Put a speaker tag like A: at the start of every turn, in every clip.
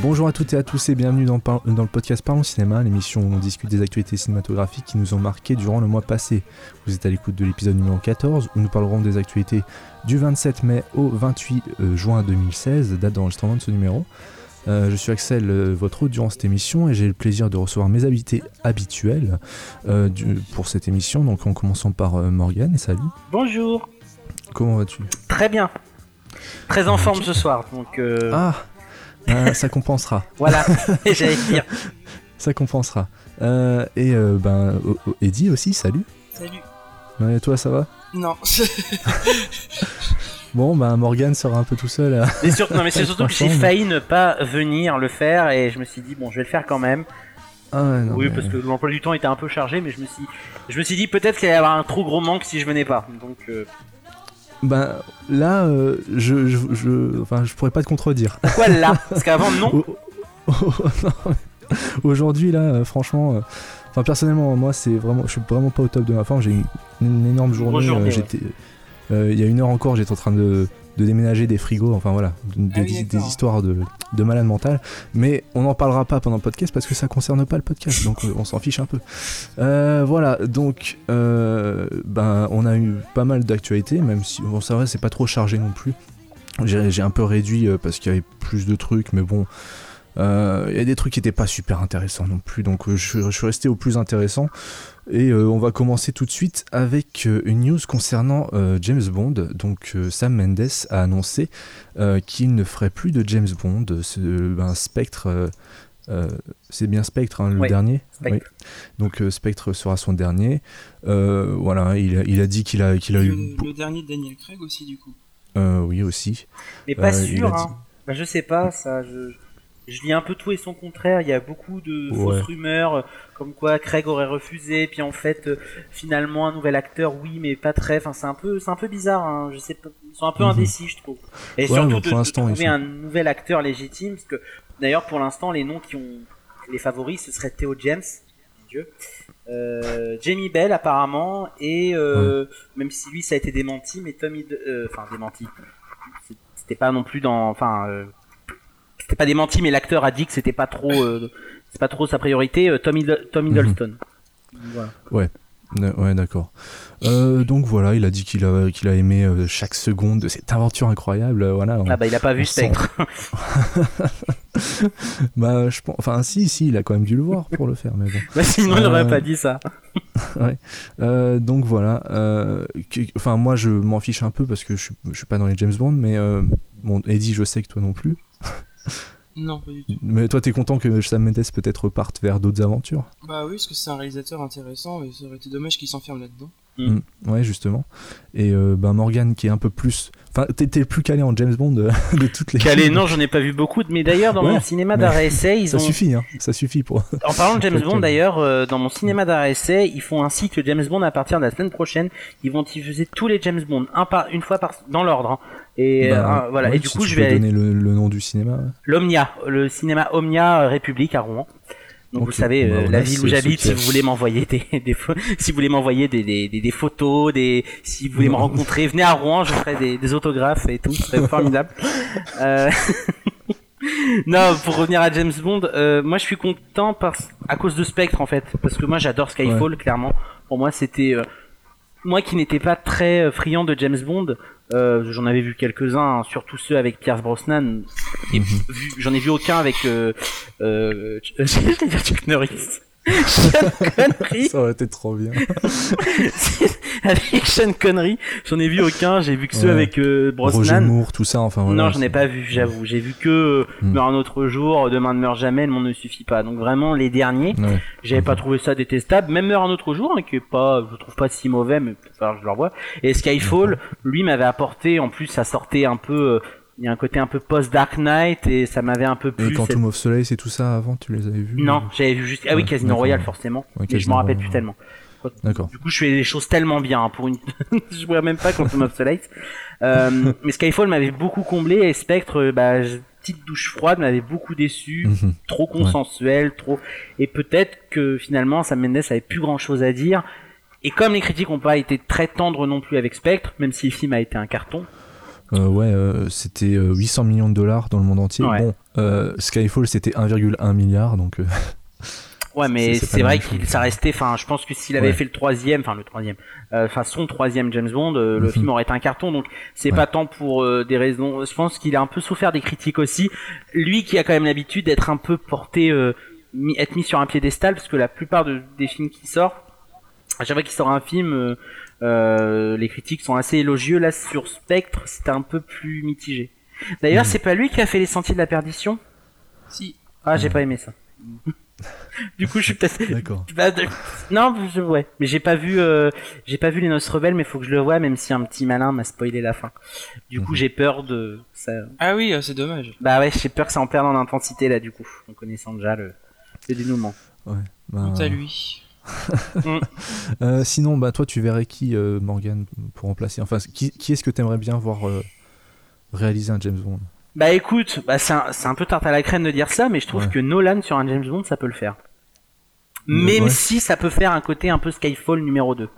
A: Bonjour à toutes et à tous et bienvenue dans, Par- dans le podcast Parlons Cinéma, l'émission où on discute des actualités cinématographiques qui nous ont marqué durant le mois passé. Vous êtes à l'écoute de l'épisode numéro 14 où nous parlerons des actualités du 27 mai au 28 euh, juin 2016, date d'enregistrement de ce numéro. Euh, je suis Axel, euh, votre hôte durant cette émission, et j'ai le plaisir de recevoir mes invités habituels euh, du- pour cette émission. Donc, en commençant par euh, Morgane, et salut.
B: Bonjour,
A: Comment vas-tu
B: très bien. Très en forme ce soir, donc euh,
A: Ah, Ah, ça compensera.
B: voilà, j'allais dire.
A: Ça compensera. Euh, et euh, ben, o- o- Eddie aussi, salut.
C: Salut.
A: Ouais, toi, ça va
C: Non.
A: Bon, ben Morgan sera un peu tout seul. euh.
B: Mais sur- Non mais c'est surtout que j'ai
A: Franchement,
B: failli ne pas venir le faire et je me suis dit bon je vais le faire quand même.
A: Ah, ouais, non,
B: oui
A: mais-
B: parce que l'emploi du temps était un peu chargé mais je me suis, je me suis dit peut-être qu'il allait y avoir un trop gros manque si je venais pas. Donc euh,
A: Ben là, euh, je, je, je, enfin, je pourrais pas te contredire.
B: voilà, parce qu'avant non.
A: Au- au- non, mais Aujourd'hui, là, euh, franchement, euh, enfin personnellement, moi, c'est vraiment, je suis vraiment pas au top de ma forme. J'ai eu une, une énorme journée.
B: journée,
A: euh,
B: ouais.
A: j'étais, euh, il y a une heure encore, j'étais en train de, de déménager des frigos. Enfin voilà, de- des,
C: Ah oui,
A: des
C: d'accord.
A: histoires de, de malade mental. Mais on n'en parlera pas pendant le podcast parce que ça concerne pas le podcast, donc euh, on s'en fiche un peu. Euh, voilà, donc, euh, ben, on a eu pas mal d'actualités, même si, bon, c'est vrai, c'est pas trop chargé non plus. J'ai j'ai un peu réduit euh, parce qu'il y avait plus de trucs, mais bon, euh, il y a des trucs qui n'étaient pas super intéressants non plus, donc euh, je, je suis resté au plus intéressant. Et euh, on va commencer tout de suite avec euh, une news concernant euh, James Bond. Donc euh, Sam Mendes a annoncé euh, qu'il ne ferait plus de James Bond, ce, ben, Spectre. euh, euh, c'est bien Spectre, hein, le
B: Ouais,
A: dernier.
B: Spectre.
A: Oui. Donc euh, Spectre sera son dernier. Euh, voilà, il a, il a dit qu'il a, qu'il a eu.
C: le,
A: beau-
C: le dernier de Daniel Craig aussi du coup.
A: euh, oui aussi.
B: Mais pas
A: Euh, il
B: sûr.
A: a dit-
B: Hein. Bah, je sais pas ça. Je... je lis un peu tout et son contraire. Il y a beaucoup de
A: Ouais.
B: fausses rumeurs euh, comme quoi Craig aurait refusé. Puis en fait, euh, finalement, un nouvel acteur, oui, mais pas très. Enfin, c'est un peu, c'est un peu bizarre. hein, Je sais pas. Ils sont un peu
A: Mhm.
B: indécis, je trouve. Et
A: Ouais,
B: surtout
A: mais pour
B: de, de
A: l'instant, ils
B: trouver
A: sont-
B: un nouvel acteur légitime, parce que d'ailleurs, pour l'instant, les noms qui ont les favoris, ce serait Theo James. mon Dieu. Euh, Jamie Bell apparemment et euh, même si lui ça a été démenti mais Tom Hidd- euh, enfin démenti c'était pas non plus dans enfin euh, c'était pas démenti mais l'acteur a dit que c'était pas trop euh, c'est pas trop sa priorité euh, Tom, Hiddle- Tom
A: Mhm.
B: Hiddleston Voilà.
A: Ouais, ouais, d'accord. Euh, donc voilà, il a dit qu'il a, qu'il a aimé euh, chaque seconde de cette aventure incroyable. euh, voilà.
B: ah bah il a pas vu
A: On sent.
B: Spectre
A: Bah, je pense. Enfin, si, si, il a quand même dû le voir pour le faire, mais bon.
B: Bah, sinon il
A: Euh,
B: aurait pas dit ça
A: Euh, donc voilà. euh, que- Enfin, moi, je m'en fiche un peu parce que je suis, je suis pas dans les James Bond, mais euh, bon, Eddie, je sais que toi non plus.
C: Non, pas du tout.
A: Mais toi, t'es content que Sam Mendes peut-être reparte vers d'autres aventures.
C: Bah oui, parce que c'est un réalisateur intéressant et ça aurait été dommage qu'il s'enferme là-dedans.
B: Mm.
A: Mm, ouais, justement. Et euh, ben Morgan, qui est un peu plus. Enfin, t'es t'es le plus calé en James Bond euh, de toutes les.
B: Calais non j'en ai pas vu beaucoup mais d'ailleurs dans
A: Ouais,
B: mon cinéma
A: mais-
B: d'arrêt essai ils
A: Ça
B: ont
A: suffit, hein. Ça suffit pour.
B: en parlant de James
A: Faut
B: Bond
A: que-
B: d'ailleurs euh, dans mon cinéma d'arrêt essai ils font un cycle James Bond à partir de la semaine prochaine ils vont diffuser tous les James Bond un par une fois par dans l'ordre hein. et
A: Bah,
B: euh, voilà
A: ouais,
B: et du
A: si
B: coup
A: tu
B: je
A: peux
B: vais aller
A: donner le, le nom du cinéma. ouais.
B: l'Omnia, le cinéma Omnia euh, République à Rouen.
A: Ok.
B: Donc vous savez, euh,
A: Bah, voilà,
B: la ville où
A: c'est-
B: j'habite,
A: c'est-
B: si vous voulez m'envoyer des, des pho- si vous voulez m'envoyer des, des, des, des photos, des si vous voulez me
A: Non.
B: rencontrer, venez à Rouen, je ferai des, des autographes et tout, ce serait formidable. Euh, non, pour revenir à James Bond, euh, moi je suis content parce à cause de Spectre en fait, parce que moi j'adore Skyfall clairement. Pour moi c'était euh, moi qui n'étais pas très euh, friand de James Bond, euh, j'en avais vu quelques-uns, hein, surtout ceux avec Pierce Brosnan. Et
A: Mhm.
B: vu- J'en ai vu aucun avec. Euh, euh, Ch- j'allais dire Chuck Norris. Sean Connery.
A: Ça aurait été trop bien.
B: avec Sean Connery, j'en ai vu aucun. J'ai vu que ceux
A: Ouais.
B: avec euh,
A: Roger
B: Brosnan.
A: Moore, tout ça, enfin voilà.
B: non, j'en ai pas vu, j'avoue. J'ai vu que euh,
A: Mm.
B: Meurt un autre jour, Demain ne meurt jamais, le monde ne suffit pas. Donc vraiment, les derniers,
A: Ouais.
B: j'avais
A: Mhm.
B: pas trouvé ça détestable. Même Meurt un autre jour, hein, qui est pas, je trouve pas si mauvais, mais enfin, je le revois. Et Skyfall, lui m'avait apporté, en plus, ça sortait un peu, euh, il y a un côté un peu post-Dark Knight, et ça m'avait un peu
A: Et
B: plu. cette-
A: Quantum of Solace et tout ça avant, tu les avais vus hein
B: Non, j'avais vu juste, ah oui,
A: Ouais,
B: Casino
A: d'accord.
B: Royale, forcément.
A: Ouais,
B: mais je
A: Casino
B: m'en rappelle
A: Royale.
B: plus tellement.
A: D'accord.
B: Du coup, je fais les choses tellement bien hein, pour une. je vois même pas Quantum of Solace. Euh, mais Skyfall m'avait beaucoup comblé et Spectre, euh, bah, je- petite douche froide, m'avait beaucoup déçu.
A: Mhm.
B: Trop consensuel, trop. Et peut-être que finalement, Sam Mendes avait plus grand chose à dire. Et comme les critiques n'ont pas été très tendres non plus avec Spectre, même si le film a été un carton,
A: euh, ouais, euh, c'était euh, 800 millions de dollars dans le monde entier.
B: Ouais.
A: Bon, euh, Skyfall, c'était 1,1 milliard, donc euh,
B: Ouais, mais
A: c'est- c'est pas
B: c'est
A: la
B: vrai
A: même chose.
B: qu'il ça restait. Enfin, je pense que s'il avait
A: Ouais.
B: fait le troisième, enfin le troisième, euh, enfin son troisième James Bond, euh, le
A: Mhm.
B: film aurait été un carton. Donc c'est
A: Ouais.
B: pas tant pour euh, des raisons. Je pense qu'il a un peu souffert des critiques aussi. Lui qui a quand même l'habitude d'être un peu porté, euh, mis- être mis sur un piédestal, parce que la plupart de- des films qui sortent, à chaque fois qu'il sort un film, euh, euh, les critiques sont assez élogieux. Là sur Spectre, c'était un peu plus mitigé. D'ailleurs,
A: Mhm.
B: c'est pas lui qui a fait les Sentiers de la Perdition.
C: Si,
B: Ah, j'ai pas aimé ça. du coup, je suis peut-être
A: d'accord.
B: bah, de- Non, je... ouais. Mais j'ai pas vu, euh, j'ai pas vu les Noces Rebelles, mais faut que je le voie, même si un petit malin m'a spoilé la fin. Du coup,
A: Mhm.
B: j'ai peur de ça.
C: ah oui, euh, c'est dommage.
B: Bah ouais, j'ai peur que ça en perde en intensité là, du coup, en connaissant déjà le, le dénouement.
A: Ben,
C: Quant à lui.
A: euh, sinon, bah, toi, tu verrais qui, euh, Morgan, pour remplacer Enfin, qui, qui est-ce que t'aimerais bien voir euh, réaliser un James Bond
B: Bah écoute, bah c'est un, c'est un peu tarte à la crème de dire ça, mais je trouve
A: Ouais.
B: que Nolan sur un James Bond, ça peut le faire.
A: Mm,
B: Même
A: ouais.
B: si ça peut faire un côté un peu Skyfall numéro 2.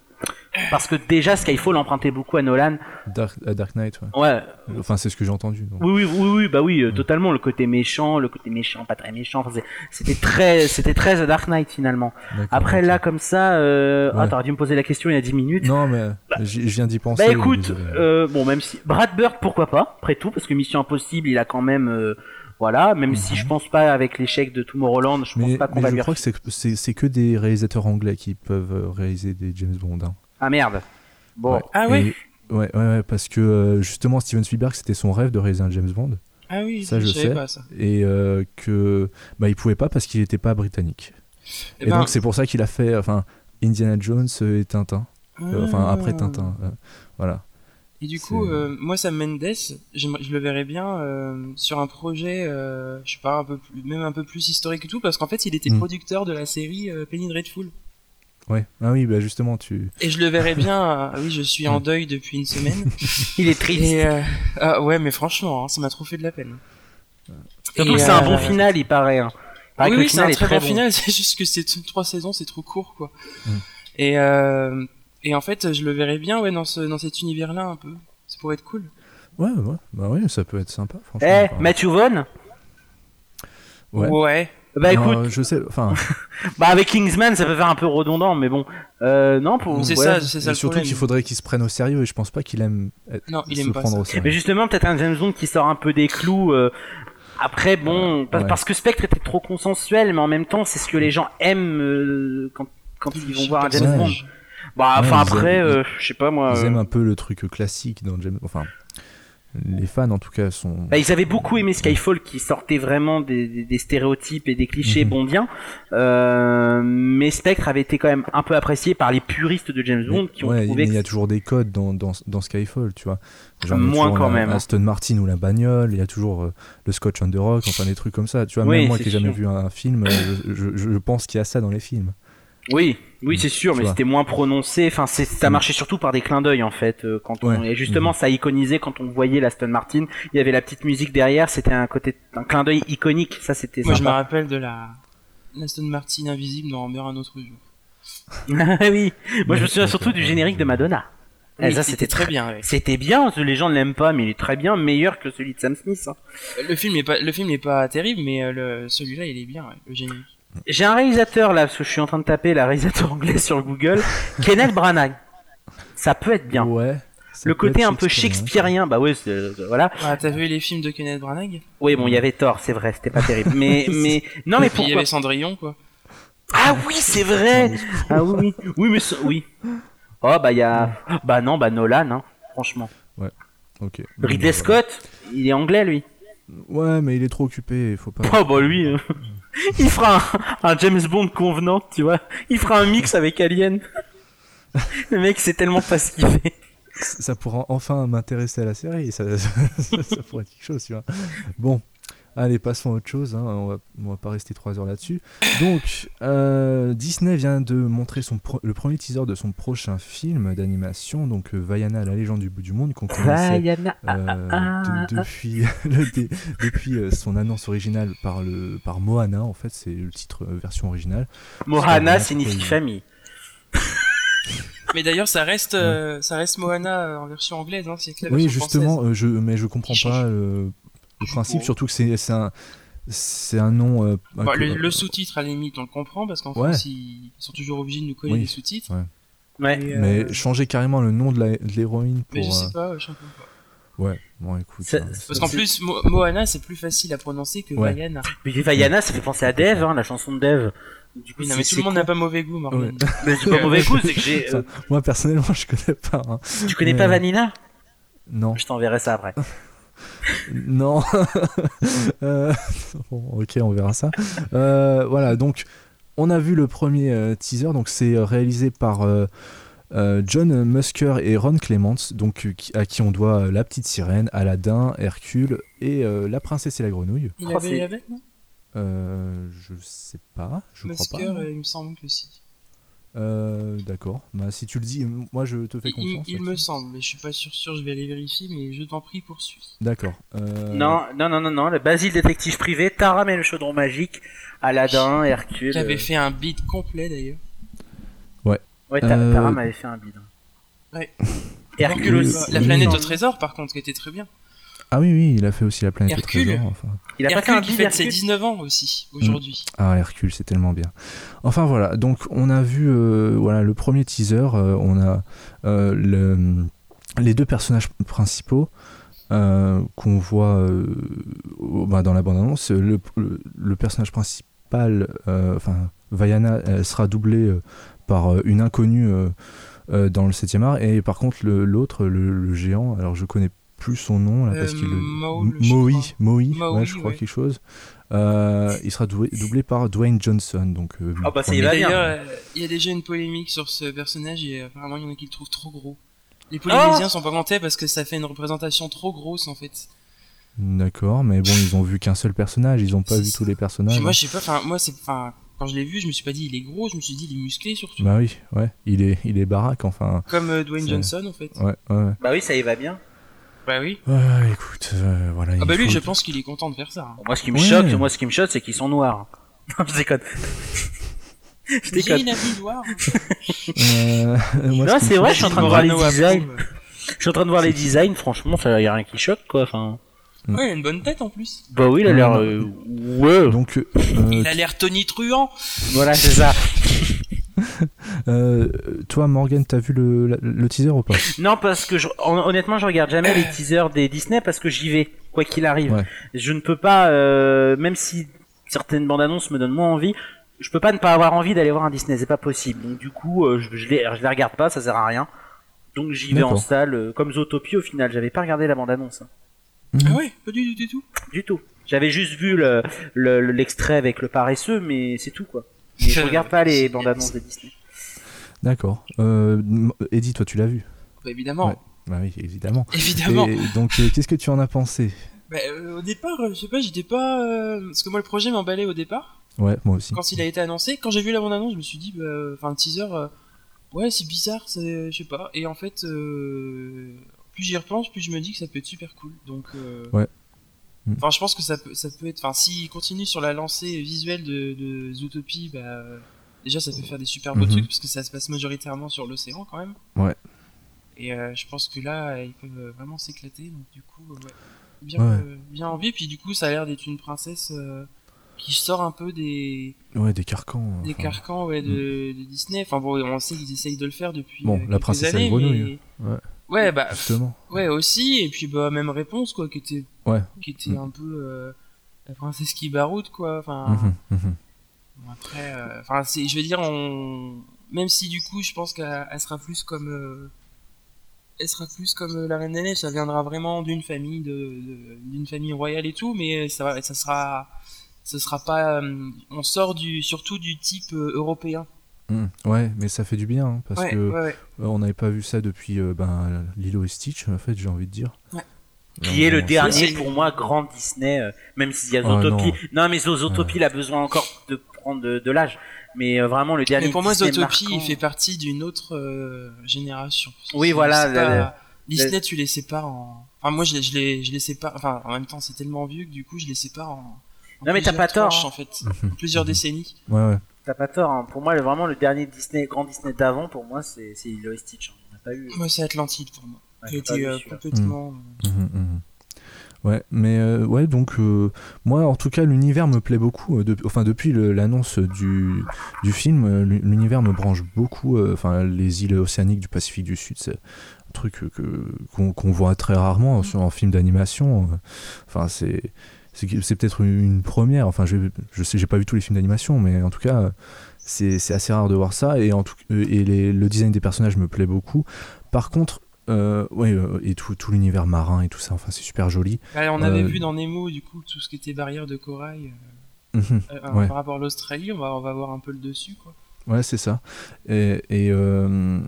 B: Parce que déjà, Skyfall empruntait beaucoup à Nolan.
A: Dark, euh, Dark Knight, ouais.
B: Ouais,
A: Enfin, c'est ce que j'ai entendu. donc.
B: Oui, oui, oui, oui, bah oui, euh,
A: Mm.
B: totalement. Le côté méchant, le côté méchant, pas très méchant. enfin, c'est- c'était très, c'était très The Dark Knight finalement.
A: D'accord,
B: Après
A: ok.
B: là, comme ça, euh... ah,
A: Ouais.
B: t'aurais dû me poser la question il y a 10 minutes.
A: Non, mais j'y- je viens d'y penser.
B: bah
A: mais
B: écoute,
A: désolé.
B: euh, bon, même si Brad Bird, pourquoi pas, après tout, parce que Mission Impossible, il a quand même, euh, voilà, même si je pense pas avec l'échec de Tomorrowland, je pense
A: Mhm. mais,
B: pas qu'on
A: mais
B: va
A: je
B: lui.
A: crois que c'est- c'est c'est que des réalisateurs anglais qui peuvent euh, réaliser des James Bond. hein.
B: Ah merde. Bon,
C: Ah ouais
A: Et- ouais, ouais, ouais, parce que euh, justement, Steven Spielberg, c'était son rêve de réaliser un James Bond.
C: Ah oui,
A: Ça, je
C: savais
A: sais.
C: pas ça.
A: Et euh, que bah, il pouvait pas parce qu'il n'était pas britannique.
C: Eh
A: Et,
C: ben,
A: donc, c'est pour ça qu'il a fait enfin, Indiana Jones et Tintin. Euh, Enfin,
C: ah.
A: après Tintin. euh, voilà.
C: Et du
A: C'est-
C: coup, euh, moi, Sam Mendes, j'aimerais- je le verrais bien euh, sur un projet, euh, je sais pas, un peu plus, même un peu plus historique et tout, parce qu'en fait, il était
A: Mm.
C: producteur de la série euh, Penny Dreadful.
A: Ouais. Ah oui, bah justement, tu.
C: Et je le verrais bien. euh, oui, je suis
A: Hmm.
C: en deuil depuis une semaine.
B: il est triste.
C: et euh, ah ouais, mais franchement, hein, ça m'a trop fait de la peine.
B: Surtout
C: Et,
B: que c'est un
C: euh,
B: bon final, il paraît. hein. Il paraît
C: Oui,
B: que le
C: oui, c'est un
B: est
C: très
B: bon.
C: bon final. C'est juste que c'est t- trois saisons, c'est trop court, quoi.
A: Mm.
C: Et euh, et en fait, je le verrais bien, ouais, dans ce dans cet univers-là, un peu. Ça pourrait être cool.
A: Ouais, ouais. Bah oui, ça peut être sympa, franchement.
B: Eh,
A: Enfin,
B: Matthew Vaughn
A: Ouais.
B: Bah
A: non,
B: écoute,
A: euh, je sais. Enfin,
B: Bah avec Kingsman ça peut faire un peu redondant mais bon euh, non pour
C: C'est
B: ouais.
C: ça, c'est
A: et
C: ça le
A: surtout
C: problème.
A: qu'il faudrait qu'il se prenne au sérieux. Et je pense pas qu'il aime euh, être-
C: Non, il
A: se
C: aime pas
A: prendre
C: ça.
A: au sérieux.
B: mais justement peut-être un James Bond qui sort un peu des clous euh, après bon parce,
A: ouais.
B: parce que Spectre était trop consensuel mais en même temps c'est ce que les gens aiment euh, quand quand ils
C: Je
B: vont
C: sais
B: voir
C: pas,
B: un James
A: ouais.
B: Bond bah
A: Ouais,
B: enfin
A: ils
B: après
A: aiment-
B: euh, je sais pas moi
A: Ils
B: euh,
A: aiment un peu le truc classique dans James. Enfin, les fans en tout cas sont.
B: Bah, ils avaient beaucoup aimé Skyfall qui sortait vraiment des, des- des stéréotypes et des clichés
A: Mhm.
B: bondiens, euh, mais Spectre avait été quand même un peu apprécié par les puristes de James Bond
A: Mais-
B: qui ont
A: ouais,
B: trouvé
A: mais il y a
B: que
A: toujours des codes dans, dans, dans Skyfall, tu vois. il y a
B: Moins
A: toujours
B: quand
A: la-
B: même.
A: Aston Martin ou la bagnole, il y a toujours euh, le Scotch on the Rock, enfin des trucs comme ça. Tu vois,
B: Oui,
A: même moi
B: c'est
A: qui n'ai jamais vu
B: sûr.
A: un film, euh, je, je- je pense qu'il y a ça dans les films.
B: Oui, oui, c'est sûr,
A: Tu
B: mais
A: vois.
B: c'était moins prononcé. Enfin, c'est, ça
A: Mm.
B: marchait surtout par des clins d'œil en fait. euh, Quand on,
A: Ouais. Mm.
B: et justement, ça iconisait quand on voyait l'Aston Martin. Il y avait la petite musique derrière. C'était un côté, un clin d'œil iconique. Ça, c'était
C: Moi, je me
B: sympa.
C: rappelle de la l'Aston Martin invisible dans Amber un autre jour.
B: Ah oui, moi je me souviens
A: Ouais,
B: surtout
A: ouais,
B: du
A: ouais.
B: générique de Madonna. Eh,
C: Oui,
B: ça,
C: qui
B: c'était
C: était très
B: très-
C: bien. ouais.
B: C'était bien. Les gens ne l'aiment pas, mais il est très bien, meilleur que celui de Sam Smith. hein.
C: Le film n'est pas, le film n'est pas terrible, mais euh, le, celui-là, il est bien, ouais, le génie.
B: J'ai un réalisateur là, parce que je suis en train de taper la réalisateur anglais sur Google, Kenneth Branagh. Ça peut être bien.
A: Ouais. ça
B: Le
A: peut
B: côté
A: être hein.
B: un peu shakespearien, bah ouais, c'est- voilà.
C: Ah, t'as vu les films de Kenneth Branagh
B: Oui, bon, il y avait tort, c'est vrai, c'était pas terrible. Mais, mais, non, mais
C: Et puis, il y
B: pourquoi
C: avait Cendrillon, quoi.
B: Ah oui, c'est vrai. Ah oui, oui, oui, mais ça- oui. Oh bah il y a, bah non, bah Nolan, hein, franchement.
A: hein. Ok.
B: Ridley
A: Bon,
B: Scott, il est anglais lui.
A: voilà. Ouais, mais il est trop occupé, il faut pas.
B: Oh bah lui, euh, il fera un, un James Bond convenant, tu vois. Il fera un mix avec Alien. Le mec, c'est tellement pas ce qu'il fait.
A: ça pourra enfin m'intéresser à la série. Ça, ça, ça pourrait être quelque chose, tu vois. Bon, allez, passons à autre chose. hein, On, va, on va pas rester trois heures là-dessus. Donc, euh, Disney vient de montrer son pro- le premier teaser de son prochain film d'animation, donc euh, Vaiana, la légende du bout du monde, qu'on connaissait
B: Vaiana.
A: euh,
B: ah,
A: de-
B: ah.
A: depuis le dé- depuis euh, son annonce originale par le par Moana en fait c'est le titre euh, version originale
B: Mohana signifie famille.
C: Mais d'ailleurs, ça reste, euh, ça reste Moana euh, en version anglaise, hein, c'est que la
A: Oui,
C: version
A: justement,
C: française.
A: euh, je, mais je comprends
C: Qui change.
A: pas le, le principe,
C: Oh.
A: surtout que c'est c'est un, c'est un nom. euh,
C: Bah,
A: que-
C: le, le sous-titre, à la limite, on le comprend parce qu'en
A: Ouais.
C: France, ils sont toujours obligés de nous coller
A: Oui.
C: les sous-titres.
B: Ouais.
C: Et, euh,
A: mais changer carrément le nom de la- de l'héroïne
C: mais
A: pour.
C: je
A: euh,
C: sais pas, je sais pas.
A: Ouais, bon, écoute.
B: Ça-
A: hein,
C: Parce
A: c'est-
C: qu'en plus, Mo- Moana, c'est plus facile à prononcer que
A: Ouais.
C: Vaiana.
B: Mais Vaiana, ça fait penser à Dev, hein, la chanson de Dev. Du coup,
C: Oui, non,
B: c'est-
C: mais tout
B: c'est
C: le monde
B: con.
C: n'a pas mauvais goût, Morgan.
B: Mais c'est pas mauvais coup, c'est que j'ai. euh,
A: Moi, personnellement, je connais pas. hein.
B: tu connais pas
A: Mais-
B: Vanina
A: Non.
B: Je t'enverrai ça après.
A: Non. Euh, bon, ok, on verra ça. Euh, voilà, donc on a vu le premier euh, teaser. Donc c'est euh, réalisé par euh, euh, John Musker et Ron Clements, donc euh, qui- à qui on doit euh, La Petite Sirène, Aladdin, Hercule et euh, La Princesse et la Grenouille.
C: Il
B: Oh,
C: y avait, il y
B: c'est-
C: avait, non
A: Euh, je sais pas, je crois
C: Musker,
A: pas.
C: euh, il me semble que si.
A: Euh, D'accord. Bah si tu le dis, euh, moi je te fais
C: Il, il-
A: confiance.
C: il me
A: là-dessus.
C: semble, mais je suis pas sûr sûr, je vais aller vérifier, mais je t'en prie, poursuis.
A: D'accord. Euh,
B: Non, non, non, non, non, le Basile détective privé, Taram et le chaudron magique, Aladdin, Hercule.
C: Qui avait
B: euh,
C: fait un beat complet d'ailleurs.
B: Ouais, Ta-
A: Euh,
B: Taram avait fait un bide.
C: Ouais.
B: Hercule
A: Oui,
B: aussi.
C: La
A: oui.
C: planète au trésor, par contre, qui était très bien.
A: Ah oui oui, il a fait aussi la planète au
C: Hercule.
A: trésor, enfin.
B: Il a pas fait un
C: Hercule qui
B: bide
C: fête ses
B: Hercule
C: 19 ans aussi, aujourd'hui.
A: Ah Hercule, c'est tellement bien. Enfin voilà, donc on a vu euh, voilà le premier teaser, euh, on a euh, le- les deux personnages principaux euh, qu'on voit euh, au- bah, dans la bande-annonce. Le, le- le personnage principal, euh, enfin Vaiana, elle sera doublée euh, par euh, une inconnue euh, euh, dans le 7e art, et par contre le- l'autre, le, le géant, alors je connais plus son nom là parce
C: Euh,
A: qu'il le-
C: Maul, je
A: Maui,
C: crois.
A: Maui,
C: Maui,
A: ouais, je crois
C: ouais.
A: quelque chose. Euh, il sera doué- doublé par Dwayne Johnson. Donc, euh,
B: Ah bah, ça
A: premier-
B: y va bien.
C: D'ailleurs, euh, il y a déjà une polémique sur ce personnage et euh, apparemment il y en a qui le trouvent trop gros. Les
B: Ah
C: Polynésiens sont pas contents parce que ça fait une représentation trop grosse en fait.
A: D'accord, mais bon, ils ont vu qu'un seul personnage, ils ont pas
C: C'est
A: vu
C: ça.
A: tous les
C: Puis
A: personnages.
C: moi je sais pas, enfin moi c'est, enfin quand je l'ai vu je me suis pas dit il est gros, je me suis dit il est musclé surtout.
A: Bah oui, ouais, il est, il est baraque, enfin.
C: Comme euh, Dwayne
A: C'est-
C: Johnson en fait.
A: Ouais, ouais. ouais.
B: Bah oui, ça y va bien.
C: Bah oui.
A: Ouais, écoute, euh, voilà.
C: Ah
A: il
C: bah lui
A: faut-
C: je pense qu'il est content de faire ça. hein.
B: Moi, ce qui me
A: Ouais.
B: choque, moi, ce qui me choque, c'est qu'ils sont noirs. Non, je déconne. je
C: J'ai
B: déconne.
C: une amie noire.
A: Euh, moi, ce qui
B: Non,
A: me
B: c'est
A: choque-
B: vrai, je suis en train de voir les
C: Morano
B: designs.
C: approuve.
B: Je suis en train de voir les designs, franchement, ça y a rien qui choque, quoi, enfin.
A: Mm.
C: Ouais, il a une bonne tête en plus.
B: Bah oui, il a
A: Non,
B: l'air,
A: non.
B: euh, ouais.
A: Donc, euh,
C: Il a l'air tonitruant.
B: Voilà, c'est ça.
A: euh, toi, Morgan, t'as vu le, la- le teaser ou pas
B: Non, parce que je- hon- honnêtement, je regarde jamais les teasers des Disney parce que j'y vais, quoi qu'il arrive.
A: Ouais.
B: Je ne peux pas, euh, même si certaines bandes annonces me donnent moins envie, je peux pas ne pas avoir envie d'aller voir un Disney, c'est pas possible. Donc du coup, euh, je, je les, je les regarde pas, ça sert à rien. Donc j'y vais en
A: D'accord.
B: salle, euh, comme Zootopie au final, j'avais pas regardé la bande annonce,
C: Ah ouais, pas du tout, du tout.
B: du tout. J'avais juste vu le- le- le- l'extrait avec le paresseux, mais c'est tout quoi. Mais je regarde pas les bandes annonces de Disney.
A: D'accord. Euh, m- Eddie, toi, tu l'as vu
C: Bah, évidemment.
A: Ouais. Bah oui, évidemment.
C: Évidemment.
A: Et donc, euh, qu'est-ce que tu en as pensé
C: Bah, euh, au départ, euh, je sais pas, j'étais pas. euh, Parce que moi, le projet m'emballait au départ.
A: Ouais, moi aussi.
C: Quand il a été annoncé, quand j'ai vu la bande-annonce, je me suis dit, bah, euh, enfin, le teaser, euh, ouais, c'est bizarre, c'est, je sais pas. Et en fait, euh, plus j'y repense, plus je me dis que ça peut être super cool. Donc, euh,
A: Ouais. Mm.
C: Enfin, je pense que ça peut, ça peut être. Enfin, s'il continue sur la lancée visuelle de, de Zootopie, bah, euh, déjà, ça peut faire des super beaux
A: Mhm.
C: trucs, parce que ça se passe majoritairement sur l'océan quand même.
A: Ouais.
C: Et euh, je pense que là, euh, ils peuvent euh, vraiment s'éclater. Donc, du coup, euh, ouais. Bien,
A: Ouais.
C: euh, bien envie. Puis, du coup, ça a l'air d'être une princesse euh, qui sort un peu des,
A: Ouais, des carcans.
C: des
A: enfin. hmm.
C: carcans ouais, de, de Disney. Enfin, bon, on sait qu'ils essayent de le faire depuis.
A: Bon,
C: euh,
A: la
C: quelques
A: princesse et la
C: années,
A: grenouille, hein.
C: mais-
A: ouais.
C: Ouais, bah,
A: Justement.
C: ouais, aussi. Et puis, bah, même réponse, quoi, qui était,
A: Ouais.
C: qui était
A: Mm.
C: un peu euh, la princesse qui baroude, quoi. Enfin,
A: Mhm, mhm.
C: Bon, après, euh, enfin, c'est, je veux dire, on... même si du coup, je pense qu'elle elle sera plus comme, euh, elle sera plus comme euh, la Reine des Neiges, ça viendra vraiment d'une famille, de, de- d'une famille royale et tout, mais ça, va- ça sera, ce sera pas, euh, on sort du, surtout du type euh, européen.
A: Mm. Ouais, mais ça fait du bien hein, parce
C: ouais,
A: que
C: ouais, ouais.
A: euh, on n'avait pas vu ça depuis euh, ben, Lilo et Stitch, en fait, j'ai envie de dire.
C: Ouais.
B: qui est le
A: Vraiment,
B: dernier
C: c'est- Ah,
B: pour moi grand Disney, euh, même s'il y a
A: Oh,
B: Zootopie. non. mais Zo- Zootopie, il a besoin encore de prendre de, de l'âge. Mais euh, vraiment, le dernier.
C: Mais pour moi,
B: Disney
C: Zootopie,
B: marquant-
C: il fait partie d'une autre euh, génération.
B: Oui,
C: C'est-
B: voilà,
C: c'est
B: la-
C: pas-
B: la-
C: Disney,
B: la-
C: tu les sépares en. Enfin, moi, je les, je les, je les sépare. Enfin, en même temps, c'est tellement vieux que du coup, je les sépare en. en
B: Non, mais t'as
C: plusieurs
B: pas tort,
C: tranches,
B: hein.
A: Mm.
C: En fait, en plusieurs décennies.
A: Ouais, ouais.
B: t'as pas tort. hein. Pour moi, vraiment, le dernier Disney, grand Disney d'avant, pour moi, c'est c'est Lilo et Stitch. hein. On n'a pas eu.
C: Moi, c'est Atlantide pour moi.
B: on n'a
C: J'ai
B: pas
C: été
B: eu
C: euh,
B: celui-là.
C: complètement.
A: Mhm, mhm. Ouais, mais euh, ouais, donc euh, moi en tout cas l'univers me plaît beaucoup. euh, de- enfin depuis le- l'annonce du, du film, euh, l'u- l'univers me branche beaucoup. euh, Enfin les îles océaniques du Pacifique du Sud, c'est un truc euh, que qu'on qu'on voit très rarement sur en film d'animation. euh. Enfin c'est c'est que- c'est peut-être une- une première. Enfin je je sais j'ai pas vu tous les films d'animation, mais en tout cas euh, c'est c'est assez rare de voir ça. Et en tout et les- le design des personnages me plaît beaucoup. Par contre euh, ouais, euh, et tout, tout l'univers marin et tout ça, enfin c'est super joli.
C: Bah, on avait
A: Euh,
C: vu dans Nemo, du coup, tout ce qui était barrière de corail.
A: Mhm.
C: euh, euh,
A: Ouais.
C: Par rapport à l'Australie, on va, on va voir un peu le dessus, quoi.
A: ouais, c'est ça. Et, et, euh,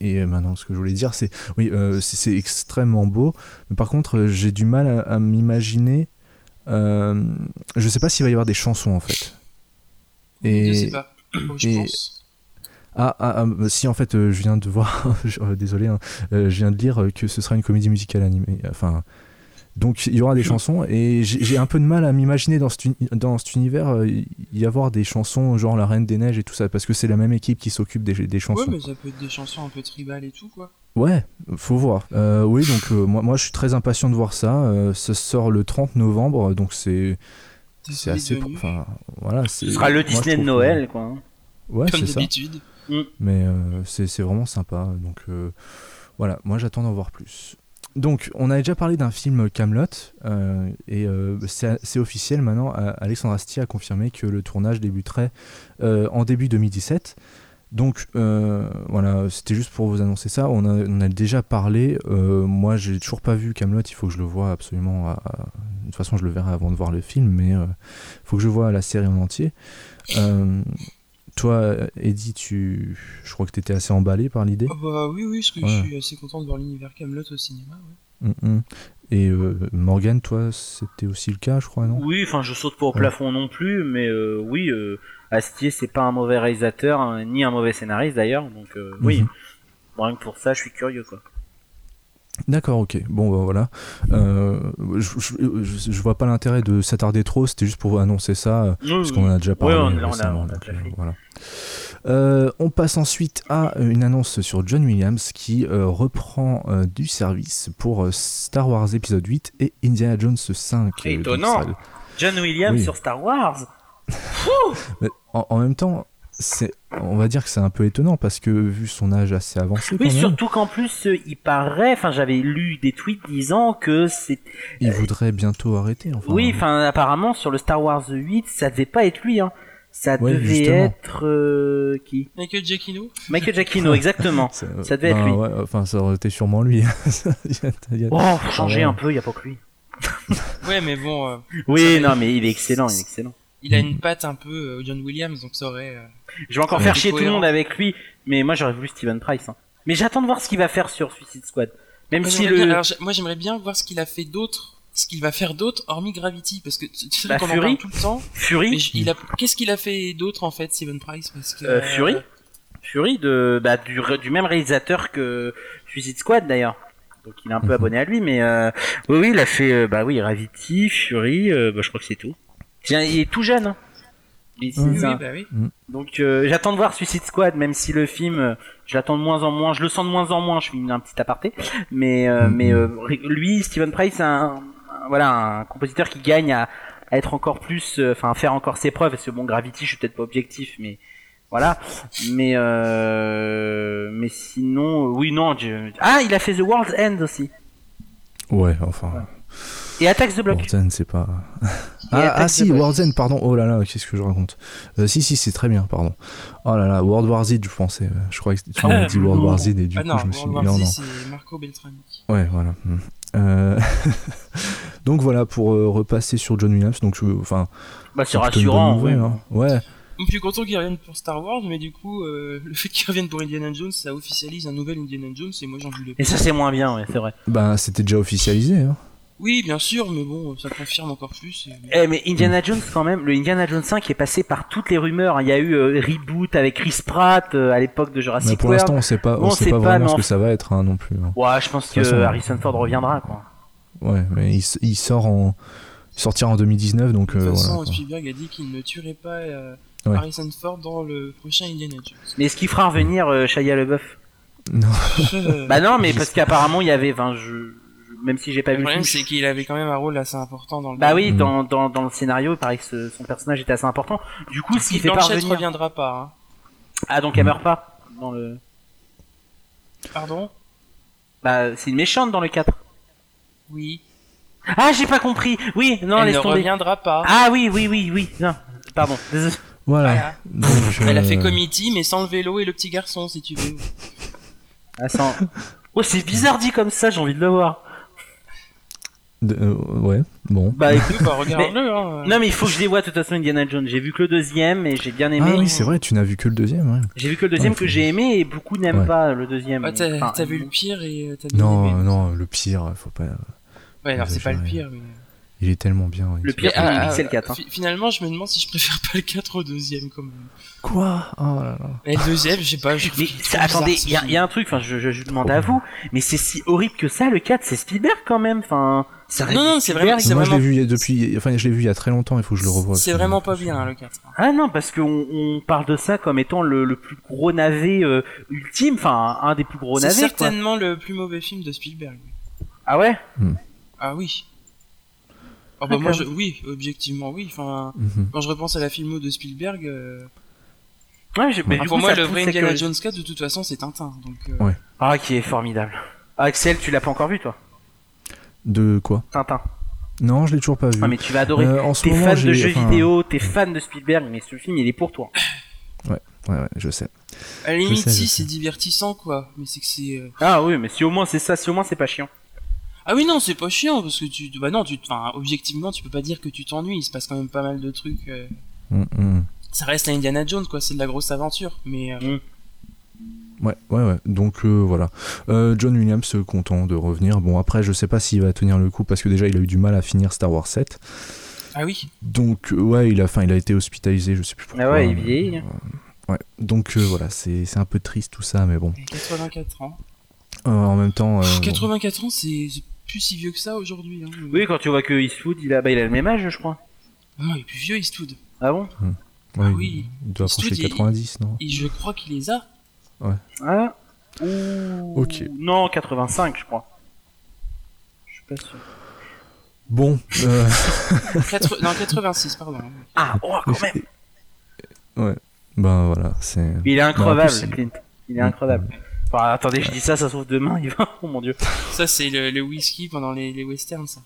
A: et maintenant, ce que je voulais dire, c'est oui, euh, c'est c'est extrêmement beau, mais par contre, euh, j'ai du mal à, à m'imaginer. euh, je sais pas s'il va y avoir des chansons en fait.
C: Je
A: Et,
C: sais pas. Oh, je
A: et-
C: pense.
A: Ah, ah, ah, bah, si en fait euh, je viens de voir, je- euh, désolé, hein, euh, je viens de lire euh, que ce sera une comédie musicale animée. euh, Enfin, donc il y aura des chansons et j'ai j'ai un peu de mal à m'imaginer dans, cet uni- dans cet univers euh, y y avoir des chansons genre La Reine des Neiges et tout ça parce que c'est la même équipe qui s'occupe des, des
C: Ouais,
A: chansons.
C: mais ça peut être des chansons un peu tribales et tout, quoi.
A: Ouais, faut voir. Euh, oui, donc euh, moi, moi je suis très impatient de voir ça. Euh, ça sort le 30 novembre, donc c'est
C: T'as
A: c'est
C: fait
A: assez.
C: des
A: pro-
C: menus,
A: Enfin, voilà,
B: Ce sera le Disney de Noël, quoi. hein.
A: Ouais,
C: Comme
A: c'est ça.
C: d'habitude.
A: mais euh, c'est c'est vraiment sympa. Donc euh, voilà, moi j'attends d'en voir plus. Donc on avait déjà parlé d'un film Camelot et euh, c'est c'est officiel maintenant. A- Alexandre Astier a confirmé que le tournage débuterait euh, en début 2017. Donc euh, voilà, c'était juste pour vous annoncer ça. On a, on a déjà parlé. Euh, moi, j'ai toujours pas vu Camelot. Il faut que je le vois absolument. à- à- De toute façon, je le verrai avant de voir le film, mais euh, faut que je vois la série en entier. Euh, toi, Eddie, tu... je crois que tu étais assez emballé par l'idée.
C: Ah bah oui, oui, parce que
A: Ouais.
C: je suis assez content de voir l'univers Camelot au cinéma. ouais.
A: Mm, mm. Et euh, Morgan, toi, c'était aussi le cas, je crois, Ah non
B: Oui, enfin, je saute pas au
A: Ouais.
B: plafond non plus, mais euh, oui, euh, Astier, c'est pas un mauvais réalisateur, hein, ni un mauvais scénariste d'ailleurs, donc euh, oui.
A: Mhm.
B: Bon, rien que pour ça, je suis curieux, quoi.
A: D'accord, ok. Bon, bah, voilà. Euh, je, je- je- je vois pas l'intérêt de s'attarder trop. C'était juste pour annoncer ça, euh, parce qu'on en a déjà parlé.
B: on- on a-
A: récemment,
B: on a
A: donc,
B: déjà
A: euh,
B: fait.
A: voilà. Euh, on passe ensuite à une annonce sur John Williams qui euh, reprend euh, du service pour euh, Star Wars épisode 8 et Indiana Jones 5. euh, donc
B: Étonnant.
A: ça-
B: John Williams
A: Oui.
B: sur Star Wars
A: Mais en, en même temps, c'est, on va dire que c'est un peu étonnant parce que vu son âge assez avancé,
B: Oui,
A: quand même,
B: surtout qu'en plus, euh, il paraît, enfin, j'avais lu des tweets disant que c'est.
A: il voudrait bientôt arrêter. Enfin, euh,
B: oui, enfin, apparemment, sur le Star Wars 8, ça devait pas être lui, hein. Ça
A: Ouais,
B: devait
A: justement.
B: être. euh, qui
C: Michael Giacchino
B: Michael Giacchino, exactement.
A: c'est- euh,
B: ça devait être
A: ben
B: lui.
A: ouais, enfin, ça aurait été sûrement lui. Il y a- il y a-
B: Oh, faut changer
A: Ouais.
B: un peu, y a pas que lui.
C: Ouais, mais bon, euh,
B: Oui, non, mais il est excellent, il est excellent.
C: il
A: Mm.
C: a une patte un peu euh, John Williams, donc ça aurait. euh,
B: Je vais encore
C: Ouais.
B: faire chier tout le
C: Cohérent.
B: monde avec lui, mais moi j'aurais voulu Steven Price. hein. Mais j'attends de voir ce qu'il va faire sur Suicide Squad. Même
C: Moi,
B: si
C: j'aimerais
B: le.
C: bien- alors, j'ai- moi j'aimerais bien voir ce qu'il a fait d'autre, ce qu'il va faire d'autre hormis Gravity, parce que tu tu sais
B: Bah,
C: qu'on en
B: Fury.
C: parle tout le temps.
B: Fury
C: mais je- il a, qu'est-ce qu'il a fait d'autre en fait, Steven Price parce que,
B: Euh, Fury Fury de, bah, du, du même réalisateur que Suicide Squad d'ailleurs. Donc il est un peu
A: Mhm.
B: abonné à lui, mais euh, oui, oui, il a fait euh, bah oui, Gravity, Fury, euh, bah, je crois que c'est tout. Tiens, il est tout jeune. hein. Il- c'est
A: Oui,
C: Oui,
B: ça.
C: oui, bah oui.
B: Donc euh, j'attends de voir Suicide Squad, même si le film, euh, je l'attends de moins en moins, je le sens de moins en moins. Je fais un petit aparté, mais euh,
A: Mhm.
B: mais euh, lui, Steven Price, un, un- voilà, un compositeur qui gagne à, à être encore plus, euh, enfin à faire encore ses preuves. Parce que bon, Gravity, je suis peut-être pas objectif, mais voilà. Mais euh, mais sinon, euh, oui non. je- Ah, il a fait The World's End aussi
A: Ouais, enfin,
B: et Attack the Block.
A: World's End, c'est pas.
B: Et
A: Ah,
B: Attack
A: ah
B: the
A: si,
B: Block.
A: World's End, pardon. Oh là là, qu'est-ce que je raconte Euh, Si, si, c'est très bien, pardon. Oh là là, World War Z, je pensais. euh, Je crois que tu m'as dit World War Z et du
C: Ah
A: coup,
C: non,
A: je me suis dit,
C: World
A: non,
C: War Z,
A: non.
C: c'est Marco Beltrami.
A: Ouais, voilà. Mm. Euh, Donc voilà, pour euh, repasser sur John Williams, donc je- enfin,
B: Bah c'est
A: C'est plutôt une bonne
B: rassurant.
A: nouvelle,
B: ouais.
A: hein. Ouais,
C: Je suis content qu'il revienne pour Star Wars, mais du coup, euh, le fait qu'il revienne pour Indiana Jones, ça officialise un nouvel Indiana Jones, et moi j'en voulais pas.
B: Et ça c'est moins bien, ouais, c'est vrai.
A: bah c'était déjà officialisé. Hein.
C: Oui, bien sûr, mais bon, ça confirme encore plus. et-
B: Eh mais Indiana Jones quand même, le Indiana Jones 5 est passé par toutes les rumeurs. hein. Il y a eu euh, reboot avec Chris Pratt euh, à l'époque de
A: Mais
B: Jurassic
A: pour
B: World.
A: l'instant, on sait pas,
B: Bon,
A: on sait
B: c'est
A: pas
B: pas,
A: vraiment
B: mais
A: ce que
B: en-
A: ça va être hein, non plus. hein.
B: Ouais, je pense
A: De
B: que
A: toute façon,
B: Harrison Ford reviendra quoi.
A: Ouais, mais il, s- il sort en, sortira en 2019, donc
C: De
A: euh,
C: toute façon,
A: voilà. quoi.
C: Spielberg a dit qu'il ne tuerait pas euh,
A: Ouais.
C: Harrison Ford dans le prochain Indiana Jones.
B: Mais est-ce qu'il fera revenir euh, Shia LeBeouf
A: Non.
C: Euh,
B: Bah non, mais parce qu'apparemment il y avait, enfin, je, je- même si j'ai pas
C: le
B: vu le film,
C: problème, c'est qu'il avait quand même un rôle assez important dans le.
B: bah oui,
A: Mm.
B: dans, dans, dans le scénario, il paraît que ce- son personnage était assez important. Du coup, s'il fait
C: Blanchett
B: pas revenir,
C: reviendra pas. hein.
B: ah
A: Hmm.
B: donc elle meurt pas dans le,
C: Pardon
B: bah c'est une méchante dans le 4
C: Oui.
B: Ah j'ai pas compris. Oui, non
C: Elle
B: laisse
C: ne
B: tomber.
C: reviendra pas.
B: Ah oui, oui, oui, oui. Non, pardon. Désolé.
A: Voilà.
C: Voilà.
A: Donc,
C: Elle a fait
A: euh,
C: committee, mais sans le vélo et le petit garçon, si tu veux.
B: Attends. Oh, c'est bizarre dit comme ça, j'ai envie de le voir.
A: de- euh, ouais, bon.
B: Bah écoute.
C: Oui, bah regarde-le. hein.
B: Non mais il faut que je les vois de toute façon Indiana Jones. J'ai vu que le deuxième et j'ai bien aimé.
A: Ah oui, c'est vrai, tu n'as vu que le deuxième, ouais.
B: J'ai vu que le deuxième
A: Ouais,
B: que j'ai aimé et beaucoup n'aiment
A: Ouais.
B: pas le deuxième.
C: Ah, t'as
B: Enfin,
C: t'as vu le pire et euh, t'as bien
A: Non,
C: aimé.
A: non, le pire, faut pas.
C: Ouais, alors c'est pas le pire. Mais...
A: Il est tellement bien. il-
B: Le pire,
C: Mais, ah,
B: c'est
C: ah,
B: le 4. hein.
C: fi- Finalement, je me demande si je préfère pas le 4 au deuxième. Comme... ah.
A: Quoi Oh là là.
C: Mais le deuxième, je sais pas. Je...
B: Mais
C: trouve
B: ça-
C: bizarre, Oh.
B: attendez,
C: ce
B: il y, a-
C: film.
B: y a un truc, enfin je, je, je demande à
A: bien.
B: vous, mais c'est si horrible que ça le 4, c'est Spielberg quand même, enfin... ça reste
C: Non, non,
B: du
C: c'est
B: Spielberg.
C: vraiment- Ah, c'est
A: Moi, je l'ai vu il y a- depuis. Enfin, je l'ai vu il y a très longtemps, il faut que je le revoie.
C: C'est vraiment pas bien, hein, le 4.
B: Ah non, parce qu'on on parle de ça comme étant le, le plus gros navet euh, ultime, enfin un des plus gros
C: C'est
B: navets. quoi.
C: certainement le plus mauvais film de Spielberg.
B: Ah ouais
C: Ah oui. Ah
B: Ah,
C: bah moi,
B: quand
C: je... oui, objectivement, oui. Enfin,
A: Mhm.
C: quand je repense à la filmo de Spielberg, euh,
B: Ouais, je- mais
A: Ouais.
B: du
C: pour
B: coup,
C: moi,
B: ça
C: le
B: prouve
C: vrai
B: cette
C: Indiana
B: curiosité.
C: Jones 4, de toute façon, c'est Tintin. Donc, euh,
A: Ouais.
B: Ah, qui est formidable. Axel, tu l'as pas encore vu toi
A: De quoi
B: Tintin.
A: Non, je l'ai toujours pas vu.
B: Ah mais tu vas adorer.
A: Euh, en ce
B: T'es
A: moment,
B: fan
A: j'ai-
B: de jeux
A: enfin,
B: vidéo, t'es fan de Spielberg, mais ce film il est pour toi.
A: Ouais, ouais, je sais.
C: à la limite,
A: sais, je
C: si,
A: sais.
C: c'est divertissant, quoi. Mais c'est que c'est. euh,
B: Ah oui, mais si au moins c'est ça, si au moins c'est pas chiant.
C: Ah oui, non, c'est pas chiant, parce que tu. Bah non, tu... Enfin, objectivement, tu peux pas dire que tu t'ennuies. Il se passe quand même pas mal de trucs. euh,
A: Mm, mm.
C: Ça reste à Indiana Jones, quoi. C'est de la grosse aventure. Mais. euh,
A: Ouais, ouais, ouais. Donc euh, voilà. Euh, John Williams euh, content de revenir. Bon, après, je sais pas s'il va tenir le coup parce que déjà, il a eu du mal à finir Star Wars 7.
C: Ah oui.
A: Donc, euh, ouais, il a, enfin, il a été hospitalisé, je sais plus pourquoi.
B: Ah ouais, il
A: mais-
B: vieillit.
A: Ouais. Donc euh, voilà, c'est c'est un peu triste tout ça, mais bon.
C: il a 84 ans.
A: Euh, en même temps. euh,
C: Pff,
A: bon.
C: 84 ans, c'est c'est plus si vieux que ça aujourd'hui. Hein.
B: Oui, quand tu vois que Eastwood, il a, bah, il a le même âge, je crois.
C: Ah Non, il est plus vieux, Eastwood.
B: Ah bon
A: Ouais,
C: Ah
A: il-
C: oui.
A: Il doit approcher
C: Eastwood, il-
A: 90, non
C: Et je crois qu'il les a.
B: Ah. Ouh.
A: Ok.
B: Non, 85, je crois. Je suis pas sûr.
A: Bon. euh,
C: Quatre- Non, 86, pardon.
B: Ah, oh, quand même.
A: ouais. Ben voilà, c'est.
B: Mais il est increvable,
A: Non, en
B: Clint. Il est increvable. Enfin, attendez, je dis ça, ça se trouve demain, il va. Oh mon dieu.
C: Ça, c'est le, le whisky pendant les, les westerns, ça.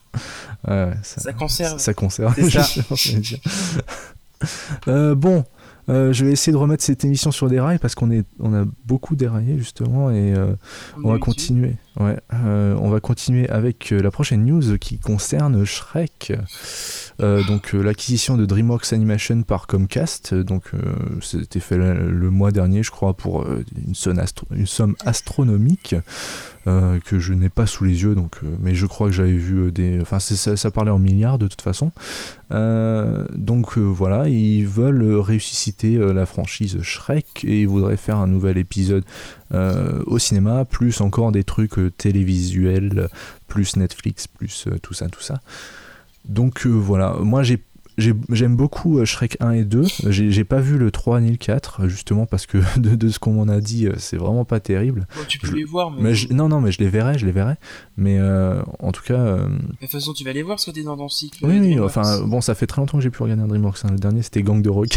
A: Ouais, ouais, ça,
C: Ça conserve.
A: ça conserve.
B: C'est ça.
A: je sais pas comment dire. Euh, bon, euh, je vais essayer de remettre cette émission sur des rails parce qu'on est, on a beaucoup déraillé justement et euh,
C: comme
A: on va
C: d'habitude.
A: continuer. Ouais, euh, on va continuer avec euh, la prochaine news qui concerne Shrek. Euh, donc euh, l'acquisition de DreamWorks Animation par Comcast. Euh, Donc euh, c'était fait le, le mois dernier, je crois, pour euh, une, somme astro- une somme astronomique euh, que je n'ai pas sous les yeux. Donc, euh, mais je crois que j'avais vu euh, des. Enfin, c'est- ça, ça parlait en milliards de toute façon. Euh, donc euh, voilà, ils veulent euh, ressusciter euh, la franchise Shrek et ils voudraient faire un nouvel épisode euh, au cinéma, plus encore des trucs euh, télévisuels, plus Netflix, plus euh, tout ça, tout ça. Donc euh, voilà, moi j'ai j'ai- J'aime beaucoup euh, Shrek 1 et 2. J'ai j'ai pas vu le 3 ni le 4, justement parce que de, de ce qu'on m'en a dit, euh, c'est vraiment pas terrible.
C: Bon, tu peux
A: Je-
C: les voir, mais,
A: Mais je- non, non, mais je les verrai, je les verrai. Mais euh, en tout cas, euh,
C: de toute façon, tu vas les voir parce que t'es dans ton cycle.
A: oui,
C: euh,
A: oui,
C: Dreamworks.
A: enfin, bon, ça fait très longtemps que j'ai pu regarder un Dreamworks. hein. Le dernier, c'était Gang de Rock.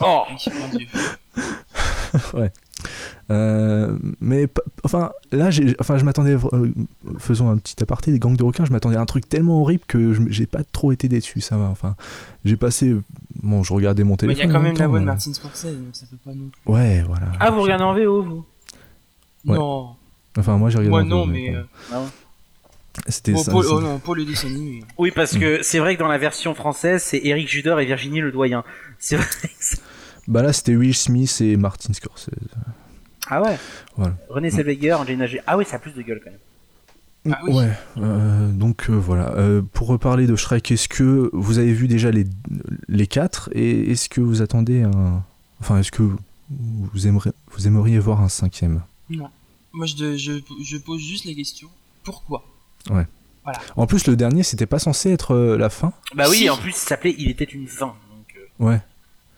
B: Oh,
C: Oui, mon Dieu. Bah,
A: Euh, mais pa- enfin là j'ai enfin je m'attendais euh, faisons un petit aparté des gangs de requins je m'attendais à un truc tellement horrible que je- j'ai pas trop été déçu ça va enfin j'ai passé bon je regardais mon
C: Mais il
A: téléphone
C: y a quand
A: en
C: même la
A: temps, euh,
C: voix de
A: mais-
C: Martin Scorsese, donc ça peut pas non plus.
A: ouais voilà
B: ah, vous regardez en VO, vous
A: Ouais.
C: Non,
A: enfin moi j'ai regardé
C: moi
A: en VO,
C: non, mais.
A: bon.
C: euh,
B: Ah
A: c'était
C: bon,
A: ça
C: Paul-
A: c'est-
C: oh non, Paul le dessin animé.
B: Oui, parce que c'est vrai que dans la version française, c'est Eric Judor et Virginie Le Doyen. C'est vrai. que c'est-
A: bah là c'était Will Smith et Martin Scorsese
B: Ah ouais.
A: Voilà. Mm.
B: René Zellweger, Angelina Jolie. Ah oui, ça a plus de gueule quand même.
C: Ah oui.
A: Ouais, euh, donc euh, voilà. Euh, pour reparler de Shrek, est-ce que vous avez vu déjà les, les quatre et est-ce que vous attendez un. Enfin, est-ce que vous, aimerez, vous aimeriez voir un cinquième
C: Moi, je, je, je pose juste la question pourquoi
A: Ouais.
C: Voilà.
A: En plus, le dernier, c'était pas censé être euh, la fin.
B: Bah oui,
C: Si.
B: en plus, ça s'appelait Il était une fin. Donc, euh,
A: Ouais.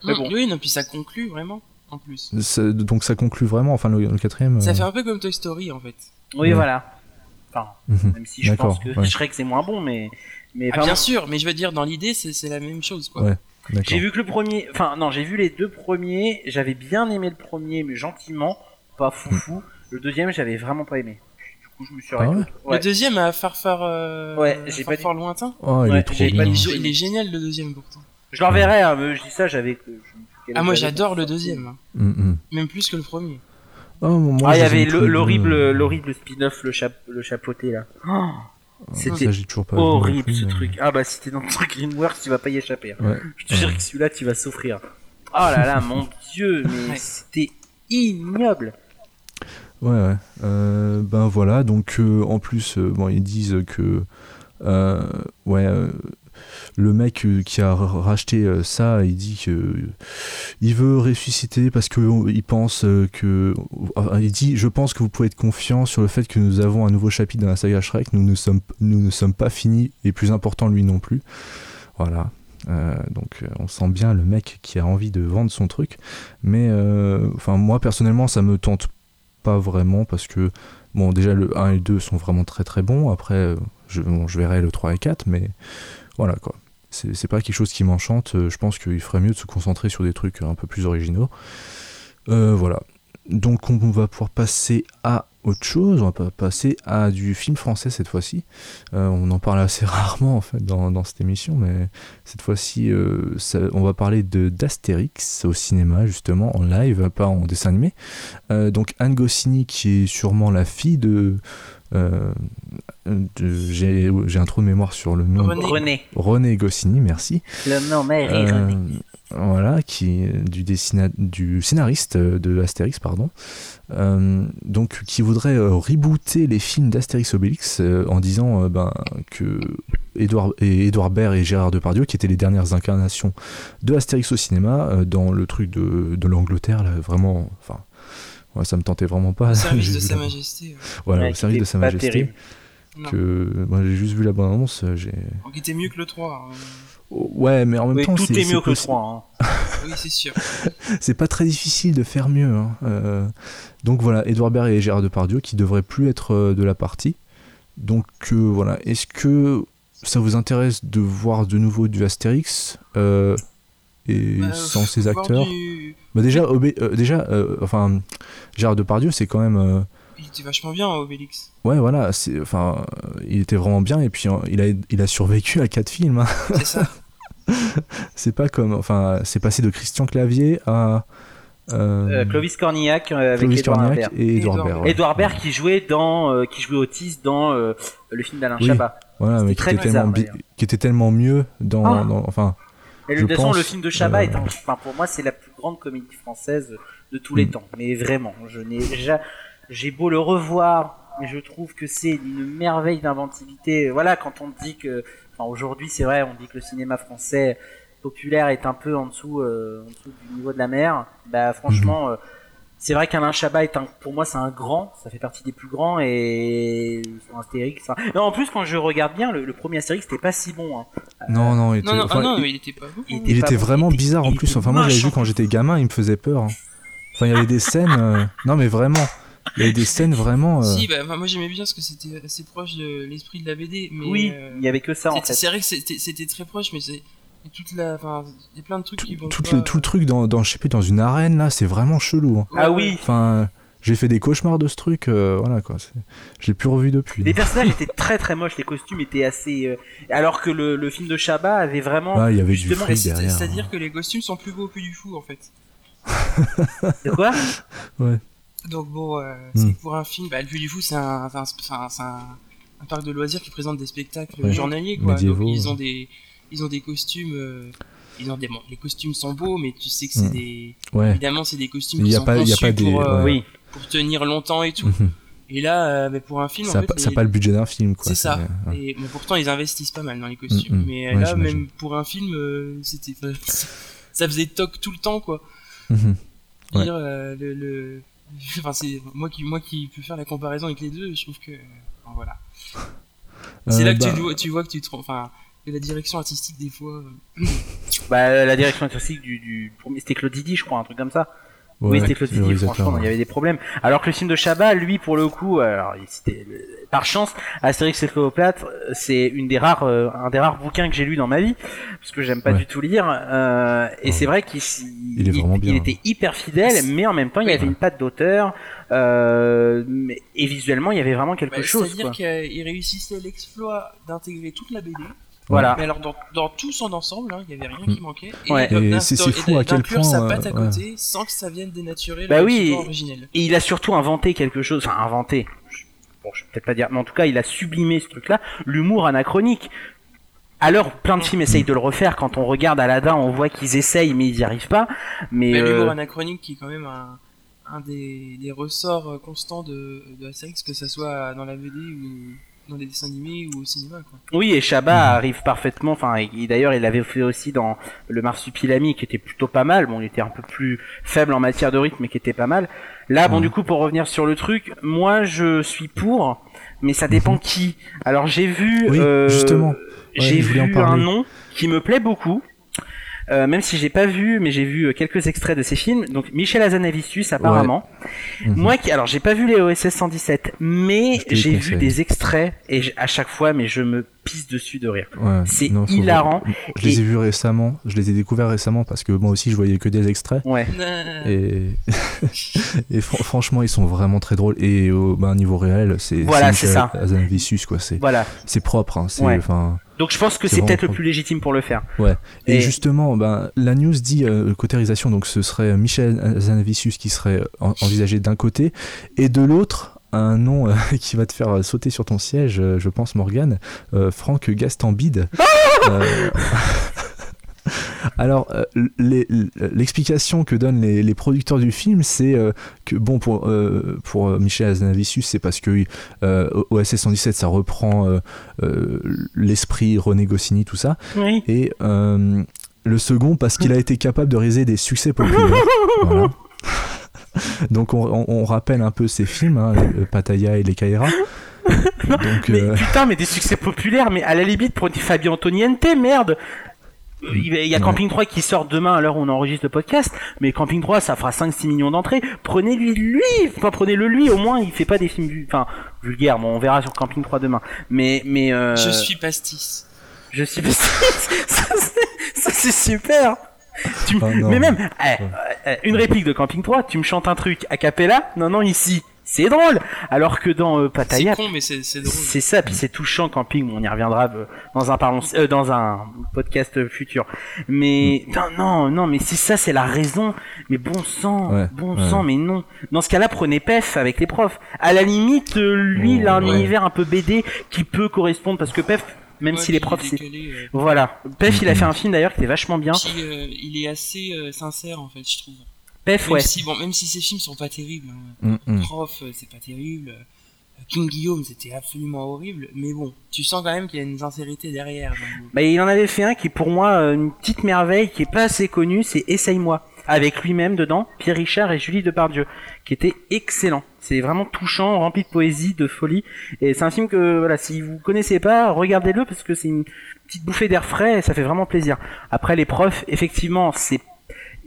B: Mais
C: Mm,
B: bon.
C: Oui, non, puis ça conclut vraiment, en plus.
A: Ça- donc ça conclut vraiment. Enfin, le, le quatrième.
C: Ça
A: euh,
C: fait un peu comme Toy Story, en fait.
B: Oui,
A: Ouais.
B: voilà. Enfin,
A: mhm.
B: même si je pense
A: D'accord,
B: que
A: ouais.
B: Shrek c'est moins bon, mais. mais
C: Ah,
B: vraiment,
C: bien sûr, mais je veux dire, dans l'idée, c'est c'est la même chose, quoi.
A: Ouais.
B: J'ai
A: D'accord.
B: vu que le premier, enfin non, j'ai vu les deux premiers. J'avais bien aimé le premier, mais gentiment, pas foufou. Le deuxième, j'avais vraiment pas aimé. Du coup, je me suis
A: Mm. Ah
B: arrêté.
A: ouais
B: Ouais.
C: Le deuxième à Farfar, euh,
B: Ouais, j'ai pas
C: Farfar lointain.
A: Oh, il
B: Ouais,
A: est trop
B: j'ai
C: Il
A: bien.
B: pas
C: est,
B: du-
C: gé- il est génial le deuxième pourtant.
B: Je leur verrai. hein, mais je dis ça, j'avais. je me fous qu'elle
C: Ah moi
B: avait-
C: j'adore le deuxième, hein.
A: Mhm.
C: même plus que le premier.
A: Oh, moi,
B: Ah, il y
A: j'ai
B: avait
A: vu tous
B: le-
A: les
B: l'horrible,
A: deux.
B: l'horrible spin-off, le, chap- le chapeauté là.
A: Ah.
B: Oh, c'était
A: Ça, j'ai toujours pas vu non
B: horrible
A: plus, euh,
B: ce
A: mais-
B: truc. Ah bah si t'es dans le truc Greenworks, tu vas pas y échapper. hein.
A: Ouais.
B: Je te jure que celui-là, tu vas souffrir. Oh là là, mon dieu, mais
C: Ouais.
B: c'était ignoble.
A: Ouais, ouais. Euh, ben voilà, donc euh, en plus, euh, bon, ils disent que euh, ouais, euh, le mec euh, qui a r- racheté euh, ça, il dit que euh, il veut ressusciter parce que on- il pense euh, que enfin, il dit, je pense que vous pouvez être confiant sur le fait que nous avons un nouveau chapitre dans la saga Shrek. Nous ne sommes nous ne sommes pas finis et plus important lui non plus. Voilà. Euh, donc euh, on sent bien le mec qui a envie de vendre son truc, mais euh, enfin moi personnellement ça me tente pas vraiment parce que bon déjà le 1 et le 2 sont vraiment très très bons après euh, je, bon, je verrai le 3 et 4 mais voilà quoi c'est c'est pas quelque chose qui m'enchante euh, je pense qu'il ferait mieux de se concentrer sur des trucs un peu plus originaux Euh, voilà donc on va pouvoir passer à autre chose on va pas- passer à du film français cette fois-ci Euh, on en parle assez rarement en fait dans, dans cette émission mais cette fois-ci euh, ça- on va parler de d'Astérix au cinéma justement en live pas en dessin animé euh, donc Anne Goscinny, qui est sûrement la fille de. euh, de- j'ai, j'ai un trou de mémoire sur le nom.
C: René.
B: René,
A: René Goscinny, merci.
B: le nom mère est
A: Euh,
B: René.
A: voilà, qui est du, dessina- du scénariste euh, de Astérix, pardon. Euh, donc, qui voudrait euh, rebooter les films d'Astérix Obélix euh, en disant euh, ben, que Édouard et Édouard Baird et Gérard Depardieu, qui étaient les dernières incarnations de Astérix au cinéma, euh, dans le truc de, de l'Angleterre, là, vraiment. Enfin, ouais, Ah, ça me tentait vraiment pas.
C: Au service
A: J'ai
C: de
A: vu
C: Sa
A: la-
C: Majesté. euh.
A: Voilà,
B: Ouais,
A: au service
B: qui
A: de Sa
B: était pas
A: Majesté.
B: terrible.
C: Non.
A: Que, moi, j'ai juste vu la bande-annonce. euh, J'ai...
C: Donc il était mieux que le hein. 3.
A: Oh, Ouais, mais en même
B: Oui,
A: temps,
B: tout
A: c'est,
B: est
A: c'est
B: mieux que le
A: possi-
B: 3. hein.
C: Oui c'est sûr.
A: c'est pas très difficile de faire mieux. hein. Euh, donc voilà, Edouard Baird et Gérard Depardieu qui devraient plus être euh, de la partie. Donc euh, voilà, est-ce que ça vous intéresse de voir de nouveau du Astérix euh, et
C: Bah,
A: sans
C: faut
A: ses
C: voir
A: acteurs
C: du-
A: bah Déjà, Obé- euh, déjà euh, enfin, Gérard Depardieu, c'est quand même. euh,
C: Il était vachement bien Obélix.
A: ouais, voilà, c'est, enfin, euh, il était vraiment bien et puis euh, il, a, il a survécu à quatre films. hein.
C: C'est ça.
A: C'est pas comme. Enfin, c'est passé de Christian Clavier à. euh,
B: Euh, Clovis Cornillac euh, avec
A: Clovis
B: Edouard
A: Cornillac
B: Baird.
A: et Edouard
C: Edouard
A: Baird.
C: Baird.
A: ouais.
B: Edouard Baird qui jouait dans, euh, qui jouait Otis dans euh, le film d'Alain
A: Oui.
B: Chabat.
A: Voilà, mais qui
B: très
A: était,
B: bizarre,
A: tellement bi-
B: d'ailleurs.
A: qui était tellement mieux dans.
B: Ah.
A: dans- enfin,
B: Et de
A: Je
B: toute façon,
A: pense,
B: le film de Chabat
A: euh,
B: est, un- enfin, pour moi, c'est la plus grande comédie française de tous les
A: Mm.
B: temps. Mais vraiment, je n'ai, ja- j'ai beau le revoir, mais je trouve que c'est une merveille d'inventivité. Voilà, quand on dit que, enfin, aujourd'hui, c'est vrai, on dit que le cinéma français populaire est un peu en dessous, euh, en dessous du niveau de la mer. Bah, franchement.
A: Mhm.
B: euh, c'est vrai qu'Alain Chabat est un, pour moi, c'est un grand, ça fait partie des plus grands et son Astérix. hein. Non, en plus, quand je regarde bien, le, le premier Astérix n'était pas si bon. hein.
A: non, non, il était,
C: Non non
A: enfin,
C: ah, non
A: il-
C: mais il était pas bon.
A: il était
B: pas bon,
A: vraiment
B: il était-
A: bizarre en
B: il
A: plus.
B: était
A: Enfin, moi, j'avais
B: moche, hein.
A: vu
B: en
A: quand j'étais gamin, il me faisait peur. hein. Enfin, il y avait des scènes. euh, Non, mais vraiment. Il y avait des scènes vraiment. euh,
C: Si bah, bah, moi j'aimais bien parce que c'était assez proche de l'esprit de la BD. Mais,
B: Oui,
C: euh,
B: il y avait que ça en
C: c'était-
B: fait.
C: c'est vrai que c'était c'était très proche mais c'est toute la enfin il y a plein de trucs
A: tout,
C: qui vont
A: tout
C: pas,
A: le, tout le truc dans, dans, je sais plus, dans une arène, là, c'est vraiment chelou. hein.
C: euh,
B: Ah
C: ouais,
B: oui,
A: Enfin, j'ai fait des cauchemars de ce truc. euh, voilà, quoi. c'est- Je l'ai plus revu depuis. hein.
B: les personnages étaient très très moches, les costumes étaient assez. euh, Alors que le, le film de Chabat avait vraiment.
A: Ah, il y avait du
B: Justement,
A: fric
C: C'est-
A: derrière. hein.
C: C'est-à-dire que les costumes sont plus beaux que du fou en fait.
B: De quoi
C: Donc bon, euh,
A: Hmm.
C: c'est pour un film, bah, le Puy du Fou c'est un, c'est un, c'est un- c'est un- un parc de loisirs qui présente des spectacles
A: Ouais.
C: journaliers quoi.
A: Médiévaux,
C: Donc,
A: ouais.
C: ils ont des, ils ont des costumes, euh, ils ont des, bon, les costumes sont beaux, mais tu sais que c'est
A: Hmm.
C: des,
A: Ouais.
C: évidemment c'est des costumes
A: Il
C: qui
A: y a
C: sont
A: pas- il y a
C: conçus
A: pas des-
C: pour, euh,
A: ouais.
B: Oui.
C: pour tenir longtemps et tout.
A: Mhm.
C: Et là, euh, bah, pour un film,
A: Ça
C: en
A: n'a
C: fait,
A: pas, ça a
C: les-
A: pas le budget d'un film, quoi.
C: c'est ça.
A: ouais.
C: Et bon, pourtant, ils investissent pas mal dans les costumes.
A: Mm, mm.
C: Mais euh,
A: Ouais,
C: là,
A: j'imagine.
C: même pour un film, euh, c'était, ça faisait toc tout le temps, quoi.
A: Mhm. Ouais.
C: Dire, euh, le, le- enfin, c'est moi qui, moi qui peux faire la comparaison avec les deux. Je trouve que, euh, enfin, voilà. C'est
A: Euh,
C: là que
A: bah,
C: tu, vois, tu vois que tu te. Enfin, que la direction artistique, des fois. euh,
B: Bah, la direction artistique du, du premier, c'était Claude Didi, je crois, un truc comme ça. oui,
A: ouais,
B: c'était Claude
A: le
B: Didi,
A: réalisateur,
B: franchement, non, il y avait des problèmes. Alors que le film de Chabat, lui, pour le coup, alors, il- c'était, euh, par chance, Astérix et Cléopâtre, euh, c'est une des rares, euh, un des rares bouquins que j'ai lu dans ma vie, parce que j'aime pas
A: Ouais.
B: du tout lire, euh, et
A: Ouais.
B: c'est vrai qu'il s'y-
A: Il est vraiment bien, hein.
B: était hyper fidèle, mais en même temps, il y
C: Ouais.
B: avait une patte d'auteur, euh, mais- et visuellement, il y avait vraiment quelque
C: bah,
B: chose,
C: C'est-à-dire
B: quoi.
C: qu'il réussissait l'exploit d'intégrer toute la BD.
B: Voilà.
C: Mais alors, dans, dans tout son ensemble, hein, il n'y avait rien qui manquait.
B: Ah. Ouais.
C: d'in-
A: Mm. Et c'est- c'est fou à quel
C: d'inclure
A: point,
C: sa
A: euh,
C: patte à
A: ouais.
C: côté sans que ça vienne dénaturer
B: Bah
C: le
B: oui.
C: support originel.
B: Et il a surtout inventé quelque chose, enfin inventé, je- bon je vais peut-être pas dire, mais en tout cas il a sublimé ce truc-là, l'humour anachronique. Alors plein de films essayent de le refaire, quand on regarde Aladdin on voit qu'ils essayent mais ils n'y arrivent pas, mais...
C: Mais l'humour
B: euh,
C: anachronique qui est quand même un, un des, des ressorts euh, constants de, de Astérix, que ça soit dans la BD ou dans les dessins animés ou au cinéma. Quoi.
B: Oui, et Chabat
A: Mm.
B: arrive parfaitement. Enfin, et- et d'ailleurs, il l'avait fait aussi dans le Marsupilami, qui était plutôt pas mal. Bon, il était un peu plus faible en matière de rythme, mais qui était pas mal. Là, bon,
A: Mhm.
B: du coup, pour revenir sur le truc, moi, je suis pour, mais ça dépend qui. Alors, j'ai vu,
A: Mhm. Oui,
B: euh,
A: justement. Ouais,
B: j'ai
A: je voulais en
B: vu
A: parler.
B: un nom qui me plaît beaucoup. euh, même si j'ai pas vu, mais j'ai vu euh, quelques extraits de ses films. Donc Michel Hazanavicius apparemment.
A: Mhm. Ah,
B: Moi qui, alors j'ai pas vu les OSS 117, mais
A: Je te les
B: j'ai vu
A: conseille.
B: des extraits et j- à chaque fois, mais je me pisse dessus de rire.
A: Ouais,
B: C'est
A: non, faut-
B: hilarant.
A: Je les ai vus récemment, je les ai découverts récemment parce que moi aussi je voyais que des extraits.
B: Ouais.
C: Euh,
A: Et, et fran- franchement, ils sont vraiment très drôles. Et au ben, niveau réel, c'est
B: Voilà,
A: c'est
B: c'est ça.
A: Hazanavicius, quoi. C'est
B: Voilà.
A: c'est propre. Hein, c'est-
B: Ouais.
A: enfin,
B: Donc je pense que
A: C'est
B: c'est
A: vraiment
B: peut-être le
A: cool.
B: plus légitime pour le faire.
A: Et,
B: Et-
A: justement, ben, la news dit euh, cotérisation, donc ce serait Michel Hazanavicius qui serait en- envisagé d'un côté, et de l'autre, un nom euh, qui va te faire euh, sauter sur ton siège, euh, je pense, Morgane, euh, Franck Gastambide. Euh, Alors, euh, les- l'explication que donnent les, les producteurs du film, c'est euh, que, bon, pour, euh, pour euh, Michel Hazanavicius, c'est parce que euh, OSS 117, ça reprend euh, euh, l'esprit René Goscinny, tout ça.
B: Oui.
A: Et euh, le second, parce qu'il a été capable de réaliser des succès populaires. Voilà. Donc on, on- on rappelle un peu ces films, hein, le Pattaya et les Kaira. Donc
B: Mais
A: euh,
B: putain, mais des succès populaires, mais à la limite pour des Fabien Antoniente, merde. Euh, Il y a
A: Ouais.
B: Camping 3 qui sort demain à l'heure où on enregistre le podcast, mais Camping 3 ça fera 5-6 millions d'entrées. Prenez-lui lui, enfin prenez-le lui, au moins il fait pas des films vul- enfin, vulgaires, bon on verra sur Camping 3 demain. Mais, mais euh,
C: Je suis pastis.
B: Je suis ça c'est- ça, c'est super Tu me-
A: Ah, non.
B: Mais même, eh, euh, une réplique de Camping 3, tu me chantes un truc a cappella, non non ici, c'est drôle Alors que dans euh,
C: C'est
B: Pattaya,
C: con, mais c'est c'est drôle.
B: c'est ça, puis c'est touchant camping, mais on y reviendra euh, dans un parlons euh, dans un podcast futur. Mais
A: Mm.
B: non, non, non, mais si ça c'est la raison, mais bon sang,
A: Ouais,
B: bon
A: ouais.
B: sang, mais non. Dans ce cas-là, prenez PEF avec les profs. À la limite, euh, lui, il a un
A: Ouais.
B: univers un peu BD qui peut correspondre parce que PEF, même
C: Ouais,
B: si les
C: puis il est
B: profs, c'est hein.
C: décalé, euh,
B: voilà, PEF, il a
A: Mhm.
B: fait un film d'ailleurs qui était vachement bien.
C: puis, euh, il est assez euh, sincère en fait, je trouve.
B: PEF,
C: Même
B: ouais.
C: si bon, même si ces films sont pas terribles, hein,
A: mm, mm.
C: prof, euh, c'est pas terrible. euh, King Guillaume, c'était absolument horrible, mais bon, tu sens quand même qu'il y a une sincérité derrière. donc,
B: Bah, il en avait fait un qui est pour moi euh, une petite merveille qui est pas assez connue, c'est Essaye-moi, avec lui-même dedans, Pierre Richard et Julie Depardieu, qui était excellent. C'est vraiment touchant, rempli de poésie, de folie. Et c'est un film que, voilà, si vous connaissez pas, regardez-le parce que c'est une petite bouffée d'air frais et ça fait vraiment plaisir. Après, les profs, effectivement, c'est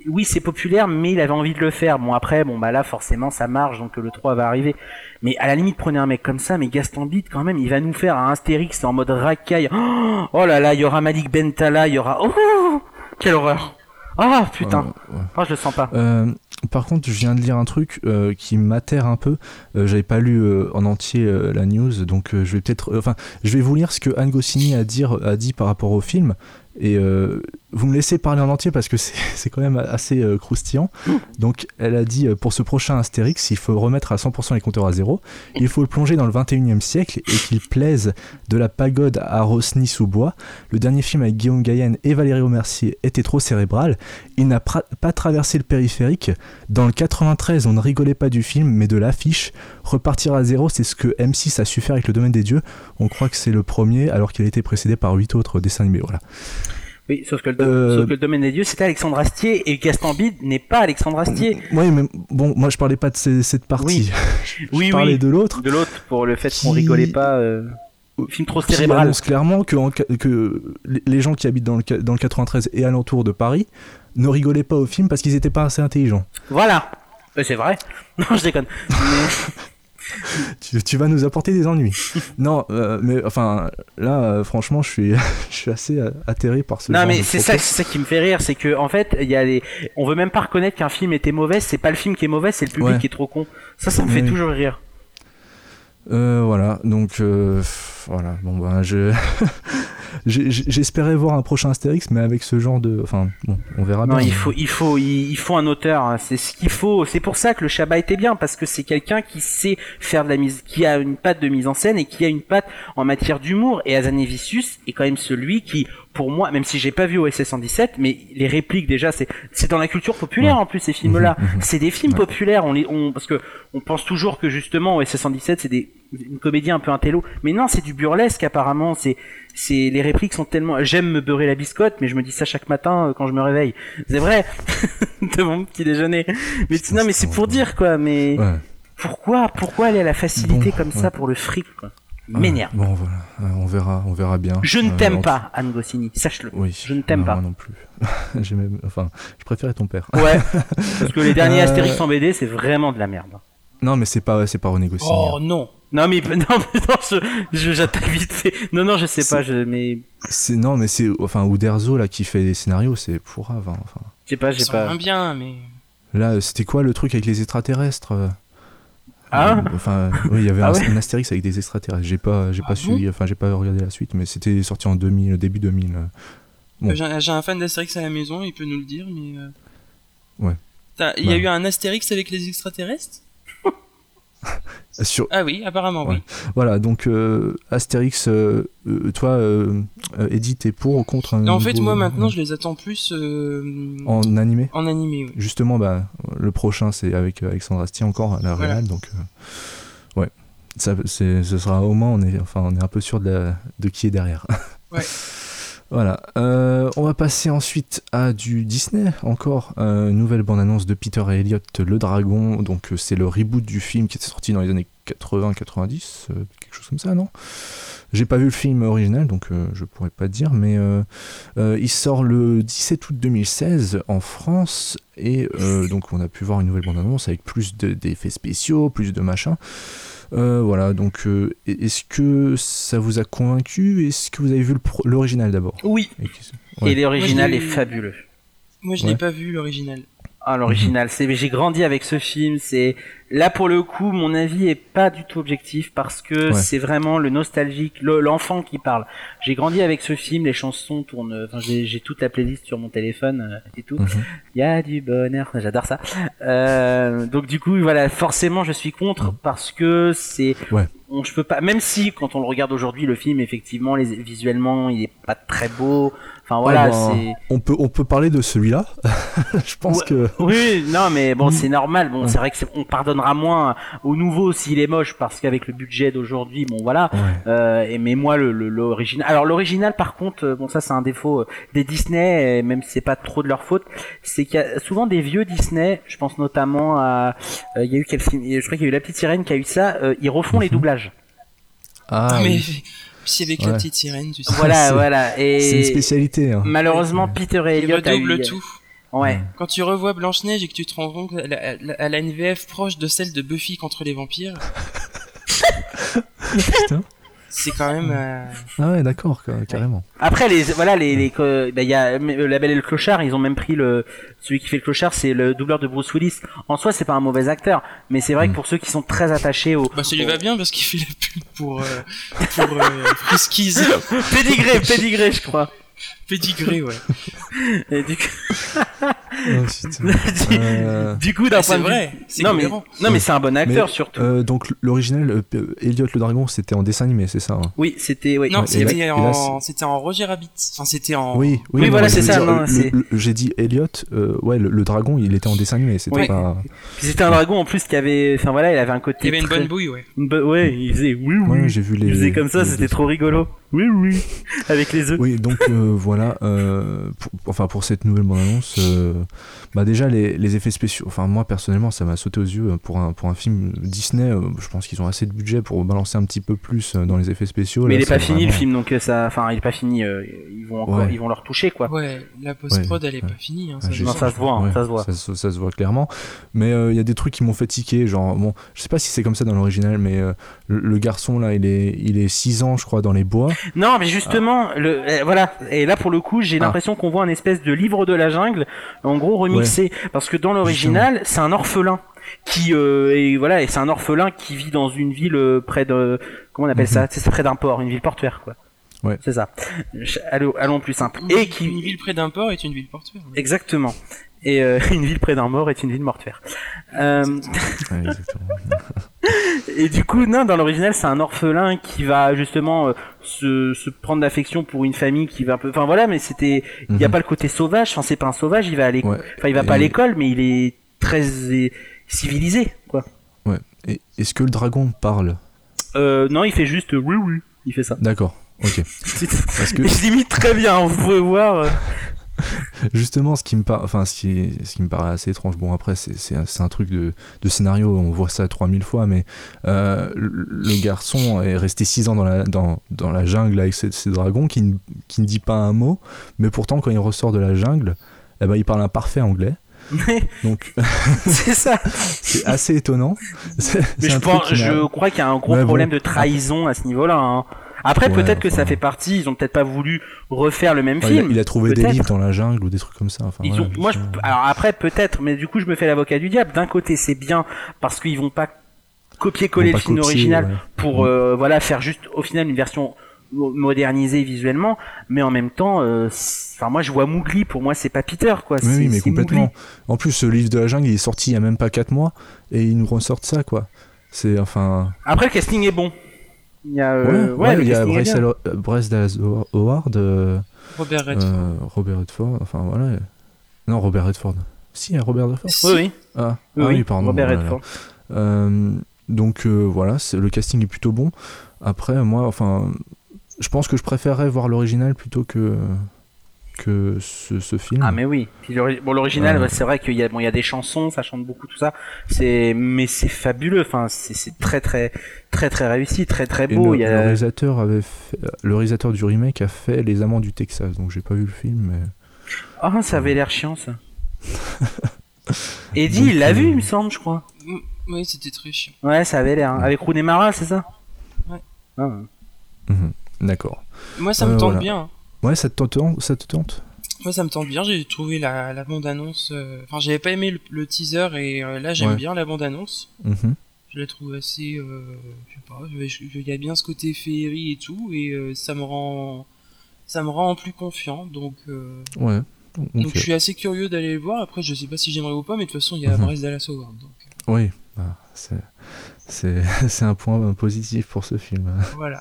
B: oui, c'est populaire, mais il avait envie de le faire. Bon, après, bon, bah là, forcément, ça marche, donc euh, le 3 va arriver. Mais à la limite, prenez un mec comme ça, mais Gaston Bide, quand même, il va nous faire un Astérix en mode racaille. Oh, oh là là, il y aura Malik Bentala, il y aura... Oh, quelle horreur Ah, putain
A: Euh, ouais.
B: Oh, je le sens pas.
A: Euh, par contre, je viens de lire un truc euh, qui m'atterre un peu. Euh, J'avais pas lu euh, en entier euh, la news, donc euh, je vais peut-être. euh, Enfin, je vais vous lire ce que Anne Goscinny a, dire, a dit par rapport au film. Et euh, vous me laissez parler en entier parce que c'est c'est quand même assez euh, croustillant. Donc, elle a dit euh, pour ce prochain Astérix, il faut remettre à 100% les compteurs à zéro. Il faut le plonger dans le 21e siècle et qu'il plaise de la pagode à Rosny-sous-Bois. Le dernier film avec Guillaume Gaillenne et Valérie Mercier était trop cérébral. Il n'a pra- pas traversé le périphérique. Dans le 93, on ne rigolait pas du film, mais de l'affiche. Repartir à zéro, c'est ce que M6 a su faire avec le domaine des dieux. On croit que c'est le premier, alors qu'il a été précédé par huit autres dessins animés. Voilà.
B: Oui, sauf que le, do-
A: euh,
B: sauf que le domaine des dieux, c'était Alexandre Astier, et Gaston Bide n'est pas Alexandre Astier.
A: Oui, mais bon, moi je parlais pas de ces- cette partie.
B: Oui,
A: je
B: oui.
A: parlais de l'autre.
B: De l'autre, pour le fait qu'on
A: Qui-
B: rigolait pas... euh, Un film trop
A: qui
B: cérébral.
A: annonce clairement que, en ca- que les- les gens qui habitent dans le, ca- dans le 93 et alentour de Paris ne rigolaient pas au film parce qu'ils n'étaient pas assez intelligents.
B: Voilà. Euh, c'est vrai. Non, je déconne. Mais-
A: Tu, tu vas nous apporter des ennuis. non, euh, mais enfin, là, euh, franchement, je suis, je suis assez euh, atterré par ce
B: non,
A: genre
B: mais
A: de
B: c'est
A: propos.
B: ça, c'est ça qui me fait rire, c'est que en fait, il y a les. On veut même pas reconnaître qu'un film était mauvais. C'est pas le film qui est mauvais, c'est le public
A: Ouais.
B: qui est trop con. Ça, ça me fait
A: Oui.
B: toujours rire.
A: Euh, voilà, donc euh, pff, voilà, bon ben je j'ai- j'ai- j'espérais voir un prochain Astérix, mais avec ce genre de, enfin bon, on verra
B: Non,
A: bien.
B: il faut, il faut, il, il faut un auteur. hein. C'est ce qu'il faut. C'est pour ça que le Chabat était bien parce que c'est quelqu'un qui sait faire de la mise, qui a une patte de mise en scène et qui a une patte en matière d'humour. Et Azanevicius est quand même celui qui, pour moi, même si j'ai pas vu OSS 117, mais les répliques déjà, c'est, c'est dans la culture populaire en plus ces films-là.
A: Mhm, mhm.
B: C'est des films
A: Ouais.
B: populaires. On les, on, parce que on pense toujours que justement OSS 117 c'est des une comédie un peu intello. Mais non, c'est du burlesque apparemment. C'est, c'est les répliques sont tellement. J'aime me beurrer la biscotte, mais je me dis ça chaque matin euh, quand je me réveille. C'est vrai, de mon petit déjeuner. Mais
A: Putain,
B: non, mais
A: c'est
B: c'est pour dire quoi. Mais
A: Ouais.
B: pourquoi, pourquoi aller à la facilité
A: Bon,
B: comme
A: ouais. Ah.
B: ça pour le fric quoi M'énerve.
A: Ouais, Bon voilà, Euh, on verra, on verra bien.
B: Je ne
A: Euh,
B: t'aime
A: en-
B: pas, Anne Goscinny. Sache-le.
A: Oui.
B: Je ne t'aime
A: Non,
B: pas.
A: Moi non plus. J'ai même, enfin, je préférais ton père.
B: Ouais, parce que les derniers
A: Euh,
B: Astérix en BD, c'est vraiment de la merde.
A: Non, mais c'est pas, c'est pas renégocié.
C: Oh non
B: Non mais non, mais non je, je j'attaque vite fait. Non non, je sais
A: C'est-
B: pas, je mais
A: C'est non, mais c'est, enfin, Uderzo là qui fait les scénarios, c'est pour avant. Enfin,
B: je sais pas,
C: Ils
B: j'ai
C: sont
B: pas.
C: moins bien, mais.
A: là, euh, c'était quoi le truc avec les extraterrestres euh
B: Ah
C: Hein
A: Euh, Enfin, oui, il y avait
B: Ah
A: un,
B: ouais
A: un Astérix avec des extraterrestres. J'ai pas, j'ai
C: Ah
A: pas
C: bon
A: suivi, enfin, j'ai pas regardé la suite, mais c'était sorti en 2000, début 2000. Bon.
C: Euh, J'ai j'ai un fan d'Astérix à la maison, il peut nous le dire, mais. euh,
A: Ouais.
C: Putain, Il y a
A: Bah.
C: eu un Astérix avec les extraterrestres
A: Sur,
C: Ah oui, apparemment
A: Ouais. voilà, donc euh, Astérix, euh, euh, toi, euh, euh, Eddie, t'es pour ou contre un
C: oui. Et en fait,
A: nouveau-
C: moi maintenant, je les attends plus euh, en...
A: en animé.
C: animé. oui.
A: Justement, bah, le prochain, c'est avec euh, Alexandre Astier encore à la
C: Voilà.
A: Real, donc euh, ouais, ça, c'est- ce sera au moins, on est, enfin, on est un peu sûr de, la- de qui est derrière.
C: Ouais.
A: Voilà, Euh, on va passer ensuite à du Disney, encore euh, nouvelle bande-annonce de Peter et Elliot, Le Dragon, donc euh, c'est le reboot du film qui était sorti dans les années 80-90, euh, quelque chose comme ça, non J'ai pas vu le film original, donc euh, je pourrais pas te dire, mais euh, euh, il sort le 17 août 2016 en France et euh, donc on a pu voir une nouvelle bande-annonce avec plus de- d'effets spéciaux, plus de machins. Euh, voilà, donc euh, est-ce que ça vous a convaincu Est-ce que vous avez vu le pro- l'original d'abord
C: Oui.
A: Et qu'est-ce- Ouais.
B: Et l'original
C: Moi,
B: est
C: je l'ai-
B: fabuleux.
C: Moi, je
A: Ouais.
C: l'ai pas vu l'original.
B: Ah l'original,
A: Mhm.
B: c'est j'ai grandi avec ce film, c'est là pour le coup, mon avis est pas du tout objectif parce que
A: Ouais.
B: c'est vraiment le nostalgique, le- l'enfant qui parle. J'ai grandi avec ce film, les chansons tournent, enfin j'ai j'ai toute la playlist sur mon téléphone euh, et tout.
A: Mhm.
B: Il y a du bonheur, j'adore ça. Euh, donc du coup, voilà, forcément, je suis contre parce que c'est,
A: Mhm. Ouais.
B: on, je peux pas. Même si quand on le regarde aujourd'hui, le film, effectivement, les, visuellement, il est pas très beau. Enfin voilà,
A: Ah ben,
B: c'est.
A: on, peut, on peut parler de celui-là. je pense
B: Ouais.
A: que.
B: Oui, non, mais bon, c'est normal. Bon,
A: Mm. Ouais.
B: c'est vrai que c'est- on pardonnera moins au nouveau s'il est moche parce qu'avec le budget d'aujourd'hui, bon voilà. Euh, et mais moi, le le- l'original. Alors l'original, par contre, euh, bon ça c'est un défaut euh, des Disney, et même si c'est pas trop de leur faute, c'est qu'il y a souvent des vieux Disney. Je pense notamment à, euh, il y a eu quel film Je crois qu'il y a eu La Petite Sirène qui a eu ça. euh, ils refont les
A: Mhm.
B: doublages.
A: Ah,
C: mais
A: oui.
C: c'est avec
A: Ouais.
C: la petite sirène, tu sais.
A: C'est-
B: Voilà, voilà.
A: c'est une
B: Et Mm.
A: spécialité. hein.
B: malheureusement, Peter et
C: Il
B: Elliot a eu. euh,
C: redouble tout.
B: Ouais.
C: Quand tu revois Blanche-Neige et que tu te rends compte qu'elle a- elle a- elle a une VF proche de celle de Buffy contre les vampires,
A: Putain.
C: c'est quand même. euh,
A: Ah ouais, d'accord, quoi, carrément.
B: Après les voilà les les co- bah, il y a euh, la Belle et le Clochard ils ont même pris le celui qui fait le Clochard c'est le doubleur de Bruce Willis en soi c'est pas un mauvais acteur mais c'est vrai
A: Mm.
B: que pour ceux qui sont très attachés au
C: Bah, ça lui
B: au-
C: va bien parce qu'il fait la pub pour. euh, pour. euh, Friskies.
B: Pédigré Pédigré je crois
C: Pédigré, ouais.
B: Et du coup,
A: Oh, putain. Euh,
B: du coup d'un point
C: Ah, c'est
B: de vue-
C: vrai, c'est
B: non mais
C: cohérent.
B: non mais c'est un bon acteur
A: Mais,
B: surtout
A: euh, donc l'original, euh, euh, Elliot le Dragon, c'était en dessin animé, c'est ça hein
B: oui c'était oui
C: Non,
A: Ouais, et là- et
C: c'était
A: là,
C: en, c'était en Roger Rabbit. Enfin, c'était en.
A: Oui, oui,
B: Oui, voilà,
A: mais
B: c'est
A: je
B: ça,
A: veux
B: non,
A: le-
B: c'est-
A: le- le- J'ai dit Elliot, euh, ouais, le, le dragon, il était en dessin animé, c'était
B: Oui.
A: pas.
B: Puis c'était un dragon en plus qui avait enfin voilà il avait un côté
C: Il y avait une
B: très-
C: bonne bouille, ouais.
B: une bo- ouais il faisait oui oui
A: Ouais, j'ai vu les.
B: il faisait comme ça
A: les-
B: c'était
A: les-
B: trop rigolo Oui, oui. Avec les œufs.
A: Oui, donc euh, voilà, euh, pour- enfin pour cette nouvelle bande-annonce, euh, bah déjà les, les effets spéciaux, enfin moi personnellement ça m'a sauté aux yeux euh, pour un, pour un film Disney, euh, je pense qu'ils ont assez de budget pour balancer un petit peu plus euh, dans les effets spéciaux.
B: Mais
A: Là,
B: il est pas
A: c'est
B: fini le
A: vraiment-
B: film, donc euh, ça, enfin, il est pas fini. euh, ils vont encore,
A: Ouais.
B: ils vont leur toucher quoi.
C: Ouais, la post-prod, elle est pas finie. Hein, ça,
A: Ah, j'ai-
B: Non, ça se voit, hein,
A: Ouais,
B: ça se voit.
A: Ça, se- ça se voit clairement. Mais euh, il y a des trucs qui m'ont fait tiquer. Genre, bon, je sais pas si c'est comme ça dans l'original, mais euh, le, le garçon là, il est, il est 6 ans, je crois, dans les bois.
B: Non, mais justement, le, euh, voilà. Et là, pour le coup, j'ai
A: Ah.
B: l'impression qu'on voit un espèce de livre de la jungle, en gros remixé, parce que dans l'original, c'est un orphelin qui, euh, et voilà, et c'est un orphelin qui vit dans une ville euh, près de, comment on appelle ça C'est près d'un port, une ville portuaire, quoi.
A: Mhm. Ouais.
B: C'est ça. Je- Allons, allons plus simple.
C: Une,
B: Et
C: ville-
B: qui,
C: une ville près d'un port est une ville portuaire. ouais.
B: exactement. Et euh, une ville près d'un mort est une ville mortuaire. Euh,
A: Ouais, exactement.
B: Et du coup, non, dans l'original, c'est un orphelin qui va justement euh, se, se prendre d'affection pour une famille qui va un peu. Enfin voilà, mais c'était. Il n'y a
A: Mhm.
B: pas le côté sauvage. Enfin, c'est pas un sauvage. Il va à l'école.
A: Ouais.
B: Enfin, il va pas à
A: Et-
B: l'école, mais il est très euh, civilisé, quoi.
A: Et- Est-ce que le dragon parle
B: Euh, non, il fait juste euh, oui, oui. Il fait ça.
A: D'accord. Ok. Parce que
B: Il l'imite très bien. Vous pouvez voir. euh.
A: justement, ce qui me par- enfin, ce qui, ce qui me paraît assez étrange. Bon, après, c'est- c'est un- c'est un truc de, de scénario. On voit ça 3000 fois, mais euh, le- le garçon est resté 6 ans dans la dans, dans la jungle avec ses, ses dragons, qui ne, qui ne dit pas un mot, mais pourtant, quand il ressort de la jungle, eh ben, il parle un parfait anglais. Donc,
B: c'est ça.
A: c'est assez étonnant. C'est-
B: Mais
A: c'est
B: je,
A: un
B: pense,
A: truc qui m'a-
B: je crois qu'il y a un gros
A: Ouais, bon.
B: problème de trahison à ce niveau-là. hein. Après,
A: Ouais,
B: peut-être que
A: enfin.
B: ça fait partie. Ils ont peut-être pas voulu refaire le même
A: Enfin, il, a,
B: film.
A: il a trouvé des
B: peut-être.
A: livres dans la jungle ou des trucs comme ça. Enfin,
B: Ils
A: voilà,
B: ont, moi, je-
A: sais-
B: alors après peut-être, mais du coup je me fais l'avocat du diable. D'un côté c'est bien parce qu'ils vont pas copier-coller
A: ils ont
B: le
A: pas
B: film
A: copié,
B: original
A: ouais. Mm.
B: pour euh, voilà faire juste au final une version mo- modernisée visuellement, mais en même temps, euh, c'est- enfin moi je vois Mowgli, pour moi c'est pas Peter quoi.
A: Oui,
B: c'est-
A: oui, mais
B: c'est
A: complètement.
B: Mowgli.
A: En plus, ce livre de la jungle, il est sorti il y a même pas 4 mois et ils nous ressortent ça, quoi. C'est enfin.
B: Après le casting est bon. Il y a, euh,
A: ouais,
B: ouais, le
A: il y a
B: casting est
A: Bryce
B: bien.
A: Allo- euh, Bryce Dallas Ho- Howard, euh,
C: Robert Redford.
A: euh, Robert Redford, enfin voilà. Non, Robert Redford. Si, il y a Robert Redford.
B: Oui, oui,
A: Ah,
B: oui,
A: ah
B: oui,
A: oui, pardon.
B: Robert
A: oh là là.
B: Redford.
A: Euh, donc euh, voilà, c'est- le casting est plutôt bon. Après, moi, enfin, je pense que je préférerais voir l'original plutôt que que ce, ce film.
B: Ah mais oui. Puis l'ori- bon l'original,
A: Euh.
B: bah, c'est vrai qu'il y a bon il y a des chansons, ça chante beaucoup tout ça. C'est mais c'est fabuleux. Enfin c'est c'est très très très très réussi, très très
A: Et
B: beau.
A: le,
B: Il y
A: le
B: a...
A: réalisateur avait fait- le réalisateur du remake a fait Les Amants du Texas, donc j'ai pas vu le film. Mais...
B: Ah ça avait l'air chiant ça. Eddie
A: Donc,
B: il l'a vu
A: euh,
B: il me semble je crois.
C: Mm, Oui, c'était très chiant.
B: Ouais ça avait l'air hein. avec Rooney Mara c'est ça.
C: Ouais.
B: Ah,
A: Mhm, D'accord.
C: Moi, ça
A: Euh,
C: me tente
A: voilà.
C: bien. hein.
A: Ouais, ça te tente, ça te tente
C: Moi, ça me tente bien. J'ai trouvé la, la bande-annonce. euh, Enfin, j'avais pas aimé le, le teaser et euh, là, j'aime
A: Ouais.
C: bien la bande-annonce.
A: Mhm.
C: Je la trouve assez. euh, je sais pas. je- je- Il y a bien ce côté féerie et tout et euh, ça me rend. Ça me rend plus confiant, donc, euh,
A: Ouais.
C: donc
A: ok.
C: je suis assez curieux d'aller le voir. Après, je sais pas si j'aimerais ou pas, mais de toute façon, il y a
A: Mhm.
C: Bryce Dallas Howard. Donc,
A: Oui. Ah, c'est- c'est c'est un point positif pour ce film.
C: euh, voilà.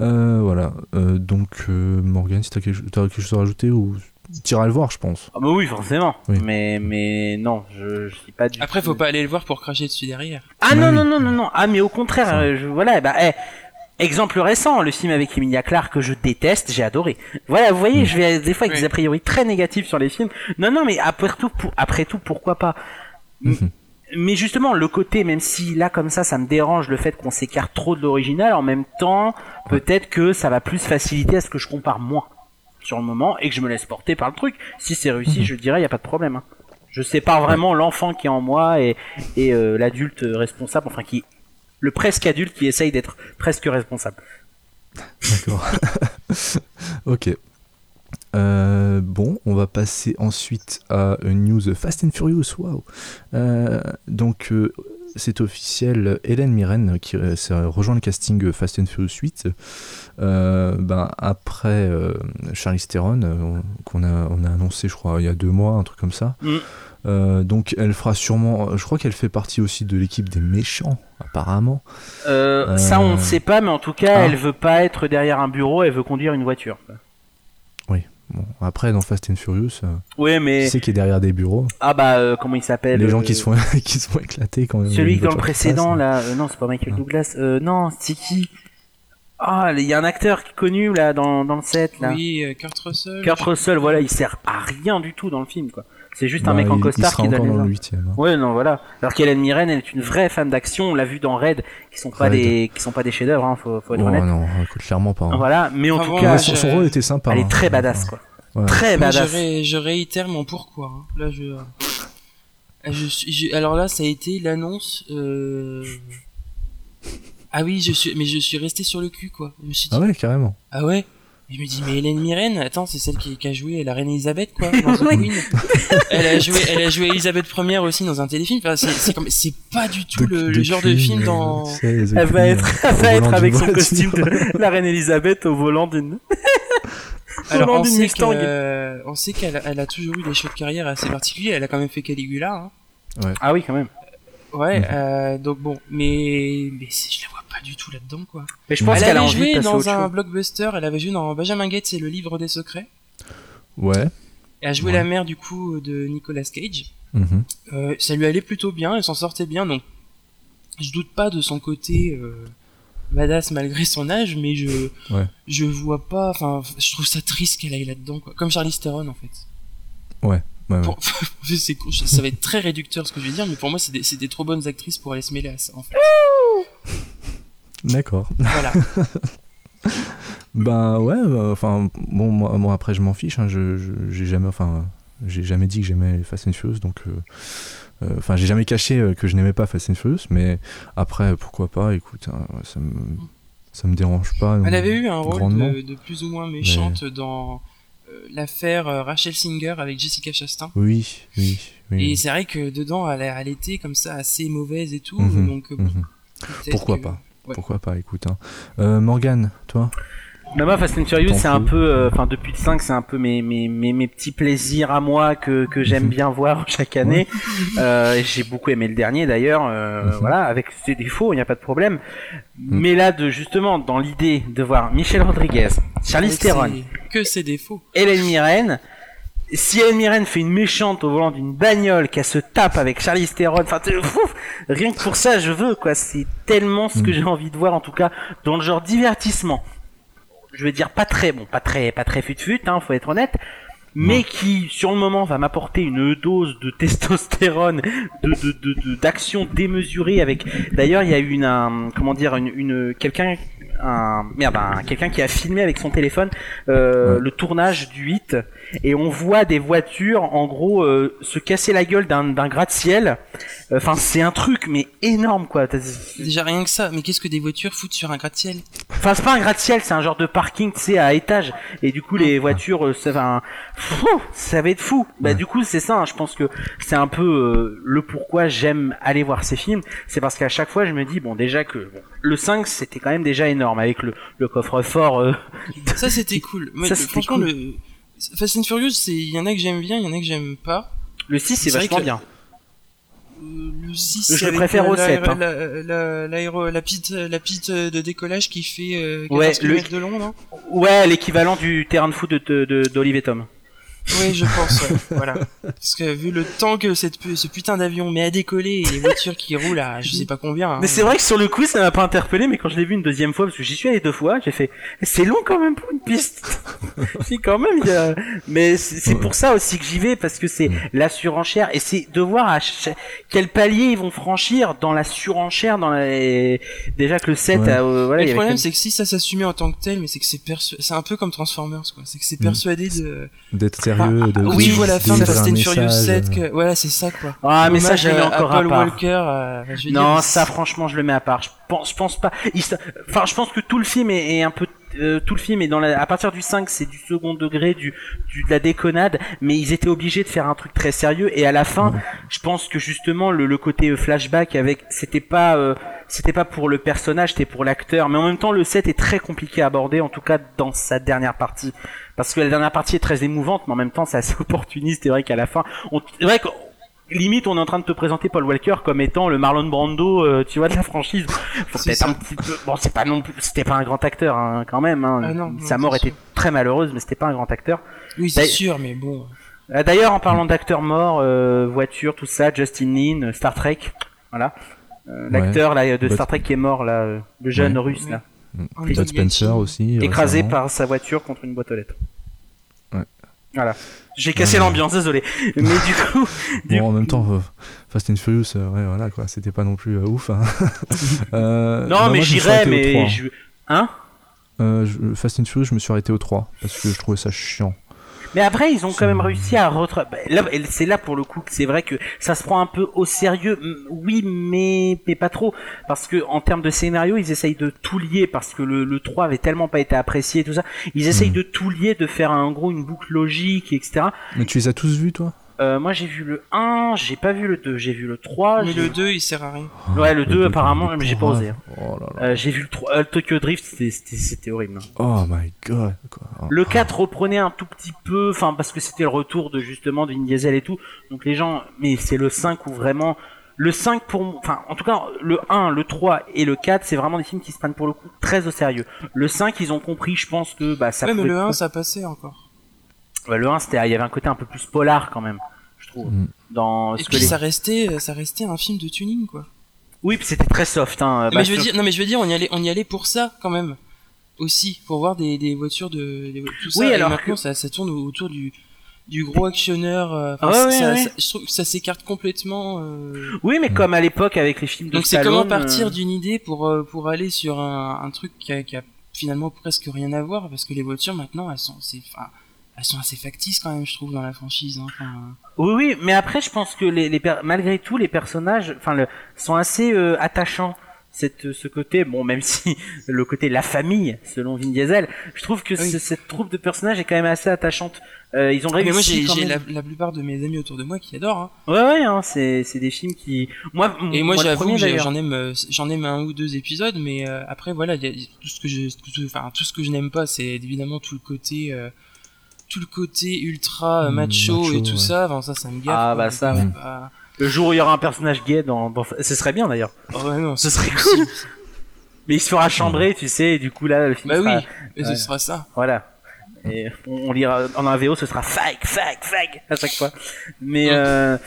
A: Euh, voilà. Euh, donc, euh, Morgane, si t'as quelque, t'as quelque chose à rajouter ou t'iras le voir, je pense.
B: Ah, bah oui forcément.
A: Oui.
B: Mais mais non je, je suis pas du.
C: Après, faut pas aller le voir pour cracher dessus derrière.
B: Ah
A: Bah
B: non,
A: oui.
B: non, non, non, non. Ah, mais au contraire,
A: Ça.
B: euh, je, voilà, bah, eh, exemple récent, le film avec Emilia Clarke que je déteste, j'ai adoré. Voilà, vous voyez,
A: Mm.
B: je vais des fois avec
C: Oui.
B: des a priori très négatifs sur les films. Non, non, mais après tout, pour- après tout pourquoi pas M-
A: Mhm.
B: Mais justement, le côté, même si là, comme ça, ça me dérange le fait qu'on s'écarte trop de l'original, en même temps, peut-être que ça va plus faciliter à ce que je compare moins sur le moment et que je me laisse porter par le truc. Si c'est réussi,
A: Mhm.
B: je dirais, il n'y a pas de problème. hein. Je sépare vraiment l'enfant qui est en moi et, et euh, l'adulte responsable, enfin qui le presque adulte qui essaye d'être presque responsable.
A: D'accord. ok. Euh, bon, on va passer ensuite à une news Fast and Furious. Waouh. Euh, donc, euh, c'est officiel. Hélène Mirren qui euh, s'est rejoint le casting Fast and Furious 8. Euh, ben, après euh, Charlize Theron, euh, qu'on a, on a annoncé, je crois, il y a deux mois, un truc comme ça.
B: Mm.
A: Euh, donc, elle fera sûrement. Je crois qu'elle fait partie aussi de l'équipe des méchants, apparemment.
B: Euh,
A: Euh.
B: Ça on ne sait pas, mais en tout cas
A: Ah.
B: elle veut pas être derrière un bureau, elle veut conduire une voiture.
A: Bon, après, dans Fast and Furious, euh,
B: Oui mais
A: qui c'est qui est derrière des bureaux
B: ah bah euh, comment il s'appelle
A: les
B: euh,
A: gens qui se font qui se font éclater quand
B: Celui
A: ils
B: dans le
A: voient leur
B: précédent
A: face.
B: là, euh, non c'est pas Michael
A: Ah.
B: Douglas, euh, non c'est qui Ah, il y a un acteur qui est connu là dans, dans le set là.
C: Oui, euh, Kurt Russell.
B: Kurt Russell, voilà, il sert à rien du tout dans le film quoi. C'est juste un
A: Bah,
B: mec en
A: il-
B: costard
A: il sera
B: qui
A: encore
B: donne les
A: dans
B: ordres.
A: le huitième. hein.
B: Ouais, non, voilà. Alors qu'Hélène Mirren, elle est une vraie fan d'action. On l'a vu dans Raid, qui sont pas
A: Raid.
B: des, qui sont pas des chefs-d'œuvre, hein, faut,
A: Oh
B: faut être honnête.
A: non, écoute, clairement pas. hein.
B: Voilà, mais en
C: Ah
B: tout
C: bon,
A: Ouais,
B: cas,
C: ouais,
A: son,
C: je-
A: son rôle était sympa.
B: elle
A: hein.
B: est très badass, quoi.
A: Ouais.
B: Très
C: Moi, je,
B: badass.
C: ré- je réitère mon pourquoi. hein. Là, je... Ah, je suis- je- Alors là, ça a été l'annonce. euh, Ah oui, je suis... mais je suis resté sur le cul, quoi. Je me suis dit,
A: Ah ouais, carrément.
C: ah ouais Je me dis, mais Hélène Mirren, attends, c'est celle qui, qui a joué la reine Elisabeth, quoi, dans The Queen. elle, a joué, elle a joué Elisabeth Ier aussi dans un téléfilm. Enfin, c'est- c'est comme- c'est pas du tout
A: Doc-
C: le, le genre de
A: Queen,
C: film
A: euh,
C: dans.
A: c'est The
B: Elle va
A: Queen,
B: être,
A: euh,
B: elle
A: au
B: va
A: volant
B: être avec
A: d'une
B: son
A: voiture.
B: costume de la reine Elisabeth au volant d'une. au
C: Alors,
B: volant
C: on
B: d'une
C: sait
B: Mustang.
C: qu'elle, euh, on sait qu'elle elle a toujours eu des choix de carrière assez particuliers. Elle a quand même fait Caligula. Hein.
B: Ah oui, quand même.
C: Ouais,
A: Mhm.
C: euh, donc bon, mais, mais c'est- je la vois pas du tout là-dedans, quoi.
B: Mais je pense
C: elle
B: qu'elle a
C: avait
B: envie de
C: joué
B: passer à
C: dans
B: autre
C: un
B: chose.
C: blockbuster, elle avait joué dans Benjamin Gates et le livre des secrets.
A: euh, Ouais.
C: Elle a joué
A: Ouais.
C: la mère, du coup, de Nicolas Cage.
A: Mhm.
C: Euh, ça lui allait plutôt bien, elle s'en sortait bien, donc je doute pas de son côté euh, badass malgré son âge, mais je,
A: Ouais.
C: je vois pas, enfin, je trouve ça triste qu'elle aille là-dedans, quoi. Comme Charlize Theron, en fait.
A: Ouais, ouais.
C: Pour- c'est con, je- ça va être très réducteur ce que je vais dire, mais pour moi, c'est des, c'est des trop bonnes actrices pour aller se mêler à ça, en fait.
A: D'accord.
C: Voilà.
A: Ben ouais, bah, enfin bon, moi, moi, après je m'en fiche, hein, je je- j'ai jamais, enfin j'ai jamais dit que j'aimais les Fast and Furious, donc euh, euh, enfin j'ai jamais caché euh, que je n'aimais pas Fast and Furious, mais après pourquoi pas, écoute, hein, ouais, ça me ça me dérange pas.
C: Elle
A: donc,
C: avait eu un rôle
A: grandement.
C: de, de plus ou moins méchante dans euh, l'affaire euh, Rachel Singer avec Jessica Chastain.
A: Oui, oui,
C: Et
A: oui.
C: c'est vrai que dedans, elle, a- elle était comme ça assez mauvaise et tout.
A: Mhm,
C: donc, euh, bon,
A: mhm.
C: peut-être
A: Pourquoi
C: que-
A: pas.
C: ouais.
A: Pourquoi pas, écoute. Hein. Euh, Morgane, toi
B: Mais moi, Fast and Furious,
A: T'en
B: c'est un
A: fous.
B: peu, euh, enfin, depuis le 5, c'est un peu mes, mes, mes, mes petits plaisirs à moi que, que j'aime
A: Mhm.
B: bien voir chaque année. Euh, et J'ai beaucoup aimé le dernier d'ailleurs, euh,
A: Mhm.
B: voilà, avec ses défauts, il n'y a pas de problème. Mais là, de, justement, dans l'idée de voir Michel Rodriguez, Charlize
C: avec ses-
B: Theron,
C: Que ses défauts.
B: Hélène Mirren. Si Hélène Mirren fait une méchante au volant d'une bagnole, qu'elle se tape avec Charlize Theron, enfin, t'es- ouf, rien que pour ça, je veux, quoi. C'est tellement ce que
A: Mm.
B: j'ai envie de voir, en tout cas, dans le genre divertissement. Je veux dire, pas très, bon, pas très, pas très fut-fut, hein, faut être honnête. Mais qui, sur le moment, va m'apporter une dose de testostérone, de, de, de, de- d'action démesurée avec, d'ailleurs, il y a eu une, un- comment dire, une, une, quelqu'un, un, merde, un- quelqu'un qui a filmé avec son téléphone, euh,
A: Ouais.
B: le tournage du 8 et on voit des voitures en gros euh, se casser la gueule d'un d'un gratte-ciel. Enfin, c'est un truc mais énorme quoi. T'as-
C: Déjà rien que ça. Mais qu'est-ce que des voitures foutent sur un gratte-ciel
B: Enfin, c'est pas un gratte-ciel, c'est un genre de parking, tu sais, à étage. Et du coup, les voitures, euh, ça va, un- Fou, ça va être fou. Bah,
A: Ouais.
B: du coup, c'est ça. hein, je pense que c'est un peu euh, le pourquoi j'aime aller voir ces films. C'est parce qu'à chaque fois, je me dis, bon, déjà que bon, le 5, c'était quand même déjà énorme avec le, le coffre-fort. euh,
C: Ça, c'était cool.
B: Ça,
C: Mais le-
B: c'était
C: franchement,
B: cool.
C: le... Fast and Furious, c'est- il y en a que j'aime bien, il y en a que j'aime pas.
B: Le 6, c'est
C: C'est vrai
B: vachement
C: que-
B: bien.
C: Euh, Le 6,
B: Je le préfère au sept, hein.
C: La, la- l'aéro- la piste, la piste de décollage qui fait euh, 14
B: Ouais, le-
C: kilomètres de long, non
B: Ouais, l'équivalent du terrain de foot de, de, de- d'Olive et Tom.
C: Oui, je pense, ouais. voilà. Parce que vu le temps que cette, pu- ce putain d'avion met à décoller et les voitures qui roulent à je sais pas combien. hein.
B: Mais c'est vrai que sur le coup, ça m'a pas interpellé, mais quand je l'ai vu une deuxième fois, parce que j'y suis allé deux fois, j'ai fait, c'est long quand même pour une piste. si quand même, il y a- mais c'est c'est pour ça aussi que j'y vais, parce que c'est la surenchère, et c'est de voir à ch- quel palier ils vont franchir dans la surenchère, dans la... déjà que le 7,
A: Ouais.
B: a- euh, voilà, il y
C: Mais le
B: avait
C: problème,
B: quand
C: c'est que si ça s'assumait en tant que tel, mais c'est que c'est persu... c'est un peu comme Transformers, quoi. C'est que c'est
B: Hmm.
C: persuadé de.
A: D'être sérieux, de,
C: Ah, oui,
A: de-
C: je vois la
A: de
C: fin de
A: délivrer
C: Fast
A: un
C: and Furious
A: message,
C: 7,
A: euh,
C: que. Voilà, c'est ça, quoi.
B: même- Ah, mais ça,
C: Hommage
B: je le mets
C: à-
B: encore
C: à
B: à
C: Paul
B: part.
C: Walker. euh, enfin, je veux
B: Non,
C: dire,
B: ça franchement je le mets à part. Je pense, je pense pas. Il se- Enfin, je pense que tout le film est, est un peu euh, tout le film est dans la... à partir du 5 c'est du second degré du, du de la déconnade mais ils étaient obligés de faire un truc très sérieux et à la fin
A: Ouais.
B: je pense que justement le, le côté euh, flashback avec c'était pas euh, c'était pas pour le personnage c'était pour l'acteur mais en même temps le set est très compliqué à aborder en tout cas dans sa dernière partie parce que la dernière partie est très émouvante mais en même temps c'est assez opportuniste c'est vrai qu'à la fin on... c'est vrai que limite on est en train de te présenter Paul Walker comme étant le Marlon Brando euh, tu vois de la franchise faut
C: C'est
B: peut-être
C: ça.
B: un petit peu bon c'est pas non plus c'était pas un grand acteur hein, quand même hein.
C: Ah non, non,
B: sa mort
C: c'est
B: était très malheureuse mais c'était pas un grand acteur
C: Oui, c'est
B: Bah,
C: sûr, mais bon.
B: Euh, d'ailleurs en parlant d'acteurs morts euh, voiture tout ça Justin Lin euh, Star Trek voilà Euh,
A: Ouais.
B: l'acteur là, de
A: Bah,
B: Star Trek qui est mort là euh, le jeune
A: Ouais.
B: russe là
C: Anthony
A: Bud Hm, Spencer
C: Mackie.
A: aussi.
B: écrasé
A: récemment.
B: par sa voiture contre une boîte aux lettres.
A: Ouais. Euh.
B: Voilà. J'ai cassé
A: Ouais.
B: l'ambiance, désolé. Mais du coup, du-
A: Bon, en même temps, euh, Fast and Furious, euh, ouais, voilà quoi, c'était pas non plus euh, ouf. hein. Euh,
B: non,
A: bah, moi,
B: mais
A: je me suis
B: j'irai,
A: arrêté au trois,
B: mais
A: hein.
B: je... hein
A: Euh, je- Fast and Furious, je me suis arrêté au 3 parce que je trouvais ça chiant.
B: Mais après, ils ont quand
A: C'est-
B: même réussi à rattraper. Là, c'est là pour le coup que c'est vrai que ça se prend un peu au sérieux. Mm, Oui, mais, mais pas trop. Parce que en termes de scénario, ils essayent de tout lier. Parce que le, le 3 avait tellement pas été apprécié et tout ça. Ils essayent
A: Mhm.
B: de tout lier, de faire en gros une boucle logique, etc.
A: Mais tu les as tous vus, toi
B: Euh, moi, j'ai vu le 1, j'ai pas vu le 2, j'ai vu le 3.
C: Mais
B: j'ai-
C: le 2, il sert à rien.
B: Ouais, le 2,
A: deux,
B: apparemment,
A: le
B: mais j'ai pas
A: trois.
B: osé. hein.
A: Oh là là.
B: Euh, j'ai vu le 3, euh, le Tokyo Drift, c'était- c'était c'était horrible. hein.
A: Oh my god. Quoi.
B: Le 4 reprenait un tout petit peu, enfin parce que c'était le retour de justement de Vin Diesel et tout. Donc les gens, mais c'est le 5 où vraiment le 5 pour moi, enfin en tout cas le 1, le 3 et le 4, c'est vraiment des films qui se prennent pour le coup très au sérieux. Le 5, ils ont compris, je pense que bah ça
C: ouais, mais
B: pouvait-
C: le 1, ça passait encore.
B: Ouais, le 1 c'était il y avait un côté un peu plus polar quand même, je trouve.
A: Mm.
B: Dans
C: Et
B: ce que
C: puis
B: les...
C: ça restait, euh, ça restait un film de tuning, quoi.
B: Oui, puis c'était très soft hein. bah,
C: mais je veux
B: sur-
C: dire, non, mais je veux dire, on y allait, on y allait pour ça, quand même. Aussi, pour voir des, des voitures de, des vo- tout ça.
B: Oui,
C: et
B: alors
C: maintenant,
B: que-
C: ça, ça tourne au- autour du, du gros actionneur. euh,
B: Ah
C: enfin,
B: ouais,
C: ça-
B: ouais,
C: ça-
B: ouais.
C: je trouve que ça s'écarte complètement. euh,
B: Oui, mais
A: Mm.
B: comme à l'époque avec les films de
C: Donc c'est
B: Stallone,
C: comment partir
B: euh,
C: d'une idée pour euh, pour aller sur un, un truc qui a, qui a finalement presque rien à voir parce que les voitures maintenant elles sont c'est enfin, elles sont assez factices quand même je trouve dans la franchise hein. Enfin,
B: Oui, oui, mais après, je pense que les, les per- malgré tout, les personnages, enfin, le, sont assez euh, attachants. Cette, euh, ce côté, bon, même si le côté la famille, selon Vin Diesel, je trouve que
C: Oui. Ah,
B: ce- cette troupe de personnages est quand même assez attachante. Euh, ils ont
C: mais
B: réussi.
C: moi j'ai
B: quand
C: j'ai
B: même.
C: la, la plupart de mes amis autour de moi qui adorent hein.
B: Ouais, ouais, hein, c'est, c'est des films qui. Moi,
C: et Mm. moi,
B: le
C: j'avoue
B: premier,
C: j'ai-
B: d'ailleurs.
C: j'en aime euh, j'en aime un ou deux épisodes mais euh, après voilà il y a tout ce que je tout, enfin tout ce que je n'aime pas c'est évidemment tout le côté euh, tout le côté ultra euh,
A: Mm,
C: macho,
A: macho,
C: et tout
A: ouais.
C: ça enfin, ça ça me gaffe
B: Ah, bah, ça, ouais. Le jour où il y aura un personnage gay dans, dans- ce serait bien d'ailleurs.
C: oh, ouais non
B: Ce
C: c'est
B: serait cool.
C: possible.
B: Mais il se fera chambrer, tu sais, et du coup là, le film.
C: bah oui
B: sera-
C: mais
B: Ouais.
C: ce sera ça
B: Voilà. Et on, on lira en un VO, ce sera fag, fag, fag à chaque fois. Mais
C: Ouais.
B: euh,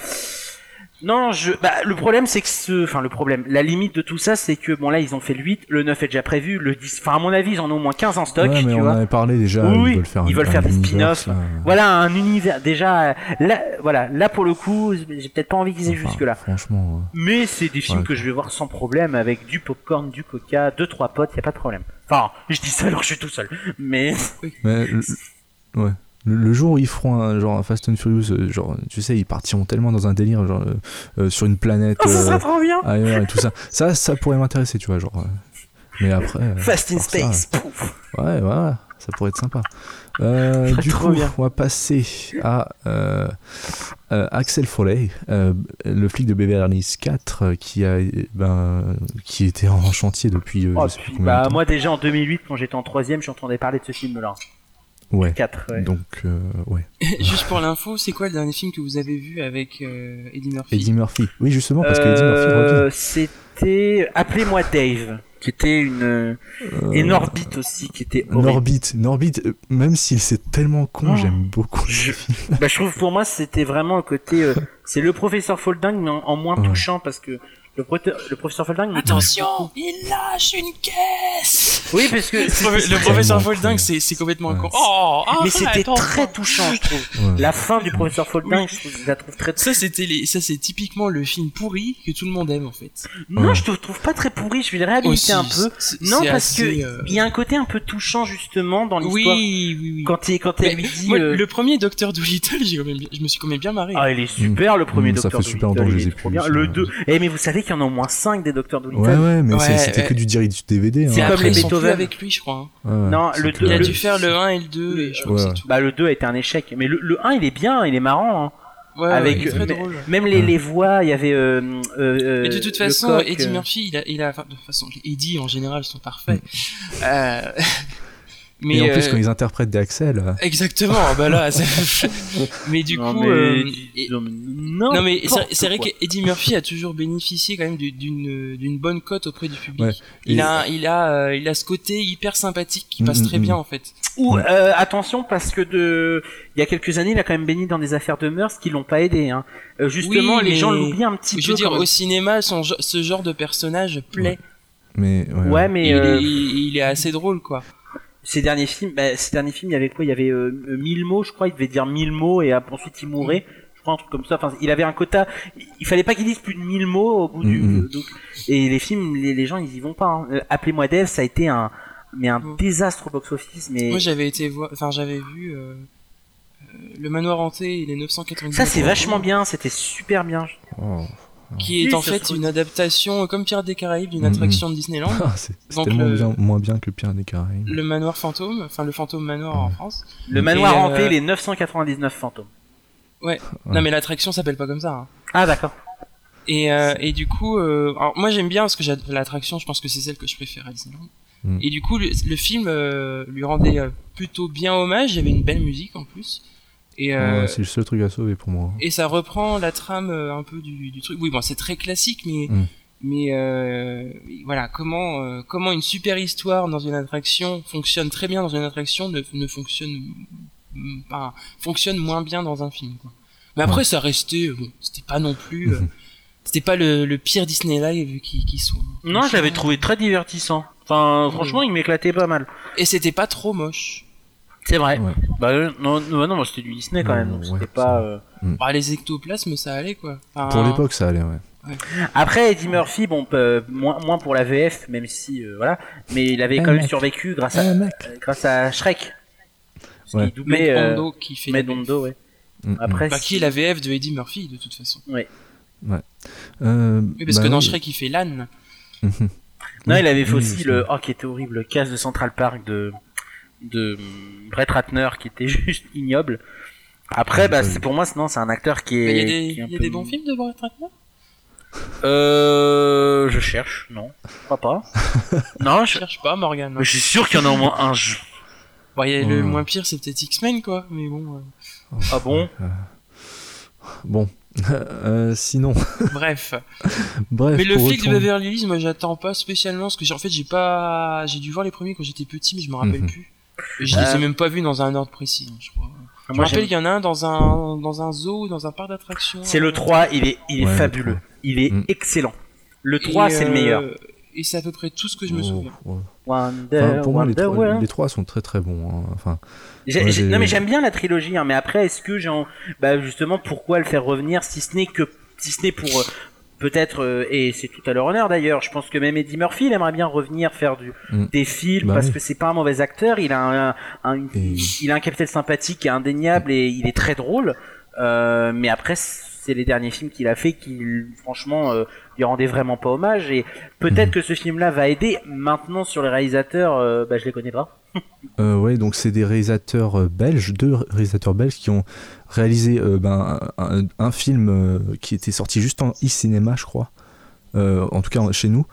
B: non, je. Bah, le problème, c'est que ce. Enfin, le problème. La limite de tout ça, c'est que bon, là, ils ont fait le 8, le 9 est déjà prévu, le 10. Enfin, à mon avis, ils en ont au moins 15 en stock,
A: ouais, mais
B: tu
A: on en
B: vois.
A: avait parlé déjà.
B: Oui, oui,
A: ils veulent faire,
B: ils veulent
A: un
B: faire des
A: univers,
B: spin-offs.
A: là.
B: Voilà un univers. Déjà, euh, là, voilà, là pour le coup, j'ai peut-être pas envie qu'ils aient
A: Enfin,
B: jusque-là.
A: Franchement. ouais.
B: Mais c'est des films
A: Ouais.
B: que je vais voir sans problème, avec du popcorn, du coca, deux trois potes, y a pas de problème. Enfin, je dis ça alors que je suis tout seul. Mais
A: Mais le, ouais. le, le jour où ils feront un, genre un Fast and Furious, euh, genre tu sais, ils partiront tellement dans un délire, genre euh, euh, sur une planète
B: oh, ça
A: euh,
B: sera trop bien.
A: ailleurs et tout ça. Ça, ça pourrait m'intéresser, tu vois, genre. euh, Mais après. euh,
B: Fast in
A: par ça,
B: Space. Pouf.
A: Ouais, voilà, ça pourrait être sympa. Euh,
B: Très,
A: du
B: trop
A: coup,
B: bien.
A: on va passer à euh, euh, Axel Foley, euh, le flic de Beverly Hills 4, euh, qui, a, euh, ben, qui était en chantier depuis euh,
B: Oh,
A: je sais plus
B: puis,
A: combien de
B: bah,
A: temps.
B: moi déjà en 2008 quand j'étais en troisième j'entendais parler de ce film là
A: Ouais.
B: 4 ouais.
A: Donc, euh, ouais.
C: Juste pour l'info, c'est quoi le dernier film que vous avez vu avec euh, Eddie Murphy
A: Eddie Murphy. Oui, justement, parce que Eddie Murphy
B: Euh, c'était appelez-moi Dave qui était une euh,
A: revient.
B: et
A: Euh,
B: Norbit aussi qui était horrible.
A: Norbit. Norbit, euh, même s'il c'est tellement con,
B: Oh.
A: j'aime beaucoup.
B: Je- bah, je trouve pour moi c'était vraiment le côté euh, c'est le professeur Folding mais en, en moins
A: Ouais.
B: touchant parce que le, prote- le professeur Folding
C: Attention, il lâche une caisse
B: oui parce que
C: Le
A: Tellement
C: professeur
A: con.
C: Folding, c'est c'est complètement
A: Ouais.
C: con. Oh,
B: mais
C: arrête,
B: c'était
C: enfin.
B: très touchant je trouve
A: Ouais.
B: la fin du professeur Folding je trouve- je la trouve très
C: Ça, c'était les... ça, c'est typiquement le film pourri que tout le monde aime en fait.
B: non
A: Ouais.
B: je te trouve pas très pourri je vais le réhabiliter Ah, un peu
C: c'est-
B: Non,
C: c'est
B: parce que
C: assez,
B: il
C: euh,
B: y a un côté un peu touchant justement dans
C: Oui,
B: l'histoire.
C: oui, oui.
B: Quand il quand elle
C: Mais
B: lui dit,
C: moi,
B: euh,
C: Le premier Docteur Doolittle, j'ai quand même bien- je me suis quand même bien marré.
B: ah il est super le premier
A: Mm, ça
B: Docteur
A: fait super longtemps que je les ai plus, ça,
B: Le
A: ouais.
B: 2 Eh mais vous savez qu'il y en a au moins 5 des Docteurs Dolittle.
A: Ouais, ouais, mais c'est-
C: Ouais,
A: c'était
C: ouais.
A: que du direct du DVD. hein,
B: C'est comme
C: Après,
A: après.
B: les
C: ils sont plus
B: Beethoven.
C: avec lui, je crois. hein.
A: Ouais,
B: Non, le-
A: c'était-
C: Il a
B: le-
C: dû faire le 1 et le 2, et je crois que
A: Ouais.
C: c'est tout.
B: Bah le 2 a été un échec, mais le, le 1 il est bien, il est marrant. hein.
C: Ouais, ouais,
B: Avec-
C: il est très
B: mais-
C: drôle.
B: Même les,
A: Ouais.
B: les voix, il y avait. euh, euh, euh,
C: Mais de toute
B: le
C: façon,
B: coq,
C: Eddie
B: euh,
C: Murphy, il a, il a, enfin, de toute façon, les Eddie en général sont parfaits.
B: Mm.
C: Euh, mais
A: Et en plus,
C: euh,
A: quand ils interprètent des Axel. euh,
C: exactement, bah là, ça- mais du
B: non,
C: coup,
B: mais-
C: euh, et-
B: non, mais
C: non mais c'est-
B: n'importe
C: c'est vrai
B: quoi.
C: qu'Eddie Murphy a toujours bénéficié quand même du- d'une d'une bonne cote auprès du public.
A: Ouais.
C: Il
A: Et-
C: a, il a, euh, il a ce côté hyper sympathique qui
A: Mm,
C: passe
A: mm,
C: très
A: mm.
C: bien en fait.
B: Ou
A: Ouais.
B: euh, attention parce que de il y a quelques années, il a quand même béni dans des affaires de mœurs qui l'ont pas aidé. Hein. Euh, justement,
C: Oui,
B: les gens
C: mais-
B: l'oublient un petit
C: Je
B: peu.
C: veux dire,
B: quand même.
C: au cinéma, son, ge- ce genre de personnage plaît.
A: Mais ouais,
B: Ouais, mais
C: il,
B: euh,
C: est, il- il est assez drôle, quoi.
B: ces derniers films, bah, ces derniers films, il y avait quoi Il y avait euh, 1000 mots, je crois. Il devait dire 1000 mots et ah, ensuite il mourait. Je crois un truc comme ça. Enfin, il avait un quota. Il il fallait pas qu'il dise plus de 1000 mots au bout du. euh,
A: Mhm.
B: donc, et les films, les, les gens, ils y vont pas. hein. Euh, Appelez-moi Dev, ça a été un, mais un
C: Mhm.
B: désastre au box-office. Mais
C: Moi, j'avais été voir, enfin, j'avais vu euh, euh, le manoir hanté et les 990.
B: ça, c'est vachement bien. C'était super bien.
A: oh.
C: Qui est
B: Oui,
C: en
B: ça se
C: fait
B: trouve.
C: une adaptation, euh, comme Pierre des Caraïbes, d'une
A: Mhm.
C: attraction de Disneyland.
A: Ah, c'est c'est
C: Donc,
A: tellement
C: le-
A: bien- moins bien que Pierre des Caraïbes.
C: le manoir fantôme, enfin, le fantôme manoir en
A: Ouais.
C: France.
B: Le manoir
C: Et, euh,
B: hanté, les 999 fantômes.
A: Ouais.
C: Non, mais l'attraction s'appelle pas comme ça. hein.
B: Ah d'accord.
C: Et, euh, et du coup, euh, alors moi j'aime bien parce que j'ad- l'attraction, je pense que c'est celle que je préfère à Disneyland.
A: Mm.
C: Et du coup, le, le film euh, lui rendait euh, plutôt bien hommage. Il y avait une belle musique en plus. Et, euh,
A: Ouais, c'est le seul truc à sauver pour moi.
C: et ça reprend la trame euh, un peu du, du truc. Oui, bon, c'est très classique, mais
A: Mm.
C: mais euh, voilà, comment euh, comment une super histoire dans une attraction fonctionne très bien dans une attraction ne, ne fonctionne mm, pas fonctionne moins bien dans un film. Quoi. Mais après, ça restait euh, bon, c'était pas non plus. euh,
A: Mm-hmm.
C: c'était pas le, le pire Disney Live qui, qui soit. euh,
B: Non, je l'avais trouvé très divertissant. Enfin, franchement, il m'éclatait pas mal.
C: Et c'était pas trop moche.
B: C'est vrai.
A: Ouais.
B: Bah euh, non, non, non, moi, c'était du Disney quand
A: Non,
B: même.
A: non,
B: donc
A: ouais,
B: c'était
A: ça.
B: pas. euh,
C: Bah, les ectoplasmes, ça allait quoi. Enfin,
A: Pour l'époque, ça allait, ouais.
B: Après, Eddie Murphy, bon, peu- moins, moins pour la VF, même si, euh, voilà, mais il avait
A: Ah,
B: quand même
A: mec.
B: survécu grâce à,
A: Ah, mec.
B: euh, grâce à Shrek. Parce
A: Ouais.
B: qu'il doublait
C: Ned
B: euh,
C: Hondo qui fait.
B: Ned
C: la-
B: Hondo, ouais.
A: Mm, mm.
B: Après,
C: Bah, qui est
B: si-
C: la VF de Eddie Murphy de toute façon.
A: Euh,
C: Oui, parce
A: bah
C: que dans
A: oui.
C: Shrek, il fait l'âne.
B: Non, il avait fait
A: Oui,
B: aussi
A: oui,
B: le, oh, qui était horrible, le casse de Central Park de, de hum, Brett Ratner, qui était juste ignoble. Après,
A: J'ai
B: bah,
A: pas
B: c'est
A: vu.
B: pour moi, c'est- non, c'est un acteur qui est.
C: Mais Il y a des,
B: qui est un
C: il y a
B: peu-
C: des bons films de Brett Ratner
B: Euh, je cherche, non, je crois pas. non,
C: Je
B: je,
C: cherche pas, Morgan.
B: je suis sûr qu'il y en a au moins un. je-
C: Bon, il y a le
A: Hmm.
C: moins pire, c'est peut-être X-Men, quoi. Mais bon, euh,
B: Ah bon?
A: Euh, Bon. Euh, sinon,
C: bref.
A: bref.
C: mais le
A: pour
C: flic de
A: retourner-
C: Beverly Hills, moi, j'attends pas spécialement. Parce que, j'ai- en fait, j'ai pas. J'ai dû voir les premiers quand j'étais petit, mais je me rappelle
A: Mhm.
C: plus. Et je les ai
B: Euh.
C: même pas vus dans un ordre précis, hein, je crois. Je me
B: Moi, j'aime-
C: rappelle, il y en a un dans un, dans un zoo, dans un parc d'attractions.
B: C'est le 3, il est, il est
A: Ouais, le
B: fabuleux. Il est
A: Mm.
B: excellent. Le
C: Et,
B: 3, c'est le
C: euh,
B: meilleur.
C: Et c'est à peu près tout ce que je me
A: Oh,
C: souviens. Euh,
A: ouais.
B: Wonder,
A: Enfin, pour moi, les
B: Wonder
A: trois,
C: hein.
B: World.
A: les trois sont très très bons. hein. Enfin,
B: J'ai-
A: ouais,
B: j'ai-
A: j'ai-
B: Non, mais j'aime bien la trilogie, hein, mais après, est-ce que j'ai. en- Bah, justement, pourquoi le faire revenir si ce n'est que. Si ce n'est pour. euh, Peut-être, euh, et c'est tout à leur honneur d'ailleurs, je pense que même Eddie Murphy, il aimerait bien revenir faire du,
A: Mm.
B: des films
A: Bah
B: parce
A: oui.
B: que c'est pas un mauvais acteur, il a un, un- une-
A: Et-
B: il a un capital sympathique et indéniable et il est très drôle. Euh, mais après, c'est les derniers films qu'il a fait qui, franchement, euh, lui rendaient vraiment pas hommage. Et peut-être
A: Mm.
B: que ce film-là va aider. Maintenant, sur les réalisateurs, euh, bah, je les connais pas.
A: euh, ouais, donc c'est des réalisateurs euh, belges, deux réalisateurs belges qui ont réalisé euh, ben, un, un- un film euh, qui était sorti juste en e-cinéma, je crois. Euh, en tout cas en- chez nous.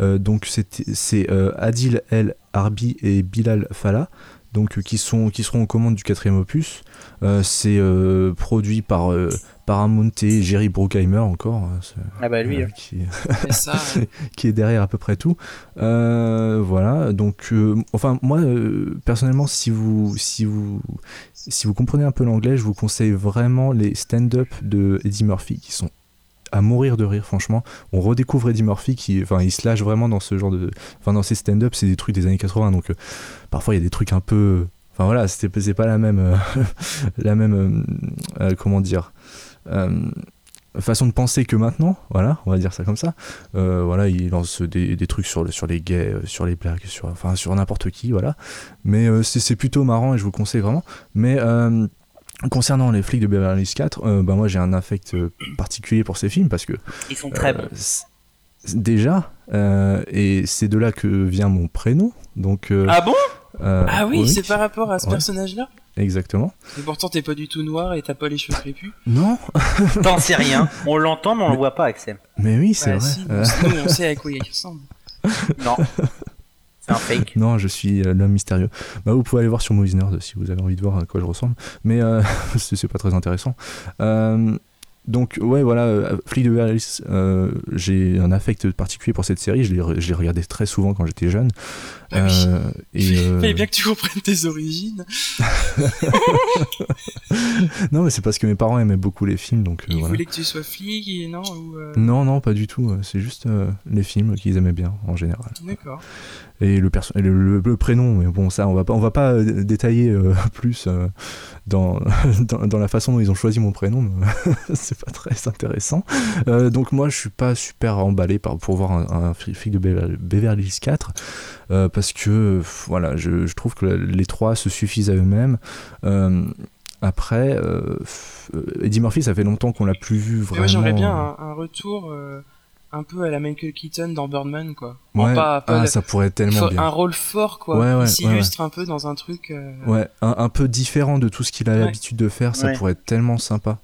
A: Euh, donc c'était- c'est euh, Adil El Arbi et Bilal Fallah, donc euh, qui sont qui seront aux commandes du quatrième opus. Euh, c'est euh, produit par euh, Paramount et Jerry Bruckheimer encore, hein, ce-
B: Ah bah
A: euh, qui,
C: Et ça, euh,
A: qui est derrière à peu près tout. Euh, voilà, donc, euh, enfin, moi, euh, personnellement, si vous, si, vous, si vous comprenez un peu l'anglais, je vous conseille vraiment les stand-up de Eddie Murphy qui sont à mourir de rire, franchement. On redécouvre Eddie Murphy qui, enfin, il se lâche vraiment dans ce genre de. Enfin, dans ses stand-up, c'est des trucs des années 80, donc euh, parfois il y a des trucs un peu. Enfin voilà, c'était c'est pas la même, euh, la même, euh, euh, comment dire, euh, façon de penser que maintenant. Voilà, on va dire ça comme ça. Euh, voilà, il lance des, des trucs sur, le- sur les gays, euh, sur les blagues, sur, enfin, sur n'importe qui, voilà. Mais euh, c'est c'est plutôt marrant et je vous conseille vraiment. Mais euh, concernant les flics de Beverly Hills 4, euh, bah, moi j'ai un affect euh, particulier pour ces films parce que
B: Ils sont très bons.
A: euh, c- déjà, euh, et c'est de là que vient mon prénom. Donc, euh,
B: Ah bon
A: euh,
C: Ah oui,
A: Ulrich,
C: c'est par rapport à ce
A: Ouais.
C: personnage-là.
A: exactement.
C: Et pourtant, t'es pas du tout noir et t'as pas les cheveux crépus.
A: Non,
B: T'en sais rien. On l'entend, mais on le voit pas, Axel.
A: mais oui, c'est
C: Ouais,
A: vrai.
C: Bah, si,
A: Euh,
C: nous, nous, on sait à quoi il ressemble.
B: Non. C'est un fake.
A: Non, je suis euh, l'homme mystérieux. Bah, vous pouvez aller voir sur Movies Nerd si vous avez envie de voir à quoi je ressemble. Mais euh, c'est c'est pas très intéressant. Euh, Donc ouais voilà, euh, Flic de Beverly Hills, euh, j'ai un affect particulier pour cette série, je l'ai re- je l'ai regardé très souvent quand j'étais jeune.
C: Ah oui.
A: Euh, et, euh,
C: Fallait bien que tu comprennes tes origines.
A: Non mais c'est parce que mes parents aimaient beaucoup les films, donc euh,
C: Ils
A: voilà.
C: voulaient que tu sois flic, et non ou, euh,
A: Non non pas du tout, euh, c'est juste euh, les films qu'ils aimaient bien en général.
C: D'accord.
A: Et le, perso- et le, le- le prénom, mais bon ça on va pas, on va pas euh, détailler euh, plus euh, dans, dans, dans la façon dont ils ont choisi mon prénom, mais c'est pas très intéressant. Euh, donc moi je suis pas super emballé par, pour voir un, un fri- flic de Beverly, Beverly Hills 4 euh, parce que pff, voilà je, je trouve que les trois se suffisent à eux-mêmes. Euh, après, euh, pff, euh, Eddie Murphy, ça fait longtemps qu'on l'a plus vu
C: Mais
A: vraiment.
C: moi Ah, j'aimerais bien hein. un, un retour euh, un peu à la Michael Keaton dans Birdman quoi. Bon,
A: Ouais,
C: Oh, pas- pas
A: ah,
C: le-
A: ça pourrait être tellement
C: Faut
A: bien.
C: un rôle fort quoi.
A: Ouais, ouais,
C: Il s'illustre un peu dans un truc. euh,
A: Ouais, un, un peu différent de tout ce qu'il a
C: Ouais.
A: l'habitude de faire, ça
B: Ouais.
A: pourrait être tellement sympa.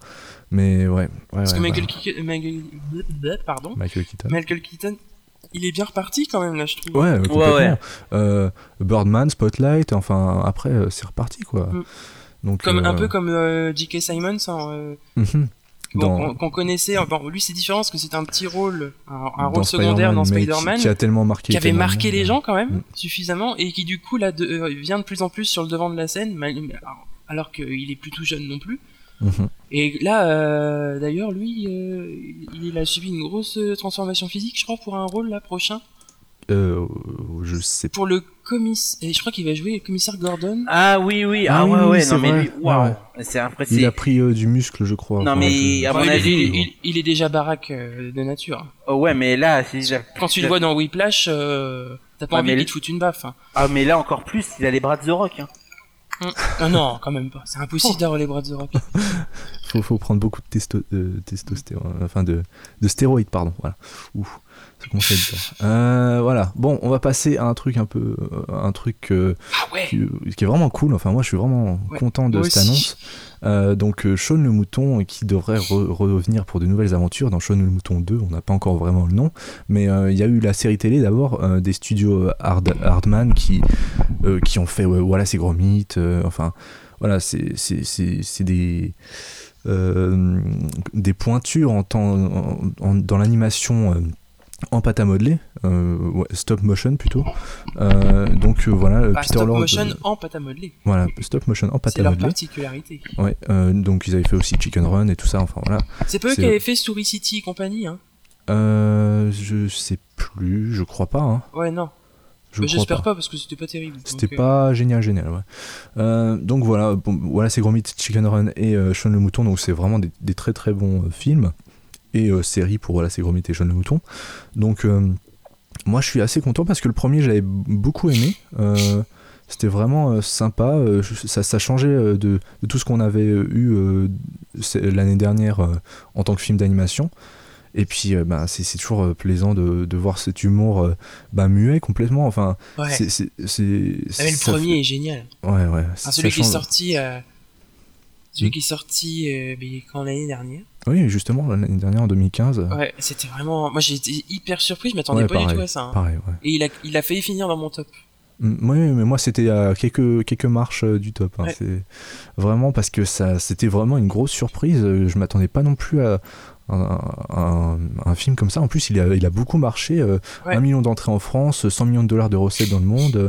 A: Mais ouais, ouais,
C: Parce
A: ouais,
C: que
A: bah,
C: Michael, Keaton- Michael- bleh, bleh, pardon.
A: Michael Keaton.
C: Michael Keaton, il est bien reparti quand même là je trouve.
A: Ouais, euh, complètement.
B: ouais.
A: Euh, Birdman, Spotlight, enfin après euh, c'est reparti quoi.
C: Mm.
A: Donc
C: Comme, Un
A: euh,
C: peu comme euh, J.K. Simons en, euh,
A: mhm.
C: bon,
A: Dans-
C: qu'on- qu'on connaissait. Bon, lui c'est différent parce que c'était un petit rôle, un, un
A: dans
C: rôle secondaire dans
A: mais qui-
C: Spider-Man.
A: qui a tellement marqué
C: qui avait
A: tellement
C: marqué
A: monde.
C: les gens quand même
A: Mm.
C: suffisamment et qui du coup là de- euh, vient de plus en plus sur le devant de la scène mal- alors- alors qu'il est plus tout jeune non plus
A: Mhm.
C: et là euh, d'ailleurs lui euh, il a subi une grosse euh, transformation physique je crois pour un rôle là prochain
A: Euh, je sais pas.
C: pour le commissaire et je crois qu'il va jouer le commissaire Gordon
B: Ah oui, oui,
A: Ah
B: ah,
A: oui,
B: ouais,
A: oui,
B: ouais,
A: c'est
B: non, mais
A: vrai.
B: lui, waouh,
A: Ouais, Il
B: c'est
A: a
B: impressionnant.
A: pris euh, du muscle, je crois.
B: Non,
A: Enfin,
B: mais
A: je-
B: à mon
C: il, est-
B: avis,
C: il, il- il est déjà baraque euh, de nature
B: Oh ouais, mais là, c'est déjà-
C: quand tu le vois dans Whiplash euh, t'as pas
B: Ouais,
C: envie
B: mais
C: qu'il
B: le-
C: te foute une baffe hein.
B: ah, mais là encore plus, il a les bras de The Rock. hein.
C: non non quand même pas c'est
A: Oh.
C: impossible d'avoir les bras de The Rock
A: faut, faut prendre beaucoup de, testo- de testostérone, enfin de, de stéroïdes, pardon. Voilà. Ouh, ça commence à être dur. Euh, voilà. Bon, on va passer à un truc un peu, euh, un truc euh,
C: ah ouais
A: qui, qui est vraiment cool. Enfin, moi, je suis vraiment
C: Ouais,
A: content de
C: moi
A: cette
C: aussi.
A: annonce. Euh, donc, euh, Shaun le mouton euh, qui devrait re- revenir pour de nouvelles aventures dans Shaun le mouton 2. On n'a pas encore vraiment le nom, mais euh, il y a eu la série télé d'abord euh, des studios euh, Hard- Hardman qui euh, qui ont fait ouais, voilà c'est Gromit. euh, enfin, voilà, c'est c'est c'est c'est des euh, des pointures en temps, en- en- dans l'animation euh, en pâte à modeler, euh, ouais, stop motion plutôt. Euh, donc euh, voilà,
C: Bah,
A: Peter
C: stop
A: Lord,
C: motion
A: euh,
C: en pâte à modeler
A: voilà, stop motion en pâte
C: c'est
A: à
C: leur
A: modeler.
C: particularité
A: Ouais, euh, donc ils avaient fait aussi Chicken Run et tout ça, enfin voilà.
C: C'est pas eux
A: C'est
C: qui
A: eux.
C: avaient fait Story City et compagnie, hein.
A: Euh, je sais plus, je crois pas. Hein.
C: Ouais, non.
A: Je
C: Mais
A: crois
C: J'espère
A: pas.
C: pas. parce que c'était pas terrible.
A: C'était
C: donc, euh,
A: pas génial, génial, ouais. Euh, donc voilà, bon, voilà c'est Gromit, Chicken Run et euh, Shaun le Mouton, donc c'est vraiment des, des très très bons euh, films et euh, séries pour voilà, c'est Gromit et Shaun le Mouton. Donc euh, moi je suis assez content parce que le premier j'avais b- beaucoup aimé. Euh, c'était vraiment euh, sympa, euh, je- ça, ça changeait euh, de, de tout ce qu'on avait euh, eu euh, c'est- l'année dernière euh, en tant que film d'animation. Et puis euh, bah, c'est c'est toujours euh, plaisant de, de voir cet humour euh, bah, muet complètement. Enfin,
C: Ouais.
A: c'est, c'est, c'est,
C: Ah, mais le
A: ça
C: premier est génial.
A: fait- Ouais, ouais.
C: Enfin,
A: ça
C: celui qui est
A: change.
C: sorti. euh, Celui
A: Mm.
C: qui est sorti euh, mais quand l'année dernière.
A: Oui, justement, l'année dernière, en 2015.
C: Ouais, c'était vraiment. Moi j'ai été hyper surpris, je m'attendais
A: Ah. Ouais,
C: pas du
A: pareil,
C: tout à ça. hein.
A: Pareil, ouais.
C: Et il a, il a failli finir dans mon top.
A: Mm, Oui, mais moi, c'était à quelques, quelques marches euh, du top. hein.
C: Ouais.
A: C'est vraiment parce que ça, c'était vraiment une grosse surprise. Euh, Je m'attendais pas non plus à un, un- un film comme ça. En plus, il a, il a beaucoup marché. euh,
C: Ouais.
A: 1 million d'entrées en France, 100 millions de dollars de recettes dans le monde. euh,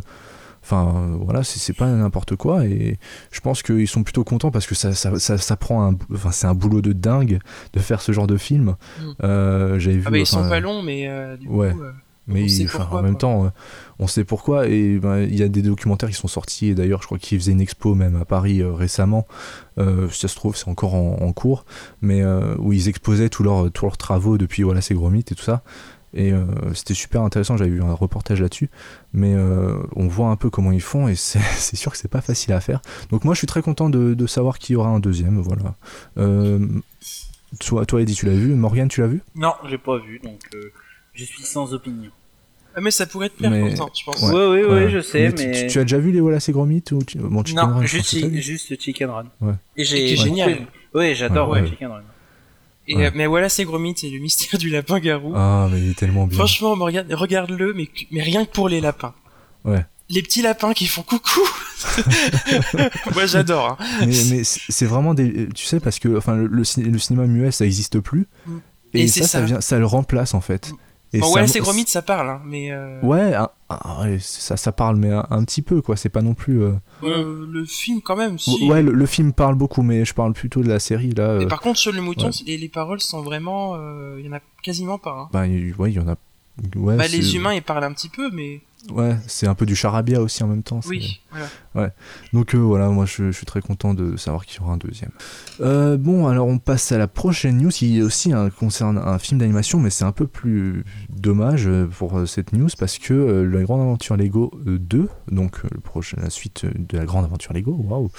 A: Enfin, euh, voilà, c'est, c'est pas n'importe quoi. Et je pense qu'ils sont plutôt contents parce que ça, ça, ça, ça prend un. Enfin, c'est un boulot de dingue de faire ce genre de film.
C: Mm.
A: Euh, j'avais vu.
C: Ah, bah ils
A: enfin,
C: sont pas longs, mais euh, du
A: ouais.
C: coup. euh,
A: mais
C: On sait
A: enfin,
C: pourquoi,
A: en même
C: quoi.
A: temps, euh, on sait pourquoi. Et ben, il y a des documentaires qui sont sortis. Et d'ailleurs, je crois qu'ils faisaient une expo même à Paris euh, récemment. Euh, si ça se trouve, c'est encore en, en cours. Mais euh, où ils exposaient tous leurs tous leurs travaux depuis voilà, ces gros mythes et tout ça. Et euh, c'était super intéressant. J'avais vu un reportage là-dessus. Mais euh, on voit un peu comment ils font. Et c'est c'est sûr que c'est pas facile à faire. Donc moi, je suis très content de, de savoir qu'il y aura un deuxième. Voilà. Euh, toi, toi, Eddie, tu l'as vu. Morgane, tu l'as vu
B: Non, j'ai pas vu, donc euh, je suis sans opinion.
C: Ah, mais ça pourrait te plaire
A: Mais-
C: pourtant, je pense.
B: Ouais,
A: Ouais,
B: ouais, ouais,
A: Ouais.
B: je sais,
A: tu-
B: mais.
A: Tu, tu as déjà vu les Wallace et Gromit ou tu- bon, Chicken
B: non,
A: Run, je
B: juste,
A: pense que t'as vu.
B: juste Chicken Run.
A: Ouais.
B: Et
C: Et qui
B: j'ai.
C: est génial.
B: Oui, j'adore
A: Ouais,
B: ouais,
A: ouais.
B: Chicken Run.
C: Et,
A: Ouais.
C: euh, mais voilà, c'est Gromit, c'est le mystère du lapin garou.
A: Ah, mais il est tellement bien.
C: Franchement, on me regarde- regarde-le, mais, mais rien que pour les lapins.
A: Ouais.
C: les petits lapins qui font coucou. Moi j'adore. hein.
A: mais, mais c'est c'est vraiment des. Tu sais, parce que enfin, le, le ciné- le cinéma muet, ça existe plus.
C: Mm.
A: Et,
C: Et c'est
A: ça, ça,
C: ça.
A: vient, ça le remplace en fait. Et
C: Bon,
A: ça-
C: ouais, c'est Gromit, ça parle, hein, mais euh,
A: Ouais, un- un- ouais, ça, ça parle, mais un, un petit peu, quoi. C'est pas non plus. euh,
C: euh, le film quand même. Si.
A: Ouais, le, le film parle beaucoup, mais je parle plutôt de la série, là.
C: Mais
A: euh,
C: par contre, sur le mouton,
A: ouais.
C: les, les paroles sont vraiment, euh, il y en a quasiment pas. hein.
A: bah, il- ouais, il y en a. Ouais,
C: Bah,
A: c'est-
C: les humains, ils parlent un petit peu, mais
A: Ouais, c'est un peu du charabia aussi en même temps. c'est-
C: oui. Voilà.
A: Donc euh, voilà, moi je, je suis très content de savoir qu'il y aura un deuxième. Euh, bon, alors on passe à la prochaine news qui aussi hein, concerne un film d'animation, mais c'est un peu plus dommage euh, pour euh, cette news parce que euh, la grande aventure Lego euh, 2, donc euh, le prochain, la suite euh, de la grande aventure Lego, waouh,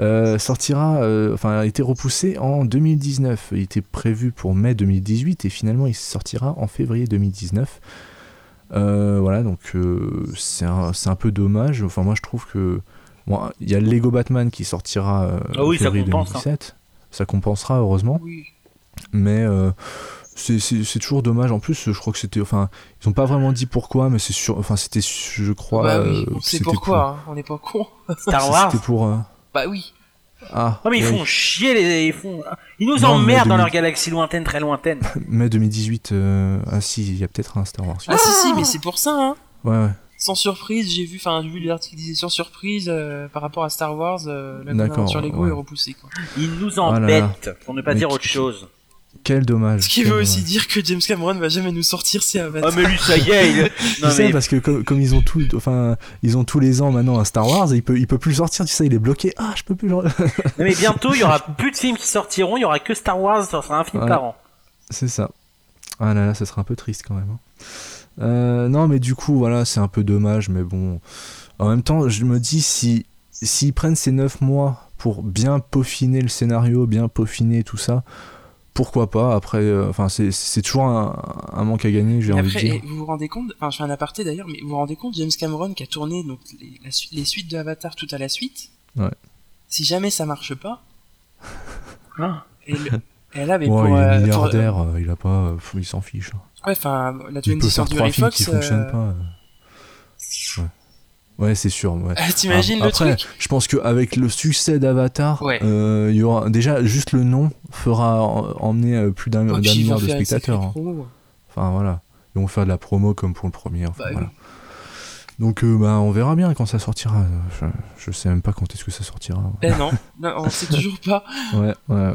A: euh, sortira, euh, enfin a été repoussé en 2019. Il était prévu pour mai 2018 et finalement il sortira en février 2019. Euh, voilà, donc euh, c'est un, c'est un peu dommage. Enfin, moi je trouve que. Bon, il y a Lego Batman qui sortira euh,
B: Ah oui,
A: en
B: ça
A: février
B: compense,
A: 2017. Ça compensera, heureusement.
C: Oui.
A: Mais euh, c'est- c'est c'est toujours dommage. En plus, je crois que c'était. Enfin, ils n'ont pas vraiment dit pourquoi, mais c'est sûr. Enfin, c'était, su- je crois.
C: bah oui,
A: euh,
C: on
A: que
C: sait
A: c'était
C: pourquoi, hein, on n'est pas con.
A: pour-
B: hein. Star Wars.
A: C'était pour. euh,
C: Bah oui.
A: Ah,
B: Oh mais ils
A: ouais,
B: font chier les ils font ils nous
A: Non, mais
B: emmerdent dans
A: 2000.
B: leur galaxie lointaine très lointaine.
A: mai 2018. euh, Ah, si, il y a peut-être un Star Wars.
C: Ah si si, mais c'est pour ça. Hein.
A: Ouais, ouais.
C: Sans surprise, j'ai vu, enfin, j'ai vu les articles qui disaient sans surprise euh, par rapport à Star Wars, euh, la
A: D'accord,
C: sur Lego
A: ouais.
C: est repoussée. Quoi.
B: Ils nous
A: Oh là là.
B: embêtent pour ne pas
A: Mais
B: dire
A: qui-
B: autre chose.
A: Quel dommage.
C: Ce qui
A: quel
C: veut aussi
A: dommage.
C: dire que James Cameron va jamais nous sortir ses
B: Ah
C: avatars.
B: mais lui ça y est, il...
A: Tu
B: non
A: sais, bah,
B: mais
A: parce que comme, comme ils ont tout, enfin, ils ont tous les ans maintenant un Star Wars, il peut, il peut plus le sortir. Tu sais, il est bloqué. Ah, je peux plus. le-
B: non, mais bientôt il y aura plus de films qui sortiront, il y aura que Star Wars, ça sera un film
A: Ouais.
B: par an.
A: C'est ça. Ah là là, ça serait un peu triste quand même. hein. Euh, non, mais du coup, voilà, c'est un peu dommage, mais bon. En même temps, je me dis, si s'ils prennent ces 9 mois pour bien peaufiner le scénario, bien peaufiner tout ça, pourquoi pas Après, euh, enfin, c'est- c'est toujours un, un manque à gagner, j'ai
C: Et
A: envie de
C: Après,
A: dire.
C: eh, vous vous rendez compte, enfin je fais un aparté d'ailleurs, mais vous vous rendez compte, James Cameron qui a tourné donc, les, la su- les suites de Avatar tout à la suite,
A: Ouais.
C: si jamais ça marche pas,
B: Hein
C: et, le- et là, mais
A: Ouais,
C: pour,
A: il
C: euh,
A: est
C: pour-
A: milliardaire, euh, il a pas, euh, pff, il s'en fiche.
C: ouais, enfin, la
A: Il peut
C: 20
A: faire
C: sur
A: trois
C: Dury
A: films
C: Fox,
A: qui fonctionnent
C: euh,
A: pas. euh. Ouais, ouais c'est sûr. Ouais.
C: T'imagines
A: Ah,
C: le
A: Après,
C: truc
A: je pense qu'avec le succès d'Avatar,
C: Ouais.
A: euh, il y aura déjà juste le nom fera en- emmener euh, plus d'un
C: Oh,
A: d'un
C: puis ils vont
A: milliard de
C: faire une
A: spectateurs.
C: sacrée
A: hein.
C: promo.
A: Enfin voilà, ils vont faire de la promo comme pour le premier. enfin,
C: Bah oui.
A: voilà. Donc euh, bah, on verra bien quand ça sortira. Euh, Je, je sais même pas quand est-ce que ça sortira.
C: Ben non, non, on sait toujours pas.
A: Ouais, ouais. ouais.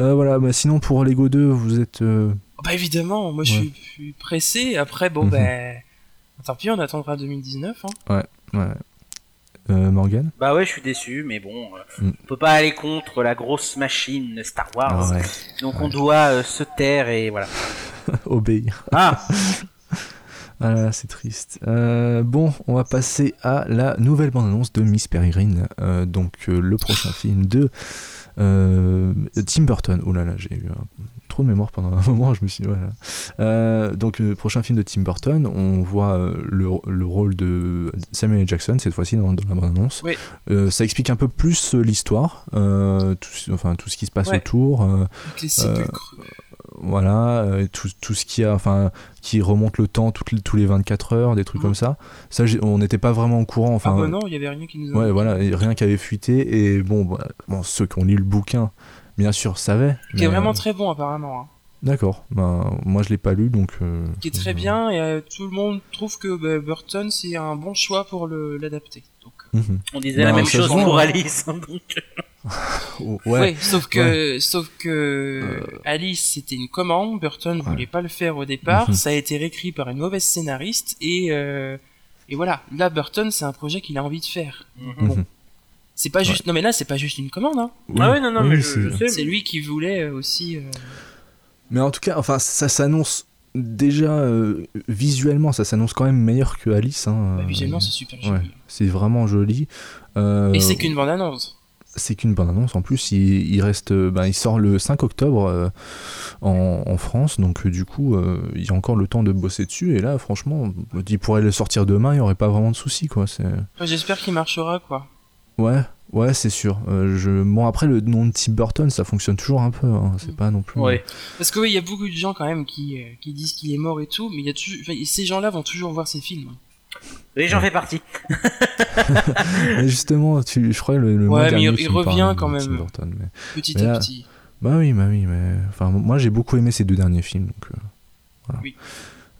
A: Euh, voilà, bah, sinon pour Lego 2, vous êtes. euh,
C: Bah évidemment, moi je suis- je suis pressé. Après, bon,
A: Mhm.
C: ben. Tant pis, on attendra 2019. Hein.
A: ouais. Euh, Morgan
B: Bah ouais, je suis déçu mais bon, euh,
A: Mm.
B: on peut pas aller contre la grosse machine Star
C: Ah.
B: Wars.
A: Ah Ouais,
B: Donc on doit euh, se taire et voilà.
A: obéir.
B: Ah,
A: Ah là là, c'est triste. Euh, bon, on va passer à la nouvelle bande-annonce de Miss Peregrine, euh, donc euh, le prochain film de euh, Tim Burton. Oh là là, j'ai eu un- trop de mémoire pendant un moment, je me suis dit, voilà. Euh, donc, le prochain film de Tim Burton, on voit euh, le, le rôle de Samuel L. Jackson, cette fois-ci, dans, dans la bande-annonce.
C: Oui.
A: Euh, ça explique un peu plus euh, l'histoire, euh, tout, ce- enfin, tout ce qui se passe
C: Ouais.
A: autour. euh,
C: Avec les sépulcres.
A: voilà, euh, tout, tout ce qui a, enfin, qui remonte le temps toutes les- tous les 24 heures, des trucs
C: Mhm.
A: comme ça. Ça, j'ai- on n'était pas vraiment au courant.
C: ah
A: Enfin,
C: bah non, il y avait rien qui nous.
A: ouais, voilà, et rien qu'avait fuité. Et bon, bah, bon, ceux qui ont lu le bouquin, bien sûr, savaient.
C: Qui est
A: mais,
C: vraiment
A: euh,
C: très bon apparemment. hein.
A: D'accord. Ben, moi, je l'ai pas lu, donc. euh,
C: Qui est très
A: euh,
C: bien et euh, tout le monde trouve que bah, Burton c'est un bon choix pour le- l'adapter. Donc, euh,
A: mhm.
B: on disait la
A: Non,
B: même
A: ça se
B: chose
A: voit,
B: pour
A: hein.
B: Alice. donc, euh,
A: Oh,
C: ouais.
A: ouais. Euh.
C: sauf que sauf que Alice c'était une commande, Burton voulait pas le faire au départ,
A: Mhm.
C: ça a été réécrit par une mauvaise scénariste et euh, et voilà, là Burton c'est un projet qu'il a envie de faire.
B: Mhm.
C: Bon.
A: Mhm.
C: C'est pas juste non mais là c'est pas juste une commande hein.
A: Oui.
B: Ah ouais, non non
A: Oui,
B: mais
A: oui,
B: je, je
A: c'est-
B: sais.
C: C'est lui qui voulait euh, aussi euh,
A: Mais en tout cas, enfin, ça s'annonce déjà euh, visuellement, ça s'annonce quand même meilleur que Alice. hein.
C: bah, visuellement c'est super
A: Ouais,
C: joli.
A: c'est vraiment joli. Euh,
C: Et c'est qu'une bande annonce.
A: c'est qu'une bonne annonce en plus il, il reste euh, ben, il sort le 5 octobre euh, en, en France donc euh, du coup euh, il y a encore le temps de bosser dessus et là franchement euh, il pourrait le sortir demain il n'y aurait pas vraiment de soucis quoi c'est
C: J'espère qu'il marchera quoi.
A: ouais ouais c'est sûr Euh, je bon après le nom de Tim Burton ça fonctionne toujours un peu hein. c'est
C: Mm.
A: pas non plus
B: Ouais.
C: Parce que oui, il y a beaucoup de gens quand même qui, euh, qui disent qu'il est mort et tout, mais il y a toujours, enfin, ces gens-là vont toujours voir ses films.
B: Et
A: Mm.
B: j'en fais partie.
A: euh, Mais justement, tu, je crois le, le
C: Ouais,
A: mois
C: mais
A: dernier,
C: il-
A: tu
C: il
A: me
C: revient
A: parlais de
C: quand même.
A: Tim Burton, mais-
C: Petit
A: Mais
C: à
A: là-
C: petit.
A: Bah oui, bah oui, mais enfin moi j'ai beaucoup aimé ces deux derniers films donc euh, voilà.
C: Oui.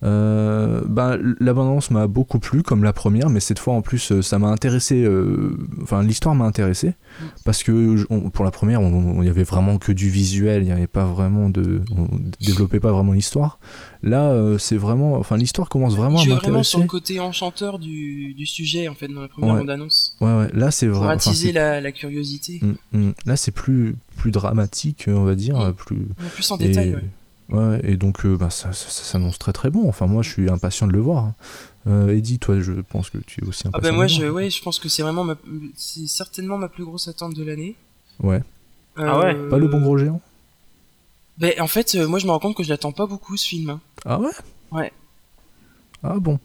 A: Euh, bah, l'abondance m'a beaucoup plu comme la première, mais cette fois en plus euh, ça m'a intéressé. euh, Enfin, l'histoire m'a intéressé
C: Mm.
A: parce que je- on- pour la première, on- on- il y avait vraiment que du visuel, il n'y avait pas vraiment de, on développait pas vraiment l'histoire. Là, euh, c'est vraiment, enfin l'histoire commence vraiment à
C: Je vais vraiment sur
A: m'intéresser.
C: le côté enchanteur du, du sujet, en fait, dans la première
A: Ouais.
C: bande-annonce.
A: Ouais, ouais, là c'est
C: Pour
A: vraiment.
C: attiser la, la curiosité.
A: Là, c'est plus plus dramatique, on va dire,
C: Mm.
A: plus
C: En plus en
A: Et-
C: détail, ouais.
A: ouais, et donc euh, bah, ça, ça- ça s'annonce très très bon. Enfin, moi je suis impatient de le voir. Euh, Eddie, toi je pense que tu es aussi impatient.
C: Ah bah moi,
A: de le
C: je,
A: voir.
C: ouais, je pense que c'est vraiment ma, c'est certainement ma plus grosse attente de l'année. Euh,
A: Ouais.
B: Ah ouais
A: Pas le bon gros géant
C: Ben, en fait, euh, moi je me rends compte que je l'attends pas beaucoup ce film. hein.
A: Ah ouais
C: Ouais.
A: Ah bon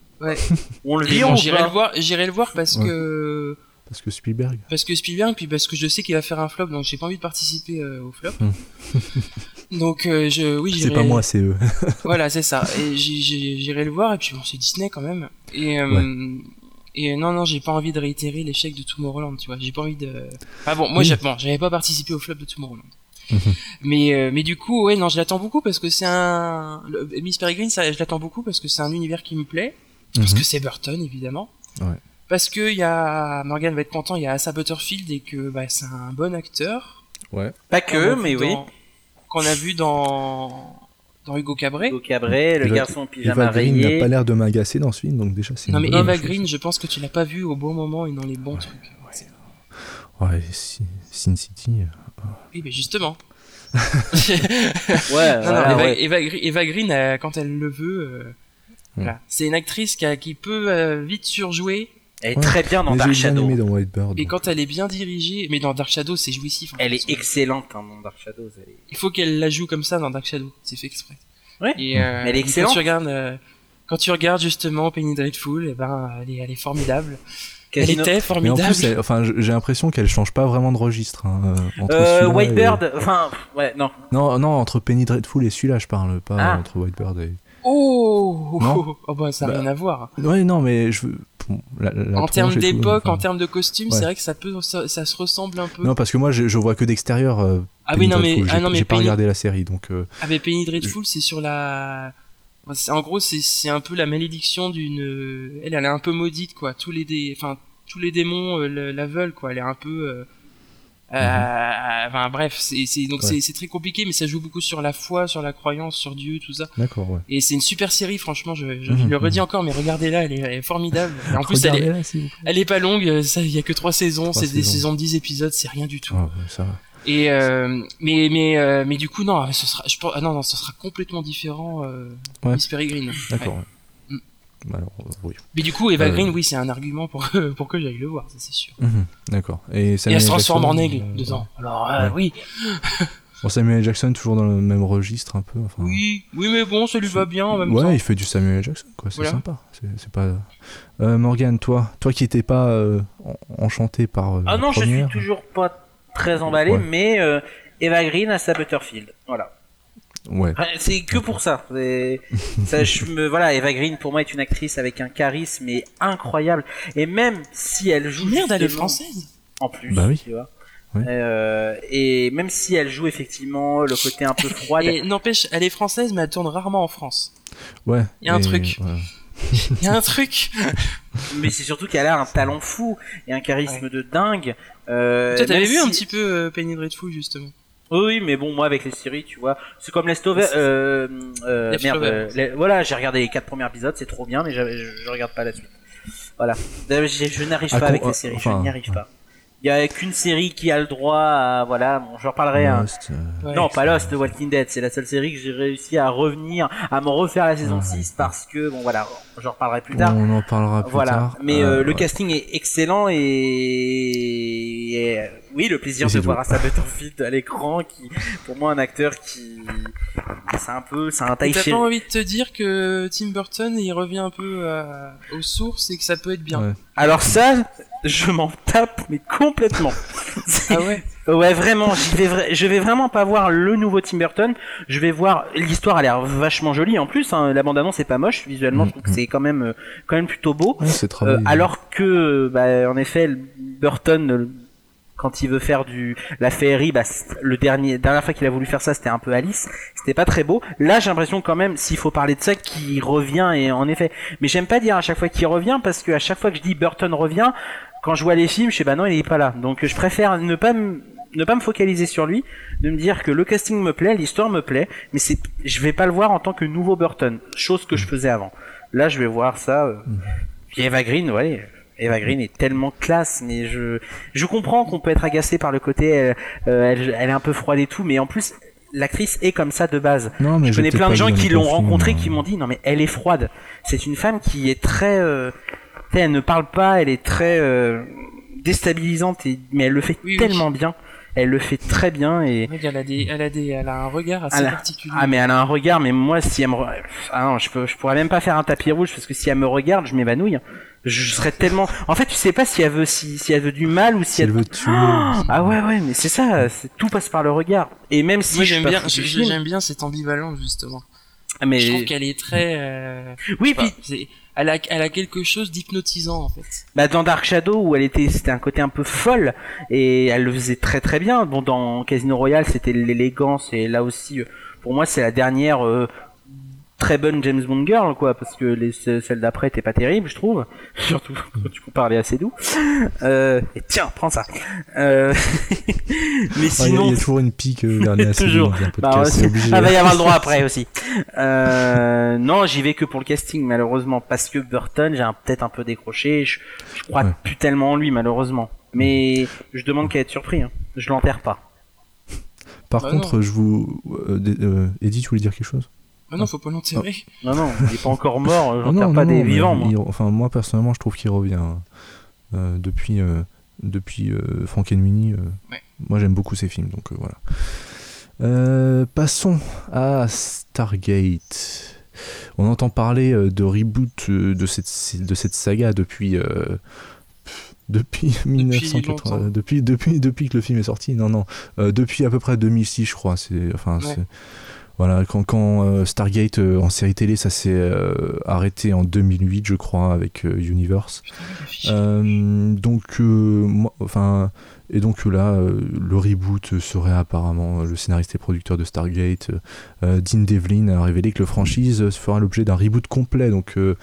B: On le
C: Et
B: vit
C: bon,
B: ou
C: J'irai le
B: pas
C: voir, j'irai le voir parce
A: Ouais.
C: que
A: Parce que Spielberg.
C: parce que Spielberg, puis parce que je sais qu'il va faire un flop, donc j'ai pas envie de participer euh, au flop. donc euh, je,
A: Hmm.
C: oui,
A: C'est
C: j'irai.
A: pas moi, c'est eux.
C: Voilà, c'est ça. Et j'ai- j'ai- j'irai le voir et puis bon, c'est Disney quand même. Et euh, et euh, non non, j'ai pas envie de réitérer l'échec de Tomorrowland, tu vois. J'ai pas envie de. Ah bon, moi
A: Oui.
C: j'ai- bon, j'avais pas participé au flop de Tomorrowland.
A: Mhm.
C: Mais, euh, mais du coup, ouais, non, je l'attends beaucoup parce que c'est un. le- Miss Peregrine, ça, je l'attends beaucoup parce que c'est un univers qui me plaît. Parce
A: Mhm.
C: que c'est Burton, évidemment.
A: Ouais.
C: Parce que il y a. Morgan va être content, il y a Asa Butterfield et que bah, c'est un bon acteur.
A: Ouais.
B: Pas
C: Qu'on
B: que,
C: a vu
B: mais oui.
C: dans- Qu'on a vu dans. Dans Hugo Cabret.
B: Hugo Cabret, le
A: Eva-
B: garçon en pyjama
A: Eva Green n'a
B: rayé.
A: pas l'air de m'agacer dans ce film, donc déjà c'est.
C: Non, mais
A: une bonne
C: Eva
A: chose.
C: Green, je pense que tu l'as pas vu au bon moment et dans les bons trucs.
A: Ouais, si- Sin City. euh,
C: Oui, mais justement.
B: Ouais,
C: Non, non,
B: voilà,
C: Eva,
B: Ah, ouais.
C: Eva Gre- Eva Green, euh, quand elle le veut, euh, voilà. c'est une actrice qui, a- qui peut euh, vite surjouer.
B: Elle est
A: Ouais.
B: très bien dans
A: mais
B: Dark
A: j'ai bien
B: Shadow.
A: aimé dans White Bird.
C: Et quand elle est bien dirigée, mais dans Dark Shadow, c'est jouissif. en
B: Elle
C: fait.
B: est excellente hein, dans Dark Shadows. Elle est...
C: Il faut qu'elle la joue comme ça dans Dark Shadow, c'est fait exprès.
B: Ouais.
C: Et, euh,
B: Elle est
C: et
B: excellente.
C: Quand tu regardes, euh, quand tu regardes justement Penny Dreadful, eh ben, elle est, elle est formidable.
B: Casino.
C: Elle était
A: Mais en
C: formidable.
A: plus, elle- enfin, j'ai l'impression qu'elle change pas vraiment de registre. hein, euh, entre
B: Euh,
A: celui-là
B: White
A: et-
B: Bird, enfin, pff, ouais, non.
A: Non, non, entre Penny Dreadful et celui-là, je parle pas
B: Ah.
A: entre White Bird et.
C: Oh,
A: Non.
C: oh, bah, ça n'a
A: Bah,
C: rien à voir.
A: Ouais, non, mais je. veux- bon, la- la- la
C: en
A: tronche et
C: termes
A: tout,
C: d'époque,
A: enfin.
C: en termes de costume,
A: Ouais.
C: c'est vrai que ça peut, ça, ça se ressemble un peu.
A: Non, parce que moi, je, je vois que d'extérieur. euh,
C: ah
A: Penny
C: oui, non mais,
A: Dreadful.
C: ah
A: J'ai-
C: non mais
A: j'ai pas
C: Penny,
A: regardé la série, donc. euh,
C: ah, mais Penny Dreadful, c'est sur la, Enfin, c'est- en gros, c'est, c'est un peu la malédiction d'une, euh, elle, elle est un peu maudite quoi. Tous les dé... enfin, tous les démons euh, le- la veulent quoi. Elle est un peu, euh, euh, enfin bref, c'est, c'est donc
A: Mhm. Ouais.
C: c'est, c'est très compliqué, mais ça joue beaucoup sur la foi, sur la croyance, sur Dieu, tout ça.
A: D'accord, ouais.
C: Et c'est une super série, franchement, je, je
A: Mhm,
C: le redis encore, mais regardez-la, elle est, elle est formidable. Et en plus, elle est,
A: Regardez-la, s'il vous plaît.
C: Elle est pas longue, euh, ça, il y a que trois saisons,
A: Trois
C: c'est des
A: saisons.
C: saisons de 10 épisodes, c'est rien du tout.
A: Ah, ouais, ça va.
C: Et euh, mais mais euh, mais du coup non, ce sera je pense, ah non non, ce sera complètement différent euh,
A: Ouais.
C: Miss Peregrine. Ouais.
A: D'accord, ouais.
C: Mm.
A: Bah Alors, euh, oui.
C: Mais du coup Eva
A: Euh.
C: Green oui, c'est un argument pour que, pour que j'aille le voir, ça c'est sûr.
A: Mhm, D'accord. Et,
C: Et
A: Samuel
C: elle se transforme
A: Jackson,
C: en aigle
A: euh,
C: dedans. Alors euh,
A: Ouais.
C: oui.
A: Bon, Samuel Jackson, toujours dans le même registre, un peu. Enfin,
C: Oui, oui mais bon, ça lui va bien en même
A: ouais,
C: temps.
A: il fait du Samuel Jackson, quoi. C'est
C: Voilà.
A: sympa. C'est c'est pas. Euh, Morgane, toi, toi qui n'étais pas euh, en- enchanté par. euh,
B: Ah
A: la
B: non, je suis
A: première,
B: toujours pas très emballé,
A: Ouais.
B: mais euh, Eva Green à sa Butterfield. Voilà.
A: Ouais.
B: Enfin, C'est que pour ça. C'est- ça je me, voilà, Eva Green pour moi est une actrice avec un charisme mais incroyable. Et même si elle joue.
C: Merde, elle est
B: justement-
C: française.
B: en plus.
A: Bah oui.
B: Tu vois.
A: Oui.
B: Euh, et même si elle joue effectivement le côté un peu froid,
C: Et n'empêche, elle est française mais elle tourne rarement en France.
A: Ouais.
C: Il y a un
A: et-
C: truc.
A: ouais.
C: Il y a un truc.
B: mais c'est surtout qu'elle a un talent fou et un charisme de dingue. Euh,
C: Toi t'avais
B: même
C: vu un
B: si-
C: petit peu euh, Penny Dreadful justement.
B: Oui, oui, mais bon, moi avec les séries, tu vois, c'est comme Leftover.
C: C'est ça.
B: Euh, euh, merde,
C: Leftover.
B: euh, les- voilà, j'ai regardé les quatre premiers épisodes, c'est trop bien, mais j'avais- je, je regarde pas la suite. Voilà, D'ailleurs, j'ai- je, n'arrive
A: Ah,
B: pas
A: con-
B: avec
A: euh,
B: les séries,
A: enfin,
B: je n'y arrive
A: ouais.
B: pas. Il y a qu'une série qui a le droit à voilà, bon, j'en reparlerai. hein.
A: Lost, euh,
C: Ouais.
B: Non, pas Lost, Walking Dead, c'est la seule série que j'ai réussi à revenir, à me refaire la saison 6 parce que, bon voilà, j'en reparlerai plus tard.
A: On en parlera plus
B: voilà,
A: tard.
B: mais euh,
A: Euh,
B: le
A: ouais.
B: casting est excellent et, et, euh, oui, le plaisir
A: Et c'est
B: de
A: tout.
B: voir Asa Butterfield à l'écran, qui pour moi un acteur qui c'est un peu, c'est un
C: Et
B: taille
C: T'as pas envie de te dire que Tim Burton il revient un peu à- aux sources et que ça peut être bien.
A: Ouais.
B: Alors ça, je m'en tape mais complètement. C'est-
C: Ah ouais
B: Ouais, vraiment, j'y vais vra- je vais vraiment pas voir le nouveau Tim Burton. Je vais voir. L'histoire a l'air vachement jolie en plus. hein. La bande-annonce est pas moche. Visuellement, je trouve
A: Mm-hmm.
B: que c'est quand même, euh, quand même plutôt beau.
A: Ouais, c'est
B: Euh,
A: travaillé.
B: alors que, bah, en effet, le- Burton, le- quand il veut faire du la féerie, bah, c'est- le dernier dernière fois qu'il a voulu faire ça, c'était un peu Alice. C'était pas très beau. Là, j'ai l'impression quand même, s'il faut parler de ça, qu'il revient et en effet. Mais j'aime pas dire à chaque fois qu'il revient parce que à chaque fois que je dis Burton revient, quand je vois les films, je sais bah non, il est pas là. Donc je préfère ne pas me ne pas me focaliser sur lui, de me dire que le casting me plaît, l'histoire me plaît, mais c'est je vais pas le voir en tant que nouveau Burton, chose que je faisais avant. Là, je vais voir ça. euh, puis Eva Green, ouais. Eva Green est tellement classe, mais je, je comprends qu'on peut être agacé par le côté, elle, euh, elle, elle est un peu froide et tout, mais en plus, l'actrice est comme ça de base.
A: Non, mais
B: je connais
A: j'étais
B: plein
A: pas
B: de gens
A: dans
B: qui
A: le
B: l'ont
A: film,
B: rencontrée,
A: hein.
B: qui m'ont dit, non mais elle est froide. C'est une femme qui est très, euh, tu sais, elle ne parle pas, elle est très euh, déstabilisante, et, mais elle le fait
C: Oui, oui.
B: tellement bien. Elle le fait très bien et
C: Regarde, elle a, des, elle, a des, elle a un regard assez
B: Elle a-
C: particulier.
B: ah mais elle a un regard mais moi si elle me re- ah non, je peux je pourrais même pas faire un tapis rouge parce que si elle me regarde je m'évanouis hein. je, je serais tellement en fait tu sais pas si elle veut si, si elle veut du mal ou si,
A: Si elle veut te tuer.
B: ah ouais ouais mais c'est ça c'est tout passe par le regard et même si
C: Moi
B: je suis
C: j'aime
B: pas
C: bien,
B: fou du
C: je- je-
B: film,
C: j'aime bien cette ambivalence justement.
B: ah, mais
C: Je trouve qu'elle est très. euh,
B: oui puis
C: enfin, c'est- elle, a, elle a quelque chose d'hypnotisant en fait.
B: bah dans Dark Shadow où elle était c'était un côté un peu folle et elle le faisait très très bien bon dans Casino Royale c'était l'élégance et là aussi euh, pour moi c'est la dernière euh, très bonne James Bond girl quoi parce que les, ce- celle d'après était pas terrible je trouve surtout quand tu compares les assez doux euh, et tiens prends ça euh,
A: Ah,
B: mais
A: Il y a-
B: sinon
A: il y, a toujours une pique euh, vers les
B: Toujours.
A: dans un
B: bah,
A: podcast, c'est
B: ouais,
A: obligé.
B: ah, va y avoir le droit après aussi. Euh, non, j'y vais que pour le casting malheureusement parce que Burton, j'ai un- peut-être un peu décroché. Je, je crois
A: Ouais.
B: plus tellement en lui malheureusement. Mais je demande qu'à être surpris. hein. Je l'enterre pas.
A: Par
C: Bah
A: contre, je vous. euh, dé- euh, Eddie, tu voulais dire quelque chose
C: Ah non, faut pas l'enterrer.
B: Non, non, il est pas encore mort. euh,
A: Ah
B: J'enterre pas des
A: mais
B: vivants. Moi.
A: il- enfin, moi personnellement, je trouve qu'il revient hein. Euh, depuis euh, depuis euh, Frankenweenie. euh,
C: Ouais.
A: Moi, j'aime beaucoup ces films, donc euh, voilà. Euh, passons à Stargate. On entend parler euh, de reboot euh, de cette de cette saga depuis. euh, pff, depuis 1980,
C: longtemps.
A: depuis, depuis, depuis que le film est sorti, non, non, Euh, depuis à peu près 2006, je crois. C'est, enfin,
C: Ouais.
A: c'est- voilà, quand, quand euh, Stargate euh, en série télé, ça s'est euh, arrêté en 2008, je crois, avec euh, Universe. Euh, donc, euh, moi- enfin, et donc là, euh, le reboot serait apparemment euh, le scénariste et producteur de Stargate, euh, Dean Devlin, a révélé que le franchise fera l'objet d'un reboot complet. Donc, euh,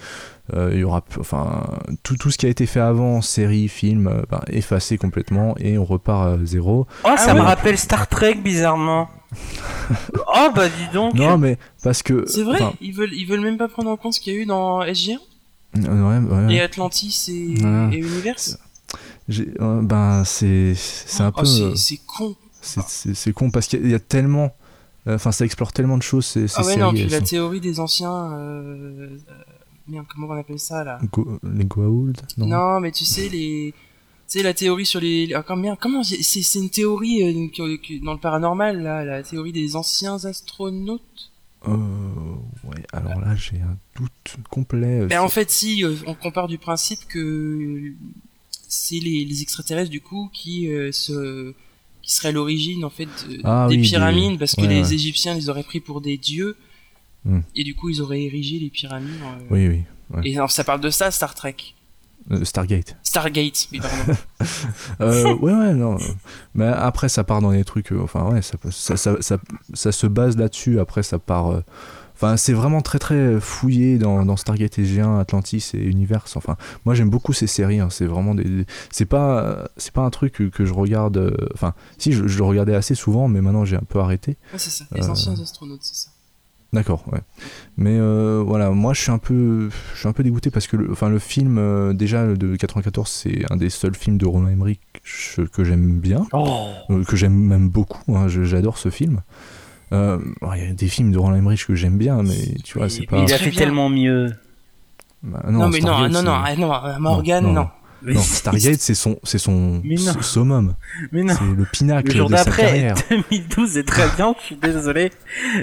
A: euh, il y aura, p- enfin, tout, tout ce qui a été fait avant, série, film, euh, ben, effacé complètement et on repart à zéro.
B: Oh, ça
C: ouais.
B: me rappelle Star Trek bizarrement. oh bah dis donc.
A: Non, mais parce que.
C: C'est vrai,
A: enfin,
C: ils, veulent, ils veulent même pas prendre en compte ce qu'il y a eu dans SG1
A: euh, ouais, ouais, ouais.
C: et Atlantis et,
A: Ouais.
C: et Univers.
A: J'ai- euh, ben, c'est c'est un
C: Oh,
A: peu.
C: c'est-
A: euh,
C: c'est con.
A: c'est- C'est c'est con parce qu'il y a- il y a tellement. euh, Enfin, ça explore tellement de choses, ces, ces
C: Ah ouais,
A: séries.
C: non, puis
A: elles
C: la
A: sont-
C: théorie des anciens. euh, euh, merde, comment on appelle ça là
A: Go- les Goa'uld
C: non. mais tu sais, les. Tu sais, la théorie sur les. les- ah, comme- merde, comment c'est- C'est c'est une théorie euh, qui- qui- dans le paranormal, là, la théorie des anciens astronautes.
A: Euh, ouais, alors là, j'ai un doute complet. euh,
C: Mais en fait, si, euh, on compare du principe que c'est les, les extraterrestres, du coup, qui euh, se qui seraient à l'origine en fait de-
A: Ah
C: des
A: oui, des-
C: pyramides parce que
A: ouais,
C: les
A: ouais.
C: Égyptiens les auraient pris pour des dieux
A: Hmm.
C: et du coup ils auraient érigé les pyramides euh,
A: Oui, oui.
C: et alors, ça parle de ça Star Trek
A: Euh, Stargate.
C: Stargate oui, pardon.
A: Euh, ouais, ouais, non. Mais après, ça part dans des trucs. euh, enfin, ouais, ça, peut- ça, ça, ça, ça se base là-dessus. Après, ça part. euh, Enfin, c'est vraiment très très fouillé dans, dans Stargate SG1, Atlantis et Universe. Enfin, moi j'aime beaucoup ces séries. hein, C'est vraiment des, des- c'est pas euh, c'est pas un truc que, que je regarde. euh, Enfin, si je, je le regardais assez souvent, mais maintenant j'ai un peu arrêté.
C: Ouais, c'est ça les
A: Euh.
C: anciens astronautes c'est ça
A: D'accord, ouais. Mais euh, voilà, moi je suis un peu je suis un peu dégoûté parce que le, enfin le film euh, déjà le de 94, c'est un des seuls films de Roland Emmerich je- que j'aime bien.
B: Oh.
A: Euh, que j'aime même beaucoup, hein, je- j'adore ce film. Euh, alors, Il y a des films de Roland Emmerich que j'aime bien, mais tu vois, c'est
C: Il-
A: pas.
B: Il a
C: Très
B: fait
C: bien.
B: tellement mieux.
A: Bah,
C: non, mais non
A: Stargate,
C: non
A: c'est-
C: non ah, non ah, Morgan
A: Non,
C: non,
A: non.
B: Mais
A: Non,
B: si-
A: Stargate, c'est son, c'est son
B: Mais non.
A: son summum,
B: Mais non.
A: c'est le
B: Le
A: pinacle
B: jour
A: de sa
B: d'après,
A: carrière.
B: 2012 est très bien, je suis désolé.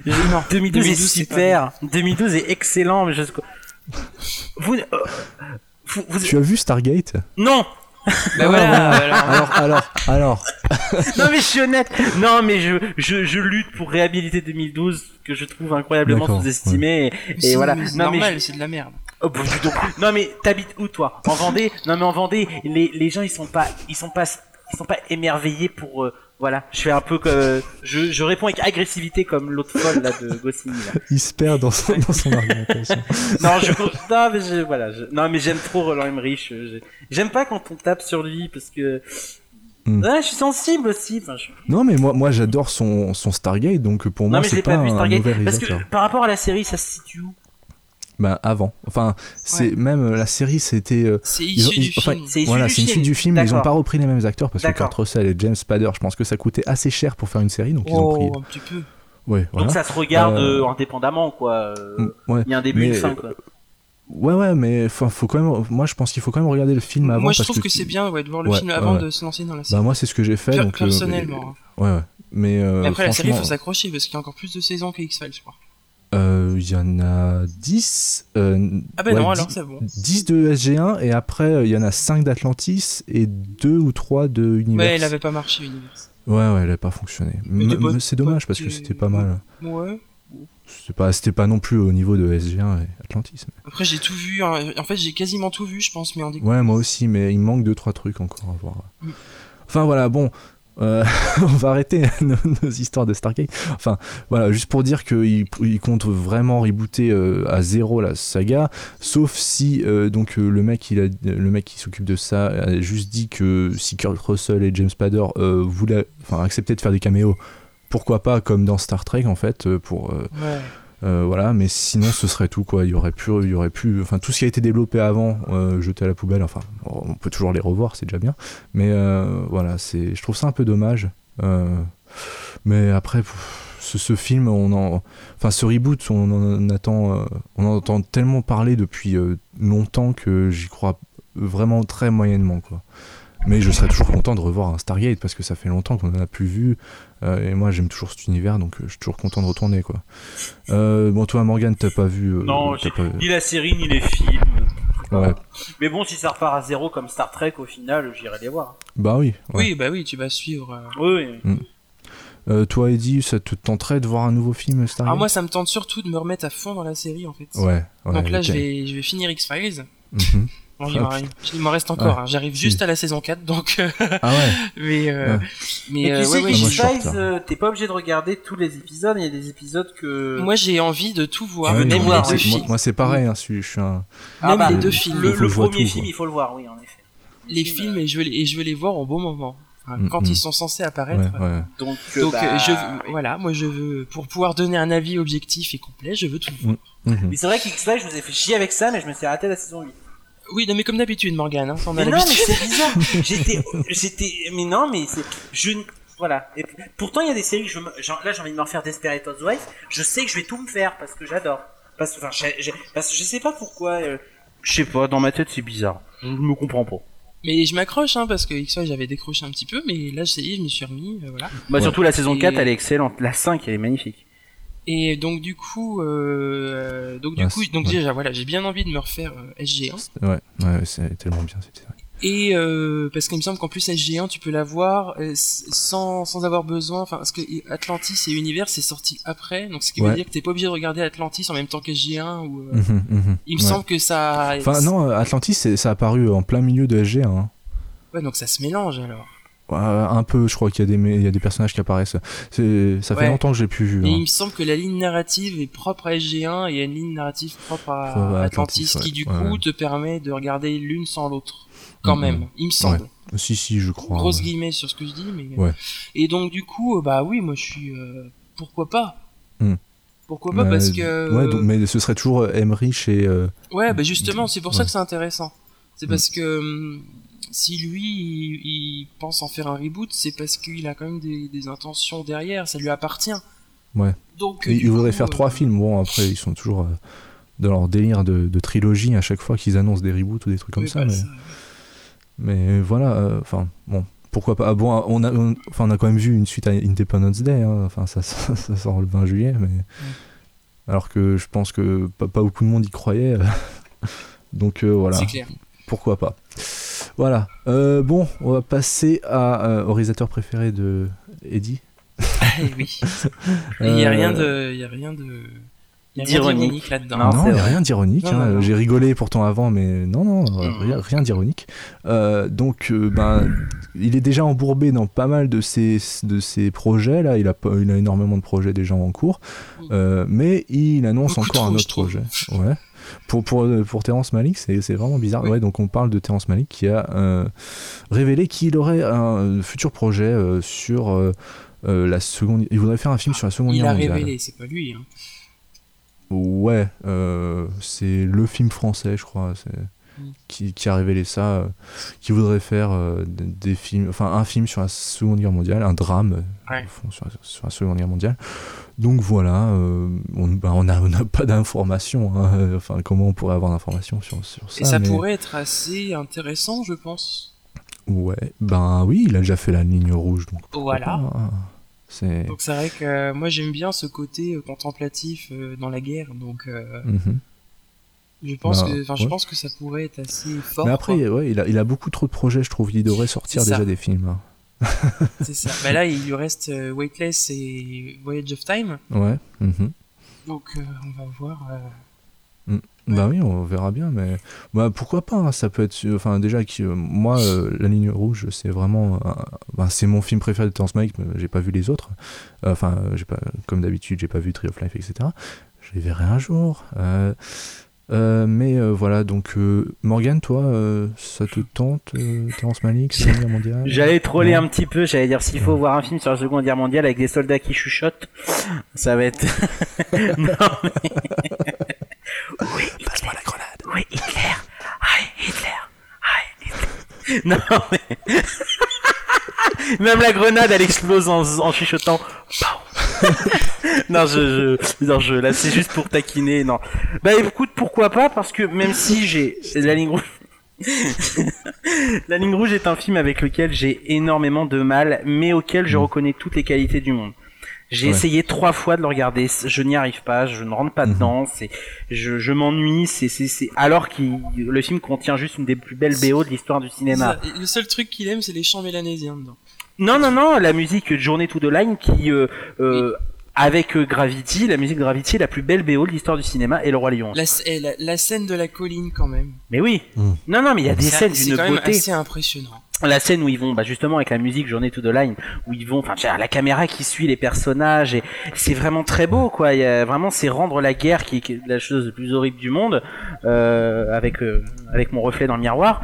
B: Je- 2012,
C: 2012,
B: est
C: c'est pas
B: super, 2012 est excellent, mais je... Vous... euh, vous- vous-
A: Tu as vu Stargate Ah,
B: Non
C: Bah voilà, voilà.
A: Alors, alors, alors.
B: Non mais je suis honnête. Non mais je, je, je lutte pour réhabiliter 2012 que je trouve incroyablement
A: D'accord,
B: sous-estimé et, et
C: C'est-
B: voilà.
C: C'est
B: Non mais
C: normal,
B: je-
C: c'est de la merde.
B: Oh, bah, dis donc. non mais t'habites où toi En Vendée Non mais en Vendée, les, les gens ils sont pas ils sont pas ils sont pas émerveillés pour euh, voilà. Je fais un peu comme euh, je, je réponds avec agressivité comme l'autre folle là de Goscinny. Là.
A: Il se perd dans son, dans son argumentation.
B: Non je non mais je, voilà je- non mais j'aime trop Roland Emmerich. je- je- J'aime pas quand on tape sur lui parce que
A: Hmm.
B: Ouais, je suis sensible aussi. Enfin, je-
A: Non, mais moi, moi j'adore son, son Stargate, donc pour
B: Non
A: moi,
B: mais je
A: c'est
B: l'ai
A: pas,
B: pas, vu
A: un,
B: Stargate
A: mauvais
B: parce
A: réalisateur.
B: que par rapport à la série ça se situe où
A: Bah, avant. Enfin, c'est même euh, la série, c'était. euh,
C: C'est
A: Ils ont-
C: issu du
A: ils- enfin,
C: film.
B: C'est issu
A: voilà,
B: du
A: c'est une
B: film.
A: suite du film, mais ils ont
B: D'accord.
A: pas repris les mêmes acteurs parce que
B: D'accord.
A: Kurt Russell et James Spader, je pense que ça coûtait assez cher pour faire une série, donc ils ont pris. euh,
C: Oh, un petit peu.
A: Ouais, voilà.
B: Donc ça se regarde
A: Euh,
B: euh, indépendamment quoi. euh, Il
A: Mm, ouais.
B: y a un début et une
A: mais- euh,
B: fin quoi.
A: ouais, ouais, mais faut, faut quand même. Moi, je pense qu'il faut quand même regarder le film avant.
C: Moi, je
A: parce
C: trouve que, c'est bien ouais, de voir le
A: Ouais,
C: film avant
A: ouais.
C: de se lancer dans la
A: Bah,
C: série.
A: moi, c'est ce que j'ai fait.
C: Per-
A: donc, euh,
C: personnellement. hein.
A: mais- ouais, ouais. Mais, euh,
C: Mais après, la série, il faut
A: franchement,
C: s'accrocher parce qu'il y a encore plus de saisons que X-Files, je crois.
A: euh, il y en a 10. euh,
C: Ah,
B: ben,
C: bah
A: ouais,
C: non,
A: 10
C: alors c'est bon.
A: 10 de SG1 et après euh, il y en a 5 d'Atlantis et 2 ou 3 de Universe.
C: Ouais, elle avait pas marché, Universe.
A: Ouais, ouais, elle a pas fonctionné.
C: Mais t'es
A: M-
C: pas-
A: mais C'est dommage
C: pas-
A: parce que
C: t'es-
A: c'était pas mal.
C: Ouais.
A: C'était pas, c'était pas non plus au niveau de SG1 et Atlantis.
C: Après, j'ai tout vu. hein. En fait, j'ai quasiment tout vu, je pense, mais en découpe.
A: Ouais, moi aussi, mais il me manque 2-3 trucs encore à voir.
C: Mm.
A: Enfin voilà, bon, euh, on va arrêter nos, nos histoires de Stargate. Enfin voilà, juste pour dire qu'ils ils comptent vraiment rebooter euh, à zéro la saga, sauf si euh, donc euh, le mec, il a, le mec qui s'occupe de ça a juste dit que si Kurt Russell et James Spader euh, voulaient, enfin acceptaient de faire des caméos, pourquoi pas comme dans Star Trek en fait euh, pour euh,
C: Ouais.
A: euh, voilà, mais sinon ce serait tout quoi. Il y aurait plus, il y aurait plus, enfin tout ce qui a été développé avant, euh, jeté à la poubelle. Enfin, on peut toujours les revoir, c'est déjà bien. Mais euh, voilà, c'est, je trouve ça un peu dommage. Euh, mais après, pff, ce, ce film, on en, enfin ce reboot, on en attend, euh, on en entend tellement parler depuis euh, longtemps que j'y crois vraiment très moyennement quoi. Mais je serais toujours content de revoir un Stargate parce que ça fait longtemps qu'on en a plus vu. Euh, et moi j'aime toujours cet univers donc euh, je suis toujours content de retourner quoi. Euh, bon, toi, Morgane, t'as pas vu. euh,
B: Non,
A: t'as
B: j'ai
A: pas...
B: ni la série ni les films.
A: Ouais.
B: Mais bon, si ça repart à zéro comme Star Trek, au final, j'irai les voir.
A: Bah oui. ouais.
C: Oui, bah oui, tu vas suivre. euh.
B: Oui, oui.
A: Euh, toi, Eddie, ça te tenterait de voir un nouveau film Star
C: Ah, moi, ça me tente surtout de me remettre à fond dans la série, en fait.
A: Ouais, ouais.
C: Donc là,
A: ok.
C: je, vais, je vais finir X-Files.
A: Mhm.
C: Bon, il
A: Ah,
C: m'en reste- il m'en reste encore, hein. j'arrive
A: Si.
C: juste à la saison 4, donc. euh,
A: Ah ouais.
C: mais. euh, Mais,
B: Mais
C: euh,
B: tu
C: ouais,
B: sais
C: ouais,
B: que
A: moi,
C: j'ai-
A: je suis en
B: X-Files,
A: retard.
B: euh, t'es pas obligé de regarder tous les épisodes, il y a des épisodes que...
C: moi, j'ai envie de tout voir.
A: Ah Ouais,
B: veux
C: même
A: mais
C: les
A: moi,
B: voir
C: deux
A: c'est-
B: aussi.
A: moi,
C: films.
A: moi, c'est pareil, hein, je suis, je suis un.
C: Même
B: bah,
C: les deux
A: le-
C: films.
B: Le,
A: Faut que
B: le
A: je vois
B: premier
A: tout,
B: film,
A: quoi.
B: il faut le voir, oui, en effet.
C: les films, et je, veux les, et je veux les voir au bon moment. hein,
A: Mhm.
C: Quand ils sont censés
A: Ouais,
C: apparaître.
A: ouais.
B: Donc,
C: Donc,
B: bah,
C: euh, je, veux- voilà, moi, je veux. Pour pouvoir donner un avis objectif et complet, je veux tout voir.
A: Mhm.
B: Mais c'est vrai qu'X-Files, je vous ai fait chier avec ça, mais je me suis arrêté à la saison 8.
A: Mm.
C: Oui, non, mais comme d'habitude, Morgane, hein, t'en as
B: Mais non, mais
C: l'habitude.
B: c'est bizarre. J'étais, j'étais, mais non, mais c'est, je, ne- voilà. Et p- pourtant, il y a des séries, que je, me- genre, là, j'ai envie de me refaire Desperate Housewives. Je sais que je vais tout me faire parce que j'adore. Parce que, enfin, j'ai- j'ai- parce que je sais pas pourquoi. euh, je sais pas. Dans ma tête, c'est bizarre. Je me comprends pas.
C: Mais je m'accroche, hein, parce que X-Files, j'avais décroché un petit peu, mais là, ça y est, je me suis remis, euh, voilà.
B: Bah,
A: Ouais.
B: surtout la saison
C: Et-
B: 4, elle est excellente. La 5, elle est magnifique.
C: Et donc, du coup, euh, donc, du
A: Ouais,
C: coup,
A: c'est-
C: donc,
A: ouais.
C: déjà, voilà, j'ai bien envie de me refaire euh, SG1.
A: Ouais, ouais, c'est tellement bien cette série.
C: Et, euh, parce qu'il me semble qu'en plus, SG1, tu peux l'avoir, euh, s- sans, sans avoir besoin, enfin, parce que Atlantis et Univers, c'est sorti après, donc ce qui
A: Ouais.
C: veut dire que t'es pas obligé de regarder Atlantis en même temps que SG1, ou, euh,
A: Mhm, mhm.
C: il me
A: Ouais.
C: semble que ça,
A: Enfin, non, euh, Atlantis, c'est- ça a apparu en plein milieu de SG1. hein.
C: ouais, donc ça se mélange, alors.
A: Ouais, un peu, je crois qu'il y, a des mé- il y a des personnages qui apparaissent. C'est- Ça fait
C: Ouais.
A: longtemps que j'ai plus vu.
C: Et
A: hein.
C: il me semble que la ligne narrative est propre à SG1 et il y a une ligne narrative propre à
A: Propre à
C: Atlantis,
A: Atlantis, ouais.
C: qui du
A: Ouais,
C: coup
A: ouais.
C: te permet de regarder l'une sans l'autre. Quand
A: Mhm.
C: même, il me semble.
A: Si, si, je crois.
C: Grosse
A: ouais.
C: guillemets sur ce que je dis, mais.
A: Ouais.
C: Et donc du coup, euh, bah oui, moi je suis. euh, pourquoi pas
A: Mhm.
C: Pourquoi pas
A: Mais-
C: Parce que.
A: Ouais, donc, mais ce serait toujours euh, Emmerich et. euh,
C: Ouais, bah justement, c'est pour ça
A: Ouais. Hmm.
C: que c'est intéressant. C'est parce que hum, si lui, il, il pense en faire un reboot, c'est parce qu'il a quand même des, des intentions derrière, ça lui appartient.
A: Ouais.
C: Donc,
A: Il
C: du
A: il voudrait
C: coup,
A: faire
C: euh,
A: trois films. Bon, après, ils sont toujours euh, dans leur délire de, de trilogie à chaque fois qu'ils annoncent des reboots ou des trucs comme
C: mais
A: ça.
C: pas
A: Mais, mais voilà, euh, enfin, bon, pourquoi pas. Ah, bon, on a, on- enfin, on a quand même vu une suite à Independence Day. hein. Enfin, ça, ça, ça sort le 20 juillet, mais. Alors que je pense que pas, pas beaucoup de monde y croyait. Donc euh, voilà,
C: C'est clair.
A: pourquoi pas. Voilà. Euh, bon, on va passer à, euh, au réalisateur préféré de Eddie.
C: Eh oui.
A: Euh,
C: Il n'y a rien de. Il y a rien de. y a rien
B: D'ironique.
C: d'ironique là-dedans.
B: Non,
A: Ah Non,
B: c'est
A: il a
B: vrai.
A: rien d'ironique.
C: Non,
A: hein.
C: non, Mm. non.
A: J'ai rigolé pourtant avant, mais non, non, rien, rien d'ironique. Euh, donc, euh, ben, il est déjà embourbé dans pas mal de ses, de ses projets. Là, il a, pas- il a énormément de projets déjà en cours. Euh, mais il annonce
C: Mm. Beaucoup
A: encore
C: trop,
A: un
C: je
A: autre
C: trouve.
A: projet. Ouais. Pour, pour, euh, pour Terrence Malick, c'est c'est vraiment bizarre.
C: Oui.
A: Ouais, donc on parle de Terrence Malick qui a euh, révélé qu'il aurait un euh, futur projet euh, sur euh, euh, la seconde. Il voudrait faire un film sur la seconde
C: Il
A: guerre
C: a
A: mondiale.
C: révélé, c'est pas lui. Hein.
A: Ouais, euh, c'est le film français, je crois, c'est-
C: Mm.
A: qui, qui a révélé ça, euh, qui voudrait faire euh, des, des films, enfin un film sur la Seconde Guerre mondiale, un drame euh,
C: Ouais.
A: au fond, sur, la, sur la Seconde Guerre mondiale. Donc voilà, euh, on bah, on a- on n'a pas d'informations. hein, euh, Enfin, comment on pourrait avoir d'informations sur, sur ça
C: Et ça
A: mais-
C: pourrait être assez intéressant, je pense.
A: Ouais, ben oui, il a déjà fait la ligne rouge, donc pourquoi
C: Voilà.
A: pas, hein. C'est.
C: Donc c'est vrai que euh, moi j'aime bien ce côté euh, contemplatif euh, dans la guerre, donc euh,
A: Mhm.
C: je pense
A: Bah,
C: que, enfin je
A: ouais.
C: pense que ça pourrait être assez fort.
A: Mais après, ouais, il, a, il a beaucoup trop de projets, je trouve. Il devrait sortir
C: C'est ça.
A: déjà des films. hein.
C: quoi. c'est ça. Bah là il lui reste euh, Weightless et Voyage of Time,
A: Ouais. mhm.
C: donc euh, on va voir. euh,
A: Bah oui, on verra bien, mais bah, pourquoi pas hein, Ça peut être, enfin déjà qui, euh, moi, euh, la ligne rouge, c'est vraiment, un- bah, c'est mon film préféré de Terrence Malick. mais J'ai pas vu les autres. Euh, Enfin, j'ai pas, comme d'habitude, j'ai pas vu Tree of Life, etc. Je les verrai un jour. Euh, euh, mais euh, voilà, donc euh, Morgan, toi, euh, ça te tente, euh, Terrence Malick, la ligne mondiale
B: J'allais troller
A: Ouais.
B: un petit peu, j'allais dire s'il faut voir un film sur la Seconde Guerre mondiale avec des soldats qui chuchotent, ça va être. non, mais-
A: Passe-moi la grenade.
B: Oui, Hitler Hi, Hitler Hi, Hitler Non, mais. Même la grenade, elle explose en, en chuchotant. Pow. non, je, je, non, je, là, c'est juste pour taquiner, non. Bah, écoute, pourquoi pas, parce que même si j'ai la ligne rouge. la ligne rouge est un film avec lequel j'ai énormément de mal, mais auquel je reconnais toutes les qualités du monde. J'ai
A: Ouais.
B: essayé trois fois de le regarder, je n'y arrive pas, je ne rentre pas
A: Mhm.
B: dedans, c'est, je, je m'ennuie, c'est, c'est, c'est, alors que le film contient juste une des plus belles BO de l'histoire du cinéma.
C: ça- le seul truc qu'il aime c'est les chants mélanésiens dedans.
B: Non, non, non, la musique Journée to the Line qui, euh, euh, avec euh, Gravity, la musique Gravity est la plus belle BO de l'histoire du cinéma et le Roi Lion.
C: La, sc- eh, la- la scène de la colline quand même.
B: Mais oui.
A: Mm.
B: Non, non, mais il y a des
C: Ah, C'est
B: scènes
C: c'est
B: d'une
C: quand même
B: beauté.
C: assez impressionnant.
B: La scène où ils vont, bah justement avec la musique Journée to the Line, où ils vont, enfin j'ai la caméra qui suit les personnages et c'est vraiment très beau quoi. Il y a vraiment c'est rendre la guerre qui, qui est la chose la plus horrible du monde euh, avec euh, avec mon reflet dans le miroir.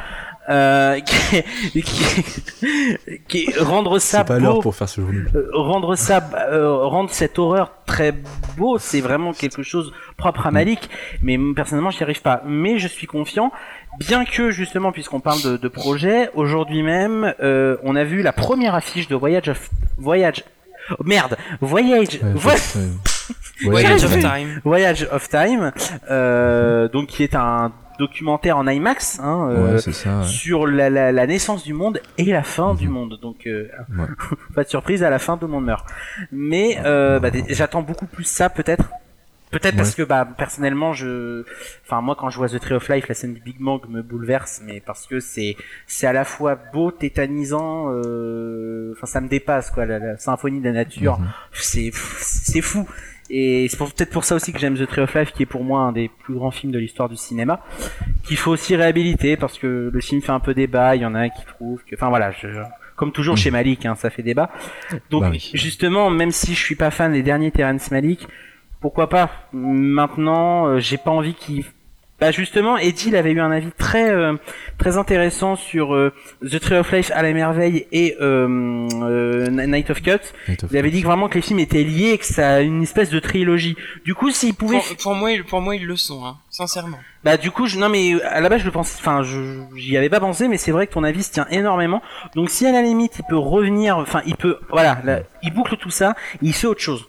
B: Euh, qui, est- qui est- qui est- rendre ça
A: C'est pas
B: beau
A: l'heure pour faire ce jour de
B: euh, rendre ça, euh, rendre cette horreur très beau, c'est vraiment quelque chose propre
A: Mm.
B: à Malik. Mais m- personnellement, j'y arrive pas. Mais je suis confiant, bien que justement, puisqu'on parle de, de projet, aujourd'hui même, euh, on a vu la première affiche de Voyage of Voyage. oh, Merde, Voyage,
A: Ouais,
B: Voy-
A: faut- euh,
C: Voyage of
B: oui.
C: Time.
B: Voyage of Time, euh, donc qui est un documentaire en IMAX. Hein, euh,
A: Ouais, c'est ça. ouais.
B: sur la, la, la naissance du monde et la fin
A: Mhm.
B: du monde. Donc, euh,
A: Ouais.
B: pas de surprise, à la fin, tout le monde meurt. Mais euh, bah, des- j'attends beaucoup plus ça, peut-être. Peut-être parce que bah personnellement je enfin moi quand je vois The Tree of Life la scène du Big Bang me bouleverse mais parce que c'est c'est à la fois beau tétanisant euh, enfin ça me dépasse quoi la, la symphonie de la nature
A: Mhm.
B: c'est c'est fou et c'est pour- peut-être pour ça aussi que j'aime The Tree of Life qui est pour moi un des plus grands films de l'histoire du cinéma qu'il faut aussi réhabiliter parce que le film fait un peu débat il y en a qui trouvent que enfin voilà je comme toujours
A: Mm.
B: chez Malik hein, ça fait débat donc
A: Bah oui.
B: justement même si je suis pas fan des derniers Terrence Malik pourquoi pas maintenant euh, j'ai pas envie qu'il bah justement, Eddie il avait eu un avis très euh, très intéressant sur euh, The Tree of Life à la merveille et euh, euh, Night of Cuts.
A: Night of
B: Il avait
A: Cuts.
B: dit que vraiment que les films étaient liés, et que ça a une espèce de trilogie. Du coup, s'il pouvait,
C: Pour, pour moi, ils- pour moi, ils le sont, hein, sincèrement.
B: bah du coup, je... non mais à la base, je le pense, enfin, je- j'y avais pas pensé, mais c'est vrai que ton avis se tient énormément. Donc si à la limite, il peut revenir, enfin, il peut, voilà, là, il boucle tout ça, il fait autre chose,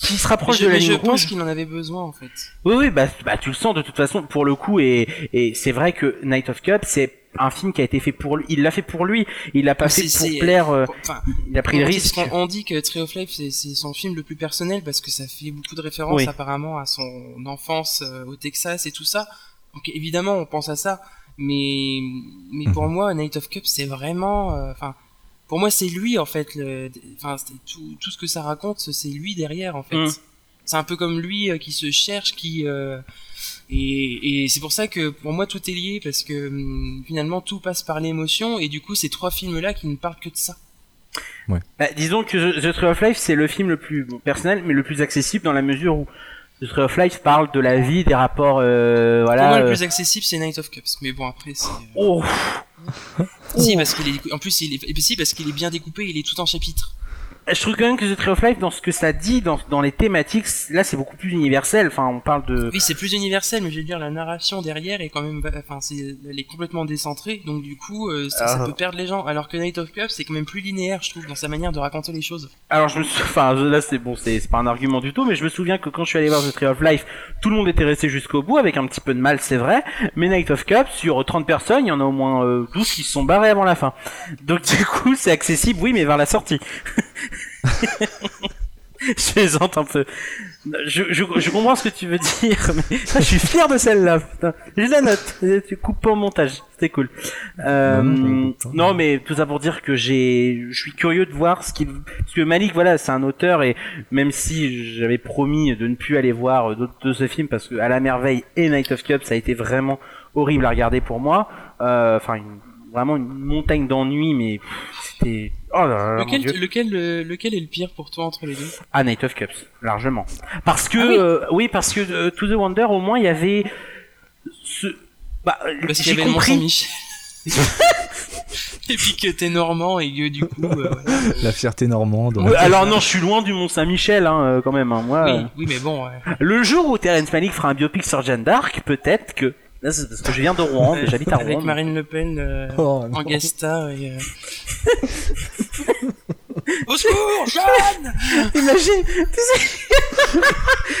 B: qui se rapproche
C: je,
B: de la
C: mais je
B: ligne rouge.
C: pense qu'il en avait besoin en fait.
B: Oui, oui, bah, bah tu le sens de toute façon pour le coup et, et c'est vrai que Night of Cup, c'est un film qui a été fait pour lui. Il l'a fait pour lui, il l'a pas fait
C: C'est-
B: pour
C: c'est-
B: plaire. euh,
C: Enfin,
B: Il a pris le
C: on dit-
B: risque.
C: On, on dit que Tree of Life c'est c'est son film le plus personnel parce que ça fait beaucoup de références
B: Oui.
C: apparemment à son enfance euh, au Texas et tout ça. Donc évidemment on pense à ça, Mais, mais
B: Mhm.
C: pour moi, Night of Cup, c'est vraiment. euh, Enfin, pour moi, c'est lui, en fait. le- Enfin, c'est tout, tout ce que ça raconte, c'est lui derrière, en fait.
B: Mm.
C: C'est un peu comme lui euh, qui se cherche, qui. euh, et et c'est pour ça que pour moi, tout est lié, parce que hum, finalement, tout passe par l'émotion, et du coup, ces trois films-là qui ne parlent que de ça.
B: Bah, disons que The- The Tree of Life, c'est le film le plus bon, personnel, mais le plus accessible dans la mesure où The Tree of Life parle de la vie, des rapports, euh,
C: pour moi,
B: voilà.
C: le
B: euh,
C: plus accessible, c'est Night of Cups. Mais bon, après, c'est. euh,
B: Oh,
C: Si, parce qu'il est. décou- En plus, il est... si, parce qu'il est bien découpé, il est tout en chapitres.
B: je trouve quand même que The Tree of Life, dans ce que ça dit, dans, dans les thématiques, là, c'est beaucoup plus universel. Enfin, on parle de.
C: Oui, c'est plus universel, mais je veux dire, la narration derrière est quand même. va- Enfin, c'est... elle est complètement décentrée, donc du coup, euh, ça, ça
B: Ah.
C: peut perdre les gens. Alors que Night of Cups, c'est quand même plus linéaire, je trouve, dans sa manière de raconter les choses.
B: Alors je me sou- enfin je- là c'est bon, c'est c'est pas un argument du tout, mais je me souviens que quand je suis allé voir The Tree of Life, tout le monde était resté jusqu'au bout avec un petit peu de mal, c'est vrai, mais Night of Cup sur 30 personnes, il y en a au moins euh, 12 qui se sont barrés avant la fin. Donc du coup c'est accessible, oui, mais vers la sortie. je plaisante un peu. Je, je, je comprends ce que tu veux dire, mais Ah, je suis fier de celle-là. putain. Je la note. Tu coupes pas au montage, c'était cool. Euh,
A: Non, non, je la coupe pas.
B: non, mais tout ça pour dire que j'ai, je suis curieux de voir ce qu'il, parce que Malik, voilà, c'est un auteur et même si j'avais promis de ne plus aller voir euh, d'autres de ce film parce que à la merveille et Night of Cup, ça a été vraiment horrible à regarder pour moi. Euh, Enfin, une- vraiment une montagne d'ennui, mais pff, c'était. Oh là là, là, mon
C: lequel,
B: Dieu.
C: lequel, euh, lequel est le pire pour toi entre les deux
B: Ah, Night of Cups, largement. Parce que,
C: Ah
B: oui.
C: oui.
B: oui, parce que euh, To the Wonder, au moins, il y avait ce. Bah,
C: Parce qu'il y
B: j'ai
C: avait le
B: compris.
C: Mont-Saint-Michel. et puis que t'es normand et que du coup. euh, voilà.
A: La fierté normande.
B: Ouais, alors non, je suis loin du Mont Saint-Michel, hein, euh, quand même. hein, moi,
C: oui, oui, mais bon. ouais.
B: euh. le jour où Terence Malick fera un biopic sur Jeanne d'Arc, peut-être que. Là, c'est parce que je viens de Rouen, mais j'habite à
C: Avec
B: Rouen.
C: Marine Le Pen. euh,
A: Oh, non.
C: Angasta et. euh, Au secours, Jeanne
B: Imagine, tu sais,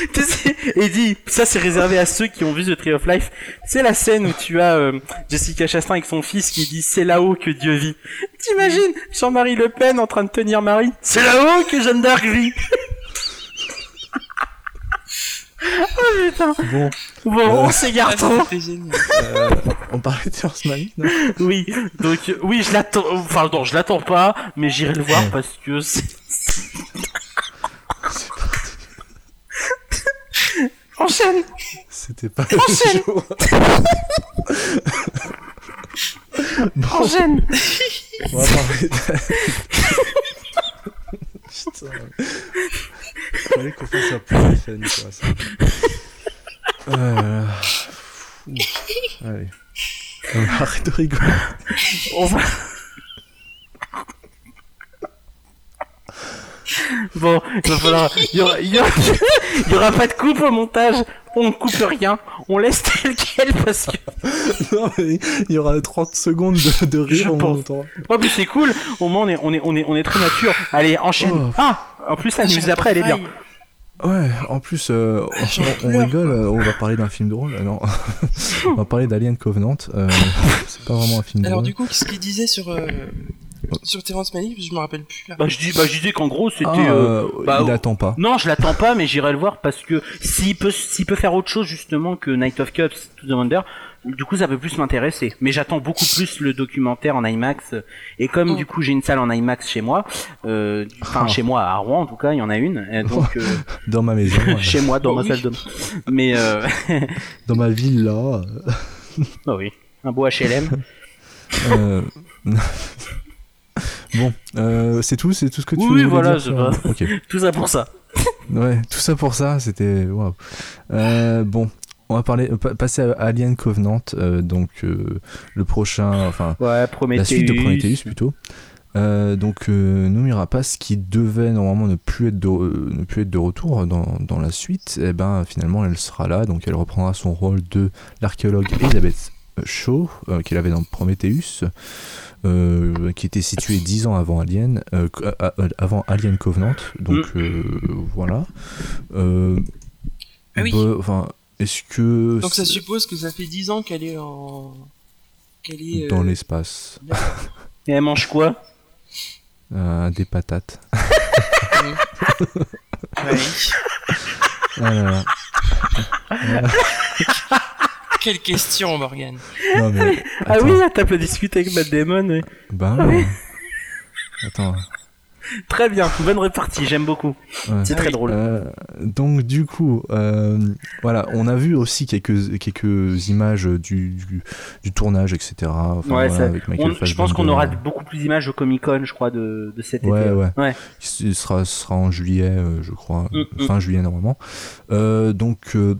B: tu sais, Eddie, ça c'est réservé à ceux qui ont vu The Tree of Life. C'est la scène où tu as euh, Jessica Chastain avec son fils qui dit c'est là-haut que Dieu vit. T'imagines Jean-Marie Le Pen en train de tenir Marie C'est là-haut que Jeanne d'Arc vit. oh putain.
A: Bon,
B: Bon, on s'égare trop.
C: Ah, C'était génial.
A: euh, on parlait de First Man. non
B: Oui, donc euh, oui, je l'attends. Enfin non, je l'attends pas, mais j'irai le voir parce que c'est. Enchaîne.
A: C'était pas le
B: Enchaîne.
A: jour. Bon,
B: Enchaîne
A: on va parler de- Putain. Fallait qu'on fasse un plan de scène, quoi, ça. Euh, ouf. Allez. Euh, Arrête de rigoler.
B: On va. Bon, il va falloir. Il y aura, il y aura- il y aura pas de coupe au montage. On ne coupe rien. On laisse tel quel parce que.
A: Non, mais il y aura 30 secondes de, de
B: Je
A: rire en
B: pense.
A: longtemps.
B: Oh, mais c'est cool. Au moins, on est, on est, on est, on est très nature. Allez, enchaîne.
A: Oh.
B: Ah, en plus, la news d'après, elle est bien.
A: Ouais, en plus, euh,
C: j'en
A: on, on
C: pleure.
A: rigole, euh, on va parler d'un film drôle. euh, Non, on va parler d'Alien Covenant. euh, c'est pas vraiment un film
C: Alors
A: drôle.
C: du coup, qu'est-ce qu'il disait sur euh, sur Terrence Malick Je me rappelle plus là.
B: Bah je dis, bah je disais qu'en gros c'était.
A: Ah,
B: euh,
A: euh,
B: bah,
A: il
B: oh.
A: attend pas.
B: Non, je l'attends pas, mais j'irai le voir parce que s'il peut, s'il peut faire autre chose justement que Night of Cups, To the Wonder, du coup ça peut plus m'intéresser. Mais j'attends beaucoup plus le documentaire en IMAX. Et comme
A: Mm.
C: Oh.
B: du coup j'ai une salle en IMAX chez moi, euh, du- enfin
A: Oh.
B: chez moi à Rouen en tout cas, il y en a une. euh, donc euh,
A: Dans ma maison, ouais.
B: chez moi dans
C: Oh,
B: ma
C: oui.
B: salle de. Mais euh,
A: dans ma ville là.
B: bah oui, un beau HLM.
A: euh, bon, euh, c'est tout, c'est tout ce que tu
B: Oui,
A: voulais
B: voilà,
A: dire,
B: je-
A: ça Ok.
B: Tout ça pour ça.
A: Ouais, tout ça pour ça, c'était waouh. Euh, Bon, on va parler, euh, pa- passer à Alien Covenant, euh, donc euh, le prochain, enfin
B: Ouais, Prometheus.
A: la suite de Prometheus plutôt. Euh, donc euh, Nomura Pass qui devait normalement ne plus être de, euh, ne plus être de retour dans, dans la suite, et ben finalement elle sera là, donc elle reprendra son rôle de l'archéologue Elizabeth Shaw euh, qu'elle avait dans Prometheus, euh, qui était situé 10 ans avant Alien, euh, qu- a- a- avant Alien Covenant, donc
C: Mm.
A: euh, voilà. Euh,
C: Ah oui.
A: bah, enfin, est-ce que
C: Donc ça
A: c'est
C: suppose que ça fait 10 ans qu'elle est en qu'elle est euh,
A: dans l'espace
B: Et elle mange quoi
A: euh, des patates
C: ouais.
A: Ah là là.
C: Quelle question, Morgan
A: Non, mais.
B: Ah
A: attends,
B: oui, t'as discuter avec Matt Damon. oui.
A: Ben.
B: Ah oui.
A: euh, Attends.
B: Très bien, bonne répartie, j'aime beaucoup.
A: ouais.
B: C'est
C: Ah
B: très
C: oui.
B: drôle.
A: Euh, donc du coup, euh, voilà, on a vu aussi quelques quelques images du, du, du tournage, etc. Enfin,
B: Ouais,
A: voilà,
B: ça-
A: avec Michael
B: On- je pense
A: Fassbender.
B: qu'on aura beaucoup plus d'images au Comic Con, je crois, de, de cet
A: euh. Ouais,
B: été.
A: ouais.
B: Ouais.
A: Ce sera, ce sera en juillet, euh, je crois,
B: Mm, mm.
A: fin juillet normalement. Euh, donc, euh,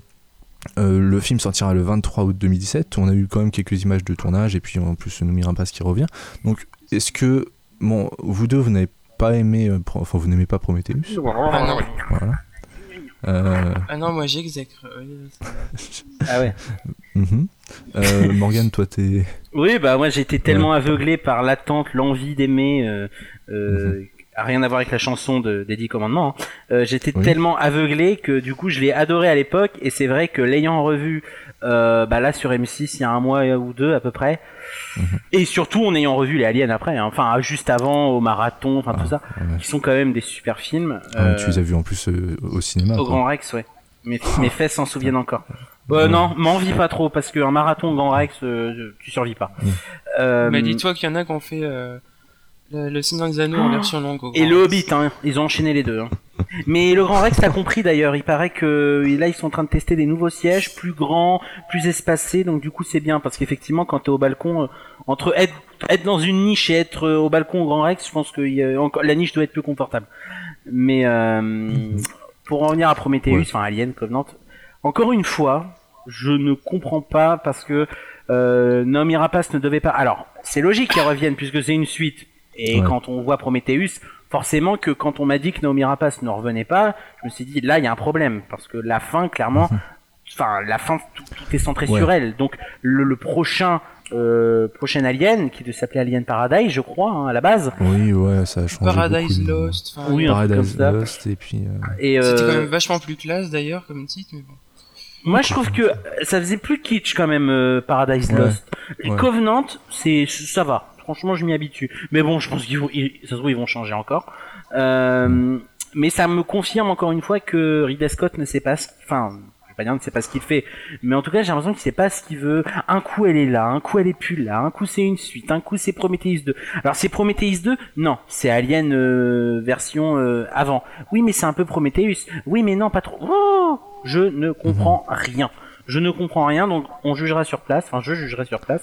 A: euh, le film sortira le 23 août 2017. On a eu quand même quelques images de tournage et puis en plus, nous mirons pas ce qui revient. Donc, est-ce que, bon, vous deux, vous n'avez pas aimé, euh, Pro- enfin, vous n'aimez pas Prometheus
B: Oh,
C: Ah non,
A: Voilà. Euh,
C: ah non moi j'exècre. Euh,
B: Ah ouais.
A: mhm. Euh, Morgane, toi, t'es.
B: Oui, bah moi j'ai été tellement aveuglé par l'attente, l'envie d'aimer, euh, euh, à rien à voir avec la chanson de, des Dix Commandements. hein. Euh, J'étais
A: Oui.
B: tellement aveuglé que du coup je l'ai adoré à l'époque et c'est vrai que l'ayant revu, euh, bah là sur M6 il y a un mois ou deux à peu près.
A: Mhm.
B: Et surtout en ayant revu les Aliens après, hein. enfin juste avant au marathon, enfin tout ça,
A: Ah, ouais.
B: qui sont quand même des super films.
A: Ah,
B: euh,
A: tu les as vus en plus euh, au cinéma.
B: au
A: quoi.
B: Grand Rex, ouais. Mes, mes fesses s'en souviennent encore. Euh, non, m'envie pas trop parce qu'un marathon au Grand Rex, euh, tu survis pas.
A: Mm.
B: Euh,
C: Bah dis-toi qu'il y en a qui ont fait euh, le, le Seigneur des Anneaux en version longue. au
B: Et
C: grand.
B: le Hobbit, hein, ils ont enchaîné les deux. hein. Mais le Grand Rex l'a compris d'ailleurs. Il paraît que là ils sont en train de tester des nouveaux sièges plus grands, plus espacés. Donc du coup c'est bien parce qu'effectivement quand t'es au balcon, euh, entre être, être dans une niche et être euh, au balcon au Grand Rex, je pense que il y a encore- la niche doit être plus confortable. Mais euh, pour en revenir à Prometheus,
A: Ouais.
B: enfin Alien Covenant, encore une fois, je ne comprends pas parce que euh, Naomi Rapace ne devait pas. Alors c'est logique qu'elle revienne puisque c'est une suite. Et
A: Ouais.
B: quand on voit Prometheus, forcément que quand on m'a dit que Naomi Rapace ne revenait pas, je me suis dit là il y a un problème parce que la fin clairement, enfin la fin tout, tout est centré
A: Ouais.
B: sur elle. Donc le, le prochain euh, prochain Alien qui devait s'appeler Alien Paradise, je crois hein, à la base.
A: Oui, ouais, ça a changé.
C: Paradise
A: beaucoup de-
C: Lost. enfin,
B: Oui, un truc
A: Paradise
B: comme ça.
A: Lost, et puis. euh,
B: Et
C: C'était quand
B: euh,
C: même vachement plus classe d'ailleurs comme titre, mais bon.
B: moi je trouve que euh, ça faisait plus kitsch quand même euh, Paradise
A: Ouais.
B: Lost. Et
A: Ouais.
B: Covenant, c'est ça va. Franchement, je m'y habitue. Mais bon, je pense qu'ils vont, ils, ça se trouve, ils vont changer encore. Euh, mais ça me confirme encore une fois que Ridley Scott ne sait pas ce enfin, je vais pas dire ne sait pas ce qu'il fait, mais en tout cas, j'ai l'impression qu'il sait pas ce qu'il veut. Un coup, elle est là, un coup, elle est plus là, un coup, c'est une suite, un coup, c'est Prometheus 2. Alors, c'est Prometheus 2? Non, c'est Alien, euh, version, euh, avant. Oui, mais c'est un peu Prometheus. Oui, mais non, pas trop. Oh je ne comprends rien. Je ne comprends rien, donc on jugera sur place. Enfin, je jugerai sur place.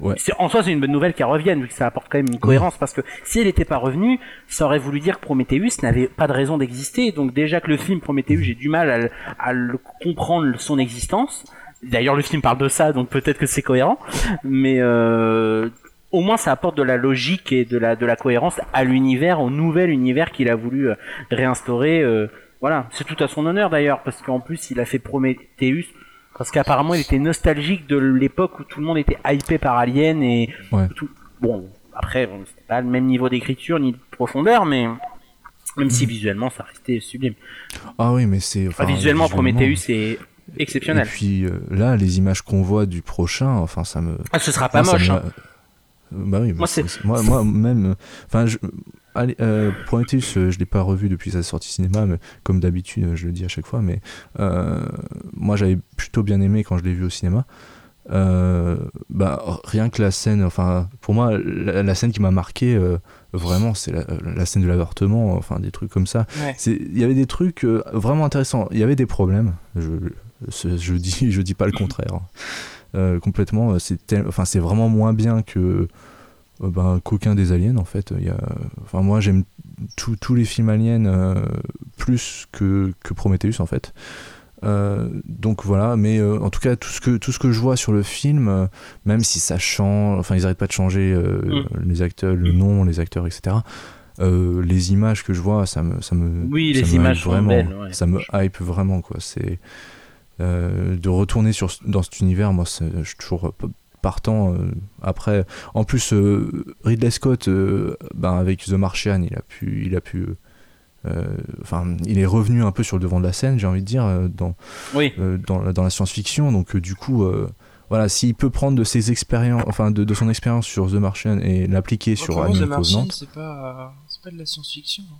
A: Ouais.
B: C'est- En soi, c'est une bonne nouvelle qu'elle revienne, vu que ça apporte quand même une cohérence, parce que si elle n'était pas revenue, ça aurait voulu dire que Prometheus n'avait pas de raison d'exister. Donc déjà que le film Prometheus, j'ai du mal à, le- à le comprendre son existence. D'ailleurs, le film parle de ça, donc peut-être que c'est cohérent. Mais euh, au moins, ça apporte de la logique et de la, de la cohérence à l'univers, au nouvel univers qu'il a voulu euh, réinstaurer. euh, voilà, c'est tout à son honneur d'ailleurs, parce qu'en plus, il a fait Prometheus parce qu'apparemment, il était nostalgique de l'époque où tout le monde était hypé par Alien et
A: Ouais.
B: tout. Bon, après, bon, c'était pas le même niveau d'écriture ni de profondeur, mais même si visuellement, ça restait sublime.
A: Ah oui, mais c'est.
B: Enfin,
A: enfin,
B: visuellement, Prometheus est
A: Et
B: exceptionnel.
A: puis euh, là, les images qu'on voit du prochain, enfin, ça me.
B: ah, ce sera pas
A: ça
B: moche.
A: me-
B: hein.
A: Bah oui, mais
B: Moi,
A: c'est-
B: c'est-
A: moi, moi même. euh, Enfin, je. Allez, euh, Prometheus, euh, je l'ai pas revu depuis sa sortie cinéma, mais comme d'habitude, euh, je le dis à chaque fois, mais euh, moi j'avais plutôt bien aimé quand je l'ai vu au cinéma. Euh, bah, rien que la scène, enfin, pour moi, la, la scène qui m'a marqué euh, vraiment, c'est la, la scène de l'avortement, enfin, des trucs comme ça.
C: Ouais.
A: C'est- Il y avait des trucs euh, vraiment intéressants. Il y avait des problèmes. Je, ce- je dis, je dis pas le contraire. hein. Euh, complètement, euh, c'est tel- enfin, c'est vraiment moins bien que euh, ben, qu'aucun des aliens en fait. Il y a- enfin, moi j'aime tous tous les films aliens euh, plus que, que Prometheus en fait. Euh, donc voilà, mais euh, en tout cas tout ce que tout ce que je vois sur le film, euh, même si ça change, enfin ils arrêtent pas de changer euh, les acteurs, le nom, les acteurs, etc. euh, les images que je vois, ça me ça me
B: Oui,
A: ça
B: les
A: me
B: images
A: hype
B: sont
A: vraiment.
B: belles, ouais.
A: Ça me hype vraiment quoi. C'est euh, de retourner sur ce- dans cet univers, moi c'est- je suis toujours euh, partant. euh, après, en plus euh, Ridley Scott, euh, ben, avec The Martian, il a pu il a pu euh, euh, Enfin, il est revenu un peu sur le devant de la scène, j'ai envie de dire, euh, dans,
B: Oui.
A: euh, dans, la- dans la science-fiction. Donc, euh, du coup, euh, voilà, s'il peut prendre de ses expériences, enfin, de, de son expérience sur The Martian et l'appliquer sur
C: Autrement, The
A: Alien
C: Martian,
A: Covenant,
C: c'est pas, euh, c'est pas de la science-fiction. hein.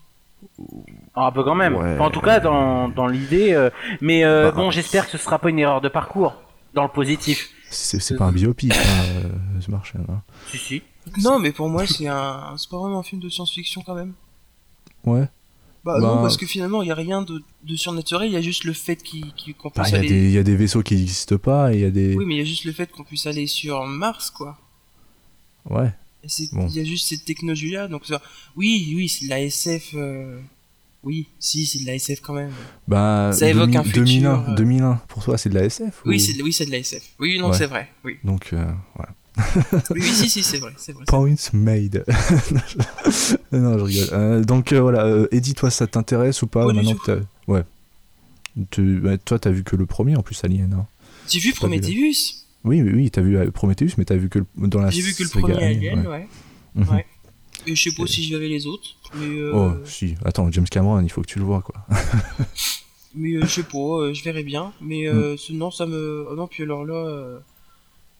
B: Ah, Un peu quand même.
A: Ouais.
B: Enfin, en tout cas, dans, dans l'idée. euh, mais euh,
A: Bah,
B: bon, j'espère que ce sera pas une erreur de parcours. Dans le positif.
A: C'est c'est pas un biopic, hein, euh, ce marché. hein.
B: Si, si.
C: Non, mais pour moi, c'est un, c'est pas vraiment un film de science-fiction quand même.
A: Ouais.
C: Bah,
A: Bah-
C: non, parce que finalement, il n'y a rien de, de surnaturel, il y a juste le fait qu'il- qu'il- qu'on
A: Bah,
C: puisse
A: Il y, a
C: aller.
A: des- il y a des vaisseaux qui n'existent pas, et il y a des.
C: Oui, mais il y a juste le fait qu'on puisse aller sur Mars, quoi.
A: Ouais.
C: Et c'est- Il
A: Bon.
C: y a juste cette technologie-là, donc ça- Oui, oui, c'est de la SF. euh, Oui, si, c'est de la SF quand même.
A: Bah,
C: Ça évoque
A: 2000
C: un futur,
A: 2001,
C: euh.
A: 2001, pour toi, c'est de la SF ou-
C: Oui, c'est de, oui, c'est de la SF. Oui, non,
A: Ouais.
C: c'est vrai. Oui,
A: Donc, euh, voilà.
C: oui, oui, si, si, c'est vrai. C'est vrai.
A: Points made. non, je rigole. Euh, donc, euh, voilà, euh, Eddie, toi, ça t'intéresse ou pas
C: Pas du
A: maintenant
C: tout.
A: que t'as- Ouais. Tu- bah, toi, t'as vu que le premier en plus, Alien. hein.
C: J'ai vu
A: J'ai pas vu, là.
C: Prometheus.
A: Oui, oui, oui, t'as vu euh, Prometheus, mais t'as vu que le- dans la
C: J'ai vu que le
A: saga
C: premier Alien,
A: Ah, ouais.
C: ouais.
A: Mhm.
C: ouais. Et je sais pas
A: Et-
C: si je verrai les autres, mais, euh,
A: Oh, si. Attends, James Cameron, il faut que tu le vois, quoi.
C: mais euh, je sais pas, euh, je verrai bien. Mais euh,
A: Mm.
C: ce- non, ça me. oh non, puis alors là, euh,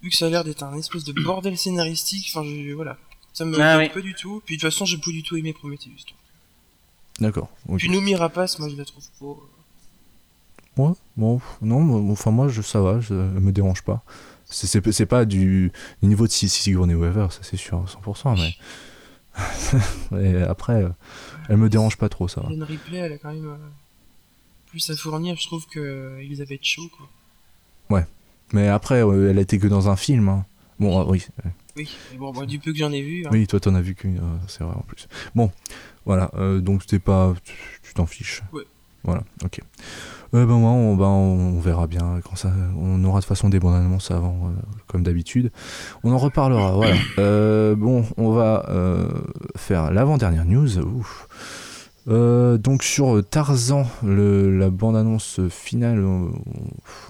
C: vu que ça a l'air d'être un espèce de bordel scénaristique, enfin, je- voilà. Ça me
B: Ah
C: plaît
B: oui.
C: pas du tout. Puis de toute façon, j'ai pas du tout aimé Prometheus. donc.
A: D'accord. ok.
C: Puis Nomi Rapace, moi je la trouve pas.
A: Moi Bon, pff, non, moi- enfin moi je, ça va, je, elle me dérange pas. C'est- C'est c'est pas du, du niveau de Sig- Sigourney Weaver, ça c'est sûr, 100%, mais... Et après, euh, elle me dérange pas trop, ça va.
C: Hélène Ripley, elle a quand même euh, plus à fournir, je trouve, que euh, Elisabeth Shaw, quoi.
A: Mais après, euh, elle a été que dans un film. hein. Bon, ah, oui, euh,
C: Oui, mais bon, moi, du peu que j'en ai vu. hein.
A: oui, toi t'en as vu qu'une, euh, c'est vrai en plus. Bon, voilà, euh, donc t'es pas... tu- Tu t'en fiches.
C: Ouais.
A: Voilà, ok. Euh, ben moi, on, ben, on verra bien quand ça... On aura de toute façon des bonnes annonces avant, euh, comme d'habitude. On en reparlera, voilà. Euh, bon, on va euh, faire l'avant-dernière news. Ouf. Euh, donc sur Tarzan, le- la bande-annonce finale, on,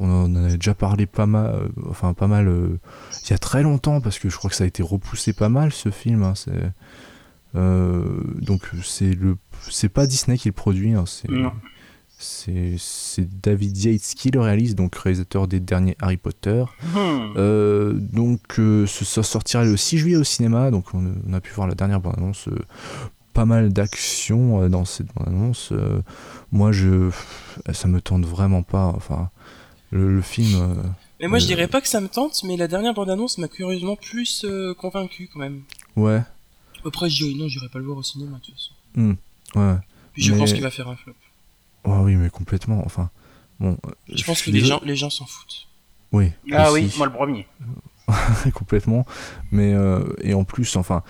A: on en a déjà parlé pas mal, euh, enfin pas mal, euh, il y a très longtemps parce que je crois que ça a été repoussé pas mal ce film. hein, c'est- euh, donc c'est le, c'est pas Disney qui le produit, hein, c'est
B: Non.
A: c'est- c'est David Yates qui le réalise, donc réalisateur des derniers Harry Potter.
B: Hmm.
A: Euh, donc euh, ce- ça sortira le 6 juillet au cinéma, donc on, on a pu voir la dernière bande-annonce, euh, pas mal d'action euh, dans cette bande-annonce. euh, moi, je, ça me tente vraiment pas. Enfin, le, le film, euh,
C: Mais moi, je
A: Euh.
C: dirais pas que ça me tente, mais la dernière bande-annonce m'a curieusement plus euh, convaincu, quand même.
A: ouais,
C: Après, je dis, non, j'irai pas le voir au cinéma, de toute façon.
A: ouais,
C: Puis je
A: Mais-
C: pense qu'il va faire un flop.
A: Ouais, oui, mais complètement. Enfin, bon, euh,
C: Je pense que
A: suis
C: les
A: désolé-
C: gens, les gens s'en foutent.
A: oui,
B: Ah
A: aussi.
B: oui, moi le premier.
A: complètement. Mais euh, et en plus, enfin,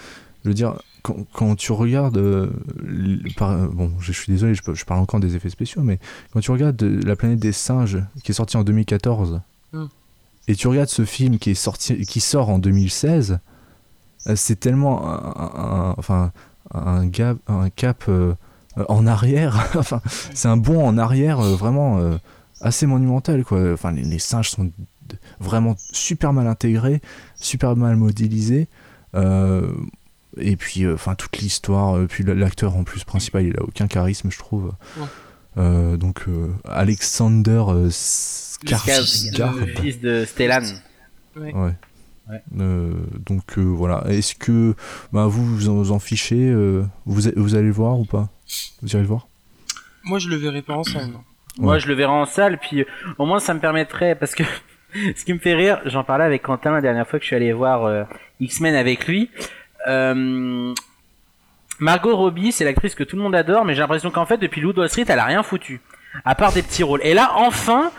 A: je veux dire, quand, quand tu regardes, euh, l- par- euh, bon, je suis désolé, je, peux- je parle encore des effets spéciaux, mais quand tu regardes euh, la planète des singes qui est sortie en 2014
C: Hmm.
A: et tu regardes ce film qui est sorti, qui sort en 2016, euh, c'est tellement un, un- un- enfin un gap, un cap euh, euh, en arrière. enfin, c'est un bond en arrière euh, vraiment. euh, assez monumental quoi enfin les, les singes sont d- vraiment super mal intégrés super mal modélisé. Euh, et puis, euh, enfin, toute l'histoire, euh, puis l'acteur en plus principal, il a aucun charisme, je trouve.
C: Ouais.
A: Euh, donc, euh, Alexander euh, Skarsgård.
B: Le fils de Stellan.
A: Ouais.
B: Ouais.
A: Euh, donc euh, voilà, est-ce que bah, vous vous en, vous en fichez euh, vous, a- vous allez le voir ou pas Vous irez le voir
C: Moi, je le verrai pas en salle, non.
B: Moi, je le verrai en salle, puis euh, au moins ça me permettrait, parce que ce qui me fait rire, j'en parlais avec Quentin la dernière fois que je suis allé voir euh, X-Men avec lui. Euh, Margot Robbie, c'est l'actrice que tout le monde adore, mais j'ai l'impression qu'en fait, depuis Lou Wall Street, elle a rien foutu, à part des petits rôles. Et là, enfin,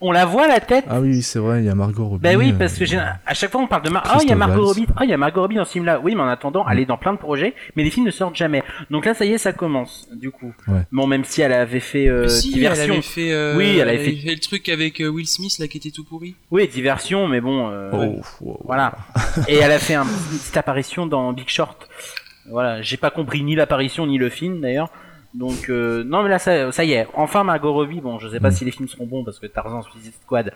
B: on la voit à la tête.
A: Ah oui, c'est vrai, il y a Margot Robbie.
B: Ben oui,
A: euh,
B: parce que j'ai- à chaque fois on parle de Mar
A: Christophe
B: oh, il y a Margot
A: Waltz.
B: Robbie, oh, il y a Margot Robbie dans ce film-là. Oui, mais en attendant, elle est dans plein de projets, mais les films ne sortent jamais. Donc là, ça y est, ça commence, du coup.
A: Ouais.
B: Bon, même si elle avait fait euh,
C: Mais si, elle
B: diversion.
C: avait fait, euh,
B: Oui, elle avait fait-
C: le truc avec euh, Will Smith, là, qui était tout pourri.
B: Oui, diversion, mais bon. euh,
A: Oh, wow.
B: Voilà. Et elle a fait un- une petite apparition dans Big Short. Voilà, j'ai pas compris ni l'apparition ni le film d'ailleurs. Donc euh, non mais là ça, ça y est, enfin Margot Robbie, bon je sais pas
A: Mm.
B: si les films seront bons parce que Tarzan Suicide Squad,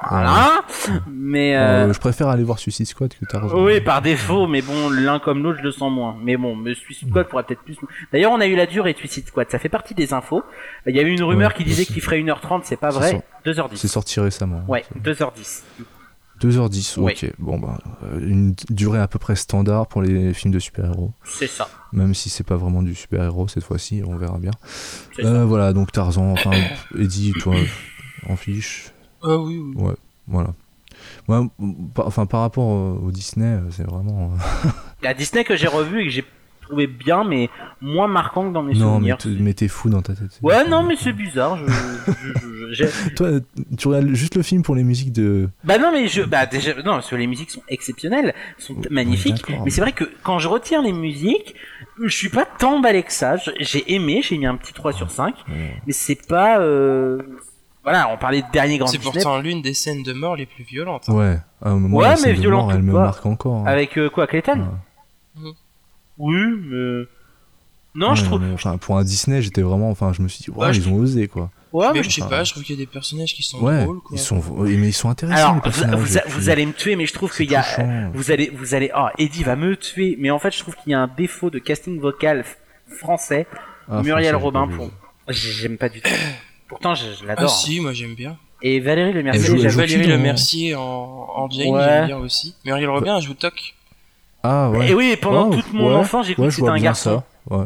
A: Ah
B: voilà, mais Ah, euh,
A: Euh, je préfère aller voir Suicide Squad que Tarzan.
B: oui par défaut, mais bon l'un comme l'autre je le sens moins. Mais bon, mais Suicide Squad pourrait peut-être plus... D'ailleurs on a eu la durée de Suicide Squad, ça fait partie des infos. Il y a eu une rumeur
A: Ouais,
B: qui disait
A: aussi.
B: qu'il ferait 1h30, c'est pas
A: C'est
B: vrai,
A: sûr.
B: 2h10.
A: C'est sorti récemment.
B: Ouais, 2h10.
A: 2h10,
B: Oui.
A: ok. Bon, bah, euh, une durée à peu près standard pour les films de super-héros.
B: C'est ça.
A: Même si c'est pas vraiment du super-héros cette fois-ci, on verra bien.
B: C'est
A: Euh, voilà, donc Tarzan, enfin, Eddie, toi, en fiche.
C: Ah oui, oui.
A: Voilà. moi, m- par- enfin, par rapport au, au Disney, euh, c'est vraiment. euh,
B: La Disney que j'ai revue et que j'ai trouvé bien, mais moins marquant que dans mes
A: Non, mais
B: souvenirs.
A: te- mais t'es fou dans ta tête.
B: Ouais, non, mais c'est bizarre. Je, je- je- j'ai-
A: Toi, tu regardes juste le film pour les musiques de.
B: Bah non, mais je, bah déjà, non, parce que les musiques sont exceptionnelles, sont magnifiques.
A: D'accord.
B: Mais c'est vrai que quand je retire les musiques, je suis pas tant emballé que ça. Je- J'ai aimé, j'ai mis un petit 3 sur 5,
A: Ouais.
B: mais c'est pas. euh, Voilà, on parlait de dernier grand
C: C'est
B: Disney
C: pourtant l'une des scènes de mort les plus violentes. hein.
A: Ouais, à un moment,
B: Ouais,
A: la
B: mais
A: scène de
B: violente
A: mort,
B: ou
A: elle me
B: pas.
A: marque encore. hein.
B: avec euh, quoi, Clayton Mm-hmm.
C: Ouais.
B: Oui, mais non, je
A: Ouais,
B: trouve.
A: mais enfin, pour un Disney, j'étais vraiment. Enfin, je me suis dit, ouais,
C: Ouais, je-
A: ils ont osé, quoi.
B: Ouais,
C: mais
B: mais-
C: je sais pas, je trouve qu'il y a des personnages qui sont
A: Ouais,
C: drôles. Quoi.
A: ils sont. ouais, Mais ils sont intéressants.
B: Alors,
A: les
B: vous,
A: personnages,
B: vous-
A: et puis,
B: vous allez me tuer, mais je trouve
A: c'est
B: qu'il y a.
A: touchant.
B: Vous allez, vous allez. Oh, Eddie va me tuer, mais en fait, je trouve qu'il y a un défaut de casting vocal f- français.
A: Ah,
B: Muriel
A: franchement,
B: Robin
A: j'ai pas vu.
B: pour. J'ai- J'aime pas du tout. Pourtant, je, je
C: Ah
B: l'adore.
C: si, moi j'aime bien.
B: Et Valérie Le
A: Elle
B: Mercier,
A: joue- elle
B: j'avoue-
A: joue
C: Valérie
A: qui
C: Le
A: dans-
C: Mercier en, en Jane,
B: Ouais.
C: j'aime bien aussi. Muriel Robin, elle joue Toc.
A: Ah ouais.
B: Et oui, et pendant
A: Oh,
B: toute mon
A: ouais.
B: enfance, j'ai cru
A: Ouais,
B: que
A: je
B: c'était
A: vois
B: un
A: bien
B: garçon.
A: ça. Ouais.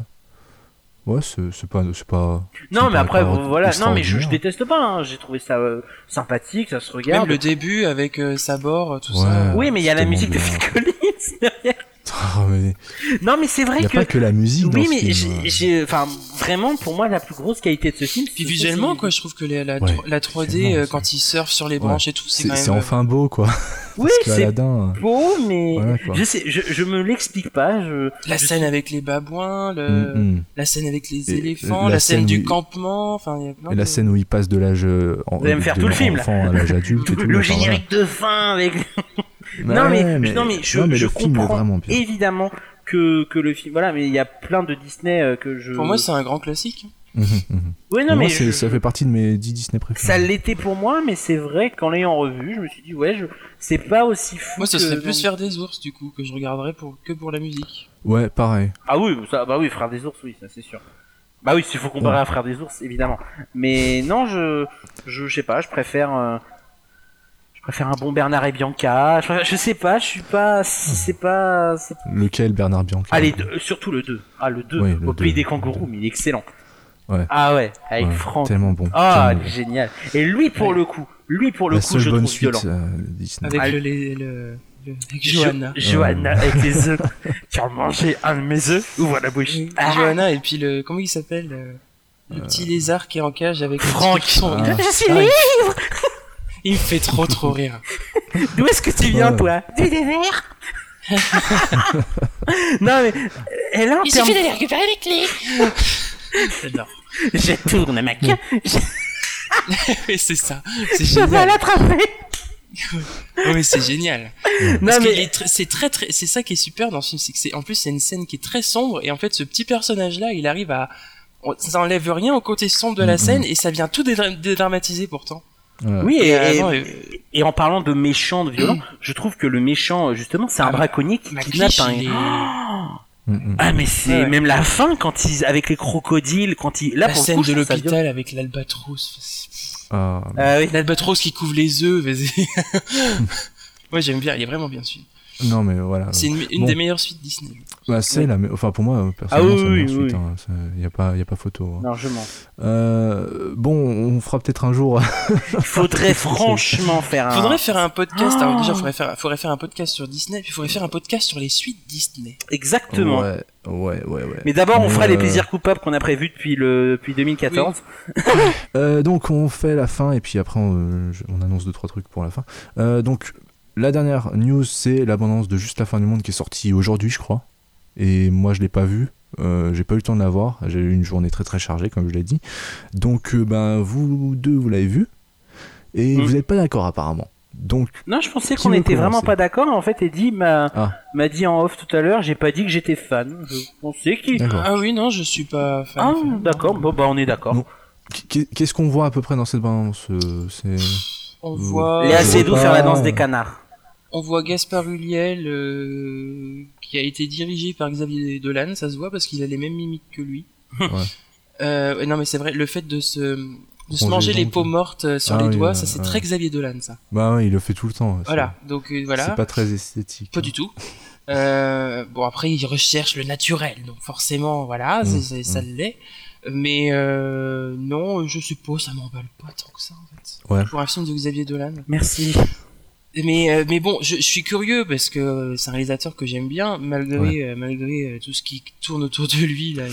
A: Ouais, c'est c'est pas, c'est pas.
B: Non,
A: C'est
B: mais
A: pas-
B: après,
A: pas
B: bon, voilà. Non, mais je, je
A: extraordinaire.
B: déteste pas. hein. J'ai trouvé ça euh, sympathique, ça se
C: Même
B: regarde.
C: le début avec euh, Sabor, tout
A: Ouais.
C: ça.
B: Oui, mais il y a la
A: Tellement
B: musique de
A: bien.
B: Phil Collins derrière.
A: Ah, mais
B: Non, mais c'est
A: il
B: vrai
A: n'y a
B: que.
A: pas que la musique dans
B: Oui,
A: ce
B: mais
A: film. hein.
B: j'ai- j'ai. Enfin, vraiment, pour moi, la plus grosse qualité de ce film.
C: Puis
B: ce-
C: visuellement,
B: c'est-
C: quoi, je trouve que les- la,
A: Ouais,
C: tro- la 3D,
A: visuellement,
C: euh,
A: c'est-
C: quand ils surfent sur les branches et tout, c'est quand
A: C'est
C: même. euh,
A: c'est enfin beau, quoi.
B: Oui,
A: Parce que
B: c'est
A: Aladdin. euh,
B: beau, mais.
A: Voilà, quoi.
B: Je sais, je, je me l'explique pas. Je...
C: La scène avec les babouins, le-
B: euh,
A: Mm, mm.
C: la scène avec les
A: Et,
C: éléphants,
A: euh,
C: la,
A: la
C: scène
A: scène
C: du
A: où il-
C: campement, enfin, il y a plein
A: Et la
C: de-
A: scène où il passe de l'âge euh, en-
B: Vous allez me faire
A: de
B: tout le film, là.
A: enfant à l'âge adulte et tout.
B: Le
A: enfin,
B: générique de fin avec
A: voilà.
B: non,
A: Ouais,
B: mais, non mais je,
A: non, mais
B: je
A: le film est
B: comprends
A: vraiment bien.
B: évidemment que, que le film voilà mais il y a plein de Disney euh, que je
C: Pour moi, c'est un grand classique.
A: Mhm, mhm. Moi,
B: ouais non mais
A: c'est-
B: je-
A: ça fait partie de mes 10 Disney
B: ça
A: préférés.
B: l'était pour moi mais c'est vrai qu'en l'ayant revu je me suis dit ouais je c'est pas aussi fou
C: Moi, ce
B: que-
C: serait plus faire des ours, du coup, que je regarderais pour... que pour la musique.
A: Ouais, pareil.
B: ah oui ça bah oui frère des ours oui ça c'est sûr bah oui s'il faut comparer
A: Ouais.
B: à frère des ours évidemment mais non je je je sais pas je préfère euh, je préfère un bon Bernard et Bianca je, préfère- je sais pas je suis pas si c'est pas c'est-
A: Lequel, Bernard Bianca
B: Ah, les deux, surtout le 2. Ah, le 2,
A: Oui, le
B: au
A: deux,
B: pays des
A: le
B: kangourous,
A: deux.
B: mais il est excellent.
A: Ouais.
B: Ah ouais, avec
A: Ouais,
B: Franck.
A: Tellement bon.
B: Ah,
A: tellement bon.
B: génial. Et lui, pour le coup, lui, pour le
A: La
B: coup,
A: seule
B: je
A: bonne
B: trouve
A: suite
B: violent.
A: euh, Disney.
C: Avec
B: Ah,
C: le, le, le- le- avec
B: Jo-
C: Johanna.
B: Johanna, avec les œufs. tu as mangé un de mes œufs, ouvre la bouche. Ah.
C: Johanna, et puis le. Comment il s'appelle euh, Le petit lézard qui est en cage avec. le
B: Franck.
C: petit son.
A: Ah.
B: Je suis
C: Ah,
B: libre.
C: Il me fait trop trop rire.
B: D'où est-ce que tu viens,
A: Ouais.
B: toi Du désert Non, mais elle a un
D: Il
B: terme-
D: suffit d'aller récupérer les clés.
C: J'adore.
B: Je tourne ma queue,
C: Mais c'est ça. C'est
B: je vais
C: génial.
B: l'attraper.
C: Oui, c'est génial.
B: Non,
C: Parce que
B: mais
C: les tr- c'est très très c'est ça qui est super dans ce film, c'est que c'est en plus c'est une scène qui est très sombre et en fait ce petit personnage là, il arrive à on- ça enlève rien au côté sombre de la
A: Mhm.
B: Mm-hmm.
C: scène et ça vient tout dédra- dédramatiser pourtant.
A: Ouais.
B: oui,
C: Et
B: et,
C: avant, euh,
B: Et en parlant de méchant, de violent, je trouve que le méchant, euh, justement, c'est un
C: Ah,
B: braconnier qui kidnappe
C: McLeish,
B: un.
C: il est-
A: Mhm, mhm.
B: Ah mais c'est
C: Ouais, ouais.
B: même la fin quand ils avec les crocodiles quand ils là
C: la
B: pour le
C: scène
B: coup,
C: de
B: je trouve ça violent.
C: l'hôpital avec l'albatros. c'est-
A: Ah,
B: Ah oui.
C: L'albatros qui couvre les œufs. vas-y. Moi j'aime bien, il est vraiment bien celui.
A: Non, mais voilà.
C: C'est une, une
A: Bon.
C: des meilleures suites Disney.
A: Bah, c'est
B: Oui.
A: la me- Enfin, pour moi, euh, personnellement,
B: Ah oui,
A: c'est
B: oui,
A: la meilleure
B: oui,
A: suite. hein. Ça- y a pas, y a pas photo. hein.
B: largement.
A: Euh, bon, on fera peut-être un jour.
B: Il faudrait franchement faire un.
C: Faudrait faire un podcast.
B: Ah.
C: Alors déjà, faudrait faire, faudrait faire un podcast sur Disney, puis faudrait faire un podcast sur les suites Disney.
B: exactement.
A: Ouais, ouais, ouais, ouais.
B: Mais d'abord,
A: Mais,
B: on fera les
A: euh,
B: plaisirs coupables qu'on a prévus depuis le depuis 2014.
A: Euh, donc, on fait la fin et puis après, on, euh, je- on annonce deux trois trucs pour la fin. Euh, donc, la dernière news, c'est l'abondance de Juste la fin du monde qui est sortie aujourd'hui, je crois. Et moi, je l'ai pas vue. Euh, j'ai pas eu le temps de la voir. J'ai eu une journée très très chargée, comme je l'ai dit. Donc, euh, ben, vous deux, vous l'avez vue et
C: Mmh.
B: Mm.
A: vous n'êtes pas d'accord apparemment. Donc,
B: Non, je pensais
A: Qui
B: qu'on
A: veut
B: était vraiment
A: commencer
B: pas d'accord. En fait, Eddie m'a
A: Ah.
B: m'a dit en off tout à l'heure, j'ai pas dit que j'étais fan. Je pensais qu'il.
A: d'accord.
C: Ah oui, non, je suis pas fan.
B: Ah
C: fan.
B: d'accord. Bon bah on est d'accord.
A: Non. Qu- Qu'est-ce qu'on voit à peu près dans cette bande-annonce euh, C'est
C: On
A: Vous-
C: voit,
B: Léa
A: Je vois
B: Seydoux
A: pas.
B: faire la danse des canards.
C: on voit Gaspard Ulliel euh, qui a été dirigé par Xavier Dolan, ça se voit parce qu'il a les mêmes mimiques que lui.
A: Ouais.
C: Euh, ouais, non mais c'est vrai, le fait de se, de se
A: Ronger
C: manger
A: les
C: les
A: dents,
C: peaux
A: quoi.
C: mortes euh, sur
A: Ah
C: les
A: oui,
C: doigts,
A: ouais,
C: ça c'est
A: ouais.
C: très Xavier Dolan ça.
A: bah ouais, il le fait tout le temps. ça.
C: Voilà, donc euh,
A: C'est
C: voilà, pas,
A: pas très esthétique. hein.
C: du tout. Euh, bon après il recherche le naturel, donc forcément voilà, c'est-
A: Mm,
C: c'est- ça
A: mm.
C: l'est. Mais euh, non, je suppose ça m'emballe pas tant que ça en fait.
A: Ouais.
C: Pour un film de Xavier Dolan.
B: Merci.
C: Mais, euh, mais bon, je, je suis curieux parce que c'est un réalisateur que j'aime bien, malgré, euh, malgré euh, tout ce qui tourne autour de lui. Là, il-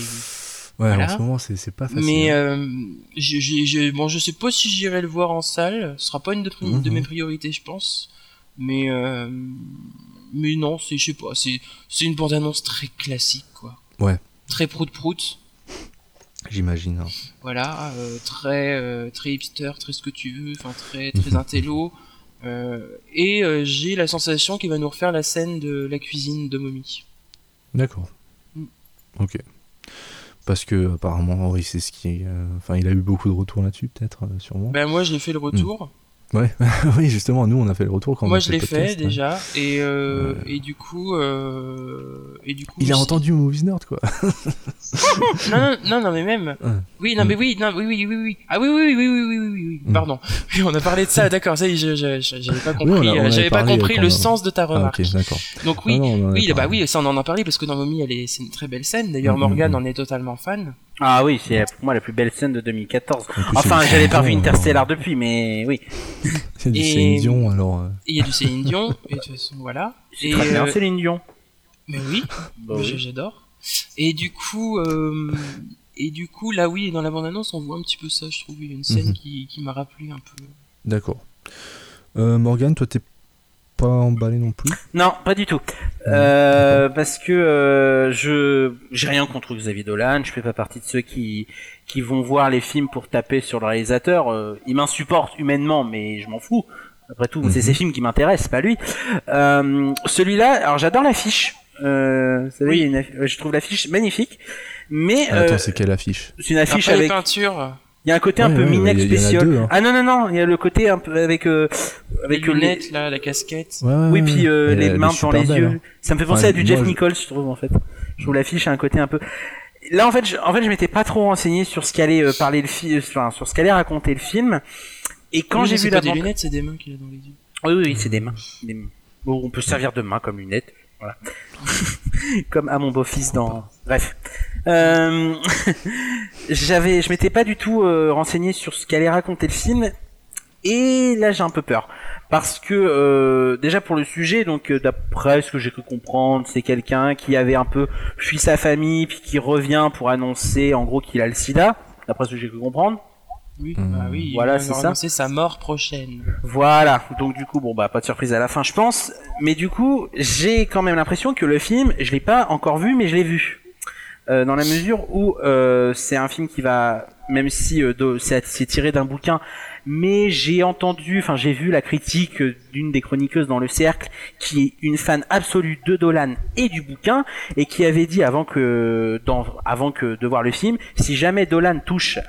A: Ouais,
C: Voilà.
A: en ce moment, c'est c'est pas facile.
C: Mais
A: hein.
C: euh, je, je, je, bon, je sais pas si j'irai le voir en salle. Ce sera pas une de, pri- de
A: Mhm.
C: mes priorités, je pense. Mais, euh, mais non, c'est, je sais pas, c'est, c'est une bande-annonce très classique, quoi.
A: Ouais.
C: Très prout-prout.
A: J'imagine. hein.
C: Voilà, euh, très, euh, très hipster, très ce que tu veux, enfin très, très
A: Mhm.
C: intello. Euh, et euh, j'ai la sensation qu'il va nous refaire la scène de la cuisine de Mommy.
A: D'accord.
C: Mm.
A: Ok. Parce que apparemment Henri c'est ce qui, euh, enfin il a eu beaucoup de retours là-dessus peut-être, euh, sûrement.
C: Ben moi j'ai fait le retour.
A: Ouais. oui justement, nous on a fait le retour quand on
C: moi
A: a
C: je
A: le
C: l'ai fait
A: podcast, ouais.
C: déjà et euh, et du coup euh, et du coup
A: hein. Il a
C: je-
A: entendu Movies Nerd quoi.
C: non, non non non mais même
A: Hein.
C: oui non
A: Mm.
C: mais oui non oui oui oui oui ah oui oui oui oui oui oui oui, oui.
A: Mm.
C: pardon oui on a parlé de ça d'accord ça y est, je- je- je- j'avais pas
A: on a-
C: compris
A: on
C: euh,
A: avait
C: j'avais pas
A: parlé
C: compris
A: quand
C: le
A: on-
C: sens de ta
A: Ah,
C: remarque
A: ok, d'accord.
C: donc oui
A: Ah, non, on en a
C: oui bah
A: parlé.
C: oui ça on en a parlé parce que dans Mommy elle est c'est une très belle scène d'ailleurs
B: Mm-hmm.
A: Mm,
C: Morgan
A: mm,
C: en est totalement fan
B: Ah oui, c'est pour moi la plus belle scène de 2014.
A: En plus,
B: Enfin,
A: c'est une
B: j'avais pas vu
A: Dion,
B: Interstellar depuis, mais oui.
A: alors. C'est du
C: Et-
A: Céline Dion alors. euh,
C: et il y a du Céline Dion et de toute façon voilà
B: J'ai
C: et
B: très bien Bah
C: euh,
B: Céline Dion.
C: mais oui Moi, je- J'adore. Et du coup, euh, et du coup, là oui, dans la bande-annonce, on voit un petit peu ça. Je trouve il y a une scène
B: Mm-hmm.
A: Mhm.
C: qui, qui m'a rappelé un peu.
A: D'accord. Euh, Morgan, toi t'es pas emballé non plus.
B: Non, pas du tout. Euh, parce que euh, je j'ai rien contre Xavier Dolan, je fais pas partie de ceux qui qui vont voir les films pour taper sur le réalisateur. Euh, il m'insupporte humainement, mais je m'en fous. Après tout, c'est
A: Mhm.
B: ces films qui m'intéressent, pas lui. Euh, Celui-là, alors j'adore l'affiche. Euh, vous savez, il y a une affi- je trouve l'affiche magnifique, mais
A: Ah,
B: euh,
A: Attends, c'est quelle affiche
B: c'est une affiche
C: Après
B: avec
C: les peintures,
B: Il y a un côté un
A: Ouais,
B: peu
A: ouais,
B: minex
A: il y a- il y en a
B: spécial.
A: deux, hein.
B: Ah non non non, il y a le côté un peu avec euh,
C: les
B: avec le
C: lunettes, là, la casquette.
A: Ouais, ouais,
B: oui
A: ouais,
B: puis euh,
A: ouais.
B: les
A: Elle est
B: mains devant
A: super
B: les
A: belle,
B: yeux.
A: hein.
B: Ça me fait penser
A: Enfin,
B: à du
A: moi,
B: Jeff
A: je-
B: Nichols, je trouve en fait. Je trouve l'affiche a un côté un peu. Là en fait, je, en fait, je m'étais pas trop renseigné sur ce qu'allait euh, parler le film, enfin sur ce qu'allait raconter le film. Et quand
C: Oui,
B: j'ai
C: mais
B: vu
C: c'est pas
B: la
C: des
B: bande-
C: lunettes, c'est des mains qu'il a dans les yeux.
B: oui, oui, oui, c'est des mains. Des mains. Bon, on peut se servir de mains comme lunettes. Voilà. comme à mon beau-fils dans. Bref. Euh, J'avais, je m'étais pas du tout euh, renseigné sur ce qu'allait raconter le film. Et là, j'ai un peu peur. Parce que, euh, déjà pour le sujet, donc euh, d'après ce que j'ai cru comprendre, c'est quelqu'un qui avait un peu fui sa famille, puis qui revient pour annoncer en gros qu'il a le sida, d'après ce que j'ai cru comprendre.
C: Oui,
A: Mhm.
C: bah oui. il
B: Mm. Voilà,
C: va
B: c'est
C: leur
B: ça.
C: annoncer sa mort prochaine.
B: Voilà, donc du coup, bon bah pas de surprise à la fin je pense, mais du coup j'ai quand même l'impression que le film, je l'ai pas encore vu mais je l'ai vu. Euh, dans la mesure où euh, c'est un film qui va, même si euh, de- c'est c'est tiré d'un bouquin, mais j'ai entendu, enfin j'ai vu la critique euh, d'une des chroniqueuses dans le cercle qui est une fan absolue de Dolan et du bouquin et qui avait dit avant que, dans, avant que de voir le film, si jamais Dolan touche à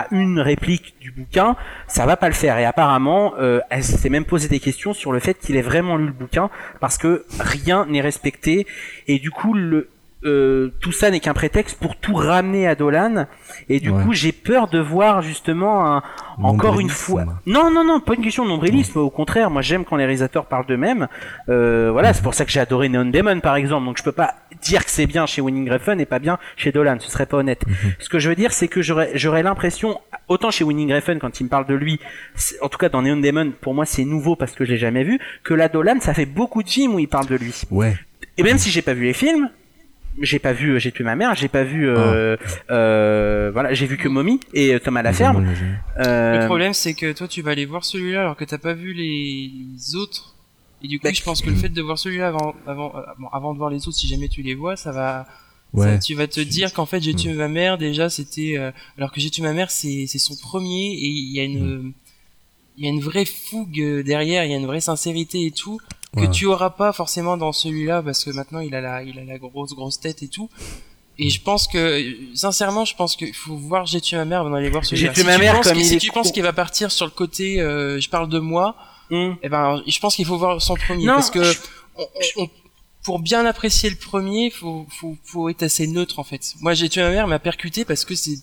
B: à une réplique du bouquin, ça va pas le faire. Et apparemment, euh, elle s'est même posé des questions sur le fait qu'il ait vraiment lu le bouquin, parce que rien n'est respecté. Et du coup, le, euh, tout ça n'est qu'un prétexte pour tout ramener à Dolan. Et du
A: Ouais.
B: coup, j'ai peur de voir justement un, encore une
A: Nombrilisme.
B: fois.
C: hein.
B: Non, non, non, pas une question de nombrilisme. Au contraire, moi j'aime quand les réalisateurs parlent d'eux-mêmes. Euh, voilà, c'est pour ça que j'ai adoré Neon Demon par exemple. Donc je peux pas dire que c'est bien chez Winning Refn et pas bien chez Dolan. Ce serait pas honnête.
C: Mhm.
B: Ce que je veux dire, c'est que j'aurais j'aurais l'impression, autant chez Winning Refn quand il me parle de lui, c'est- en tout cas dans Neon Demon, pour moi c'est nouveau parce que je l'ai jamais vu, que la Dolan, ça fait beaucoup de films où il parle de lui.
A: Ouais.
B: Et même si j'ai pas vu les films, j'ai pas vu euh, J'ai tué ma mère, j'ai pas vu euh,
C: Ah.
B: euh, voilà, j'ai vu que Mommy et Thomas la ferme. Euh,
C: Le problème, c'est que toi, tu vas aller voir celui-là alors que t'as pas vu les, les autres. Et du coup,
B: Bah,
C: je pense que le
A: Mhm.
C: fait de voir celui-là avant, avant, euh, bon, avant de voir les autres, si jamais tu les vois, ça va,
A: Ouais.
C: Ça, tu vas te
A: Tu-
C: dire qu'en fait j'ai
A: Mm.
C: tué ma mère déjà c'était euh, alors que j'ai tué ma mère c'est c'est son premier et il y a une
A: Mm.
C: il y a une vraie fougue euh, derrière il y a une vraie sincérité et tout que
A: Ouais.
C: tu auras pas forcément dans celui-là parce que maintenant il a la il a la grosse grosse tête et tout et je pense que euh, sincèrement je pense qu'il faut voir j'ai tué ma mère avant d'aller voir celui-là
B: J'ai tué
C: Si
B: ma
C: tu
B: mère
C: penses
B: comme
C: qu'il-
B: il
C: si
B: est
C: tu
B: con.
C: penses qu'il va partir sur le côté euh, je parle de moi
B: hum.
C: eh ben je pense qu'il faut voir son premier
B: Non,
C: parce que
B: je-
C: on- on- on- pour bien apprécier le premier, faut, faut, faut être assez neutre en fait. Moi, j'ai tué ma mère, elle m'a percuté parce que c'est,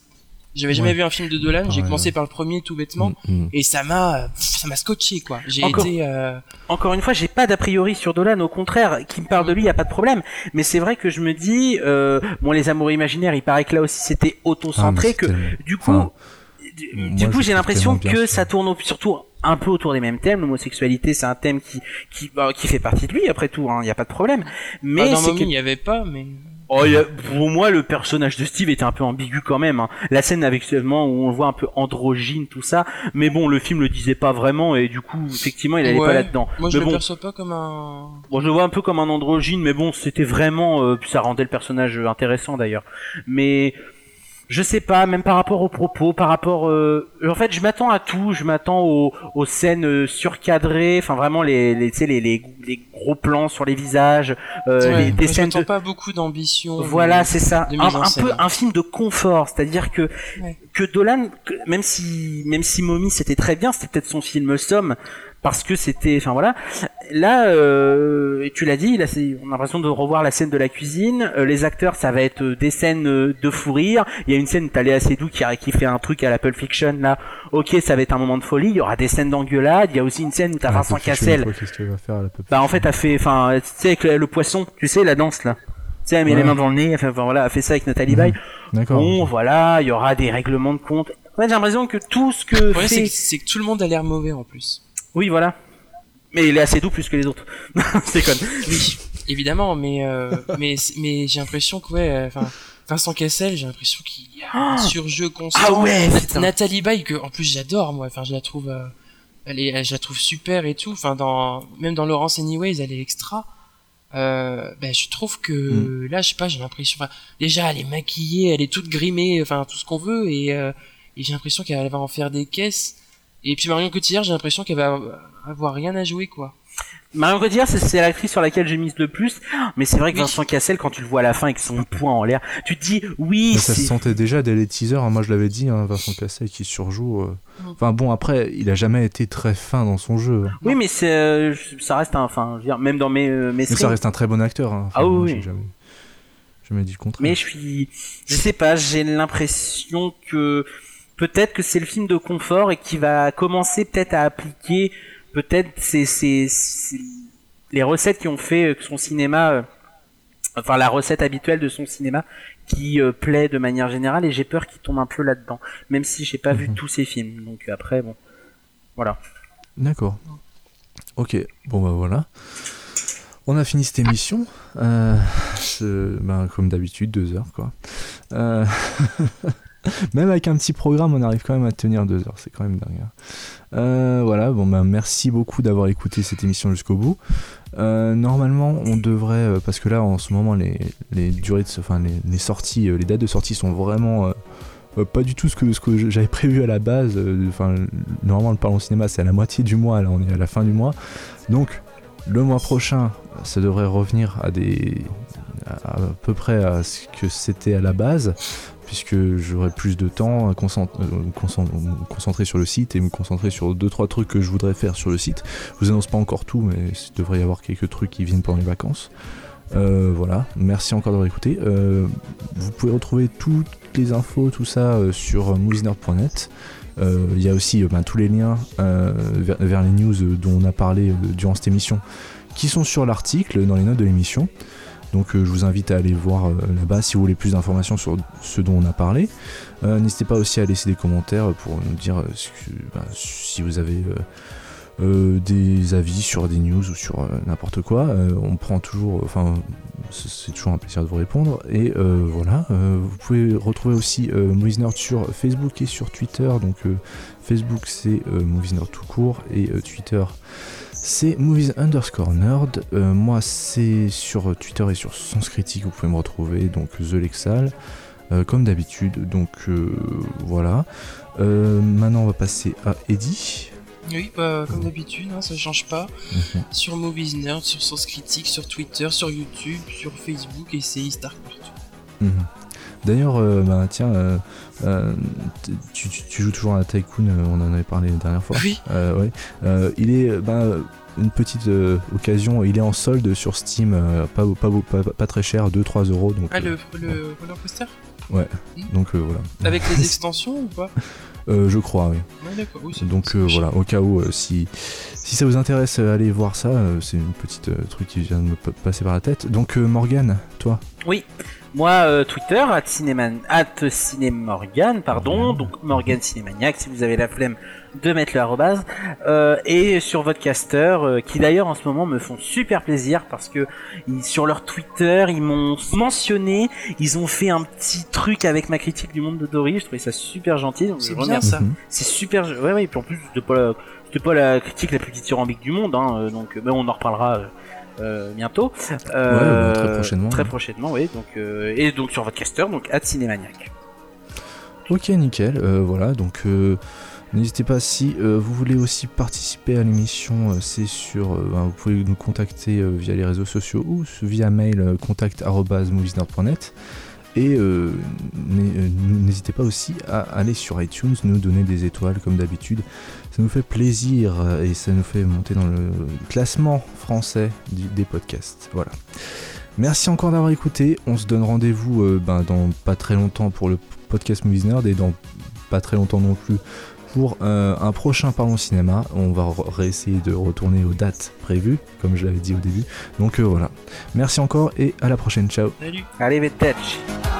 C: j'avais jamais
A: Ouais.
C: vu un film de Dolan. J'ai
A: Pareil,
C: commencé par le premier tout bêtement
A: Mm, mm.
C: et ça m'a, pff, ça m'a scotché quoi. J'ai
B: Encore.
C: été, euh,
B: encore une fois, j'ai pas d'a priori sur Dolan, au contraire, qui me parle de lui, y a pas de problème. Mais c'est vrai que je me dis, euh, bon, les amoureux imaginaires, il paraît que là aussi c'était
A: Ah, mais
B: auto-centré,
A: c'est
B: que
A: tellement-
B: du coup,
A: Enfin,
B: du,
A: moi,
B: du coup,
A: je
B: j'ai
A: trouve
B: l'impression
A: tellement bien
B: que
A: ça.
B: ça tourne au- surtout un peu autour des mêmes thèmes. L'homosexualité, c'est un thème qui qui bah, qui fait partie de lui après tout. Il hein, n'y a pas de problème. Mais
C: Ah, dans
B: c'est
C: Mommy,
B: que-
C: il n'y avait pas, mais.
B: Oh, il y a- pour moi, le personnage de Steve était un peu ambigu quand même. hein. La scène avec seulement où on le voit un peu androgyne, tout ça. Mais bon, le film le disait pas vraiment et du coup, effectivement, il allait
C: Ouais.
B: pas là-dedans.
C: Moi, je
B: Mais
C: le
B: bon.
C: perçois pas comme un.
B: Bon, je le vois un peu comme un androgyne, mais bon, c'était vraiment, euh, puis ça rendait le personnage euh, intéressant d'ailleurs. Mais je sais pas, même par rapport aux propos, par rapport, euh, en fait, je m'attends à tout, je m'attends aux, aux scènes euh, surcadrées, enfin vraiment les, les, tu sais, les, les, les gros plans sur les visages, euh,
C: Ouais,
B: les, des
C: moi, je
B: scènes
C: m'attends
B: de-
C: pas beaucoup d'ambition.
B: voilà, c'est ça.
C: euh, de
B: Un,
C: mise en
B: un
C: scène.
B: peu un film de confort, c'est-à-dire que
C: Ouais.
B: que Dolan, que- même si même si Mommy c'était très bien, c'était peut-être son film somme parce que c'était, enfin voilà. Là, euh, tu l'as dit, là, c'est- on a l'impression de revoir la scène de la cuisine. Euh, les acteurs, ça va être euh, des scènes euh, de fou rire. Il y a une scène, t'as Léa Seydoux qui, a- qui fait un truc à la Pulp Fiction là. Ok, ça va être un moment de folie. Il y aura des scènes d'engueulade. Il y a aussi une scène où t'as Vincent Cassel.
A: Qu'est-ce qu'elle va faire à la pop
B: Bah en fait, elle fait, enfin, tu sais avec le, le poisson, tu sais la danse là. Tu sais, elle met
A: Ouais.
B: les mains dans le nez, elle fait, enfin voilà, elle fait ça avec Nathalie
A: Mhm.
B: Baye.
A: D'accord.
B: Bon, voilà, il y aura des règlements de compte. Ouais, j'ai l'impression que tout ce que
C: Le problème, c'est
B: fait,
C: que- c'est que tout le monde a l'air mauvais en plus.
B: oui voilà. Mais il est assez doux plus que les autres. c'est con.
C: Oui, évidemment, mais euh, mais c'est- mais j'ai l'impression que ouais, euh, enfin Vincent Cassel, j'ai l'impression qu'il y a un
B: Ah
C: surjeu constant.
B: Ah ouais,
C: Nat-
B: putain.
C: Nathalie Baye que en plus j'adore moi, enfin je la trouve euh, elle est je la trouve super et tout, enfin dans même dans Laurence Anyways, elle est extra. Euh, ben je trouve que là je sais pas, j'ai l'impression enfin déjà elle est maquillée, elle est toute grimée, enfin tout ce qu'on veut et euh, et j'ai l'impression qu'elle va en faire des caisses. Et puis Marion Cotillard, j'ai l'impression qu'elle va avoir rien à jouer quoi.
B: Marion Cotillard, c'est- c'est l'actrice sur laquelle j'ai mise le plus. Mais c'est vrai que
C: Oui.
B: Vincent Cassel, quand tu le vois à la fin avec son poing en l'air, tu te dis oui.
A: Mais ça se
B: c'est-
A: sentait déjà dès les teasers, hein. moi je l'avais dit, hein, Vincent Cassel qui surjoue. euh.
C: Mm.
A: Enfin bon, après, il a jamais été très fin dans son jeu. hein.
B: Oui, mais c'est, euh, je- ça reste un, enfin, je veux dire, même dans mes euh, mes
A: Mais ça
B: streams,
A: reste un très bon acteur. hein. Enfin,
B: Ah oui,
A: moi,
B: oui.
A: j'ai Jamais, jamais dit le contraire.
B: Mais je suis, je sais pas, j'ai l'impression que peut-être que c'est le film de confort et qui va commencer peut-être à appliquer peut-être ces, ces, ces- les recettes qui ont fait que son cinéma, euh, enfin la recette habituelle de son cinéma qui euh, plaît de manière générale et j'ai peur qu'il tombe un peu là-dedans, même si j'ai pas vu
A: Mhm.
B: tous ses films. Donc après bon, voilà.
A: D'accord. Ok, bon bah voilà. On a fini cette émission. Euh, ce- ben, comme d'habitude, deux heures quoi. Euh, même avec un petit programme, on arrive quand même à tenir deux heures. C'est quand même dingue. hein. Euh, voilà, bon ben merci beaucoup d'avoir écouté cette émission jusqu'au bout. Euh, normalement, on devrait, euh, parce que là en ce moment, les, les durées de, ce- enfin les, les sorties, euh, les dates de sortie sont vraiment euh, euh, pas du tout ce que, ce que j'avais prévu à la base. euh, Enfin, normalement, le Parlons Cinéma, c'est à la moitié du mois. Là, on est à la fin du mois. Donc, le mois prochain, ça devrait revenir à des. à, à peu près à ce que c'était à la base, puisque j'aurai plus de temps à concent- euh, concent- me concentrer sur le site et me concentrer sur deux trois trucs que je voudrais faire sur le site. Je vous annonce pas encore tout, mais il devrait y avoir quelques trucs qui viennent pendant les vacances. Euh, voilà, merci encore d'avoir écouté. Euh, vous pouvez retrouver toutes les infos, tout ça euh, sur mousnerd.net. Euh, Il y a aussi euh, ben, tous les liens euh, vers, vers les news euh, dont on a parlé euh, durant cette émission qui sont sur l'article, dans les notes de l'émission. Donc euh, je vous invite à aller voir euh, là-bas si vous voulez plus d'informations sur ce dont on a parlé. Euh, N'hésitez pas aussi à laisser des commentaires pour nous dire euh, ce que- ben, si vous avez euh, euh, des avis sur des news ou sur euh, n'importe quoi. Euh, on prend toujours, enfin c'est- c'est toujours un plaisir de vous répondre. Et euh, voilà, euh, vous pouvez retrouver aussi euh, Movies Nerd sur Facebook et sur Twitter. Donc euh, Facebook c'est euh, Movies Nerd tout court et euh, Twitter c'est Movies underscore Nerd. Euh, moi c'est sur Twitter et sur Sens Critique, vous pouvez me retrouver, donc The Lexal. euh, comme d'habitude, donc euh, voilà. Euh, maintenant on va passer à Eddie.
C: Oui, bah, comme d'habitude, hein, ça change pas. Sur Movies Nerd, sur Source Critique, sur Twitter, sur YouTube, sur Facebook, et c'est Stark partout.
A: Mhm. D'ailleurs, euh, bah, tiens, euh, euh, t- tu, tu- tu joues toujours à Tycoon, euh, on en avait parlé la dernière fois.
C: Oui,
A: Euh, ouais. Euh, il est, euh, ben, euh, une petite euh, occasion, il est en solde sur Steam, euh, pas, pas, pas, pas très cher, 2-3 euros. Donc,
C: ah,
A: euh,
C: le, le roller coaster
A: donc euh, voilà.
C: Avec les extensions ou pas
A: Euh, je crois, oui.
C: Ouais, d'accord. oui, c'est-
A: Donc
C: c'est
A: euh,
C: pas
A: voilà, au cas où, euh, si, si ça vous intéresse, euh, allez voir ça. euh, C'est une petite euh, truc qui vient de me pa- passer par la tête. Donc euh, Morgane, toi
B: Oui, Moi, euh, Twitter, at, cinéman- at cinémorgan, pardon, donc Morgan Cinémaniac, si vous avez la flemme de mettre le arrobase, euh, et sur Vodcaster, euh, qui d'ailleurs en ce moment me font super plaisir parce que ils- sur leur Twitter, ils m'ont mentionné, ils ont fait un petit truc avec ma critique du monde de Dory, je trouvais ça super gentil, donc je
C: C'est
B: remercie
C: bien ça.
A: Mhm.
B: c'est super. Ouais, ouais, et puis en plus, c'était pas la, c'était pas la critique la plus dithyrambique du monde, hein, euh, donc euh, mais on en reparlera euh, euh, bientôt.
A: Ouais, bah, très prochainement,
B: Très
A: ouais.
B: prochainement, oui. Donc, euh, et donc sur votre caster, donc à Cinémaniac.
A: Ok, nickel. euh, voilà, donc euh, n'hésitez pas si euh, vous voulez aussi participer à l'émission, euh, c'est sur. euh, ben, vous pouvez nous contacter euh, via les réseaux sociaux ou s- via mail euh, contact@moviesnerd.net. Et euh, n'hé- euh, n'hésitez pas aussi à aller sur iTunes, nous donner des étoiles comme d'habitude. Ça nous fait plaisir euh, et ça nous fait monter dans le classement français du- des podcasts. Voilà. Merci encore d'avoir écouté. On se donne rendez-vous euh, ben, dans pas très longtemps pour le podcast Movies Nerd et dans pas très longtemps non plus pour euh, un prochain Parlons Cinéma. On va re- réessayer de retourner aux dates prévues, comme je l'avais dit au début. Donc euh, voilà. Merci encore et à la prochaine. Ciao.
C: Salut.
B: Allez, Vetech.
D: Thank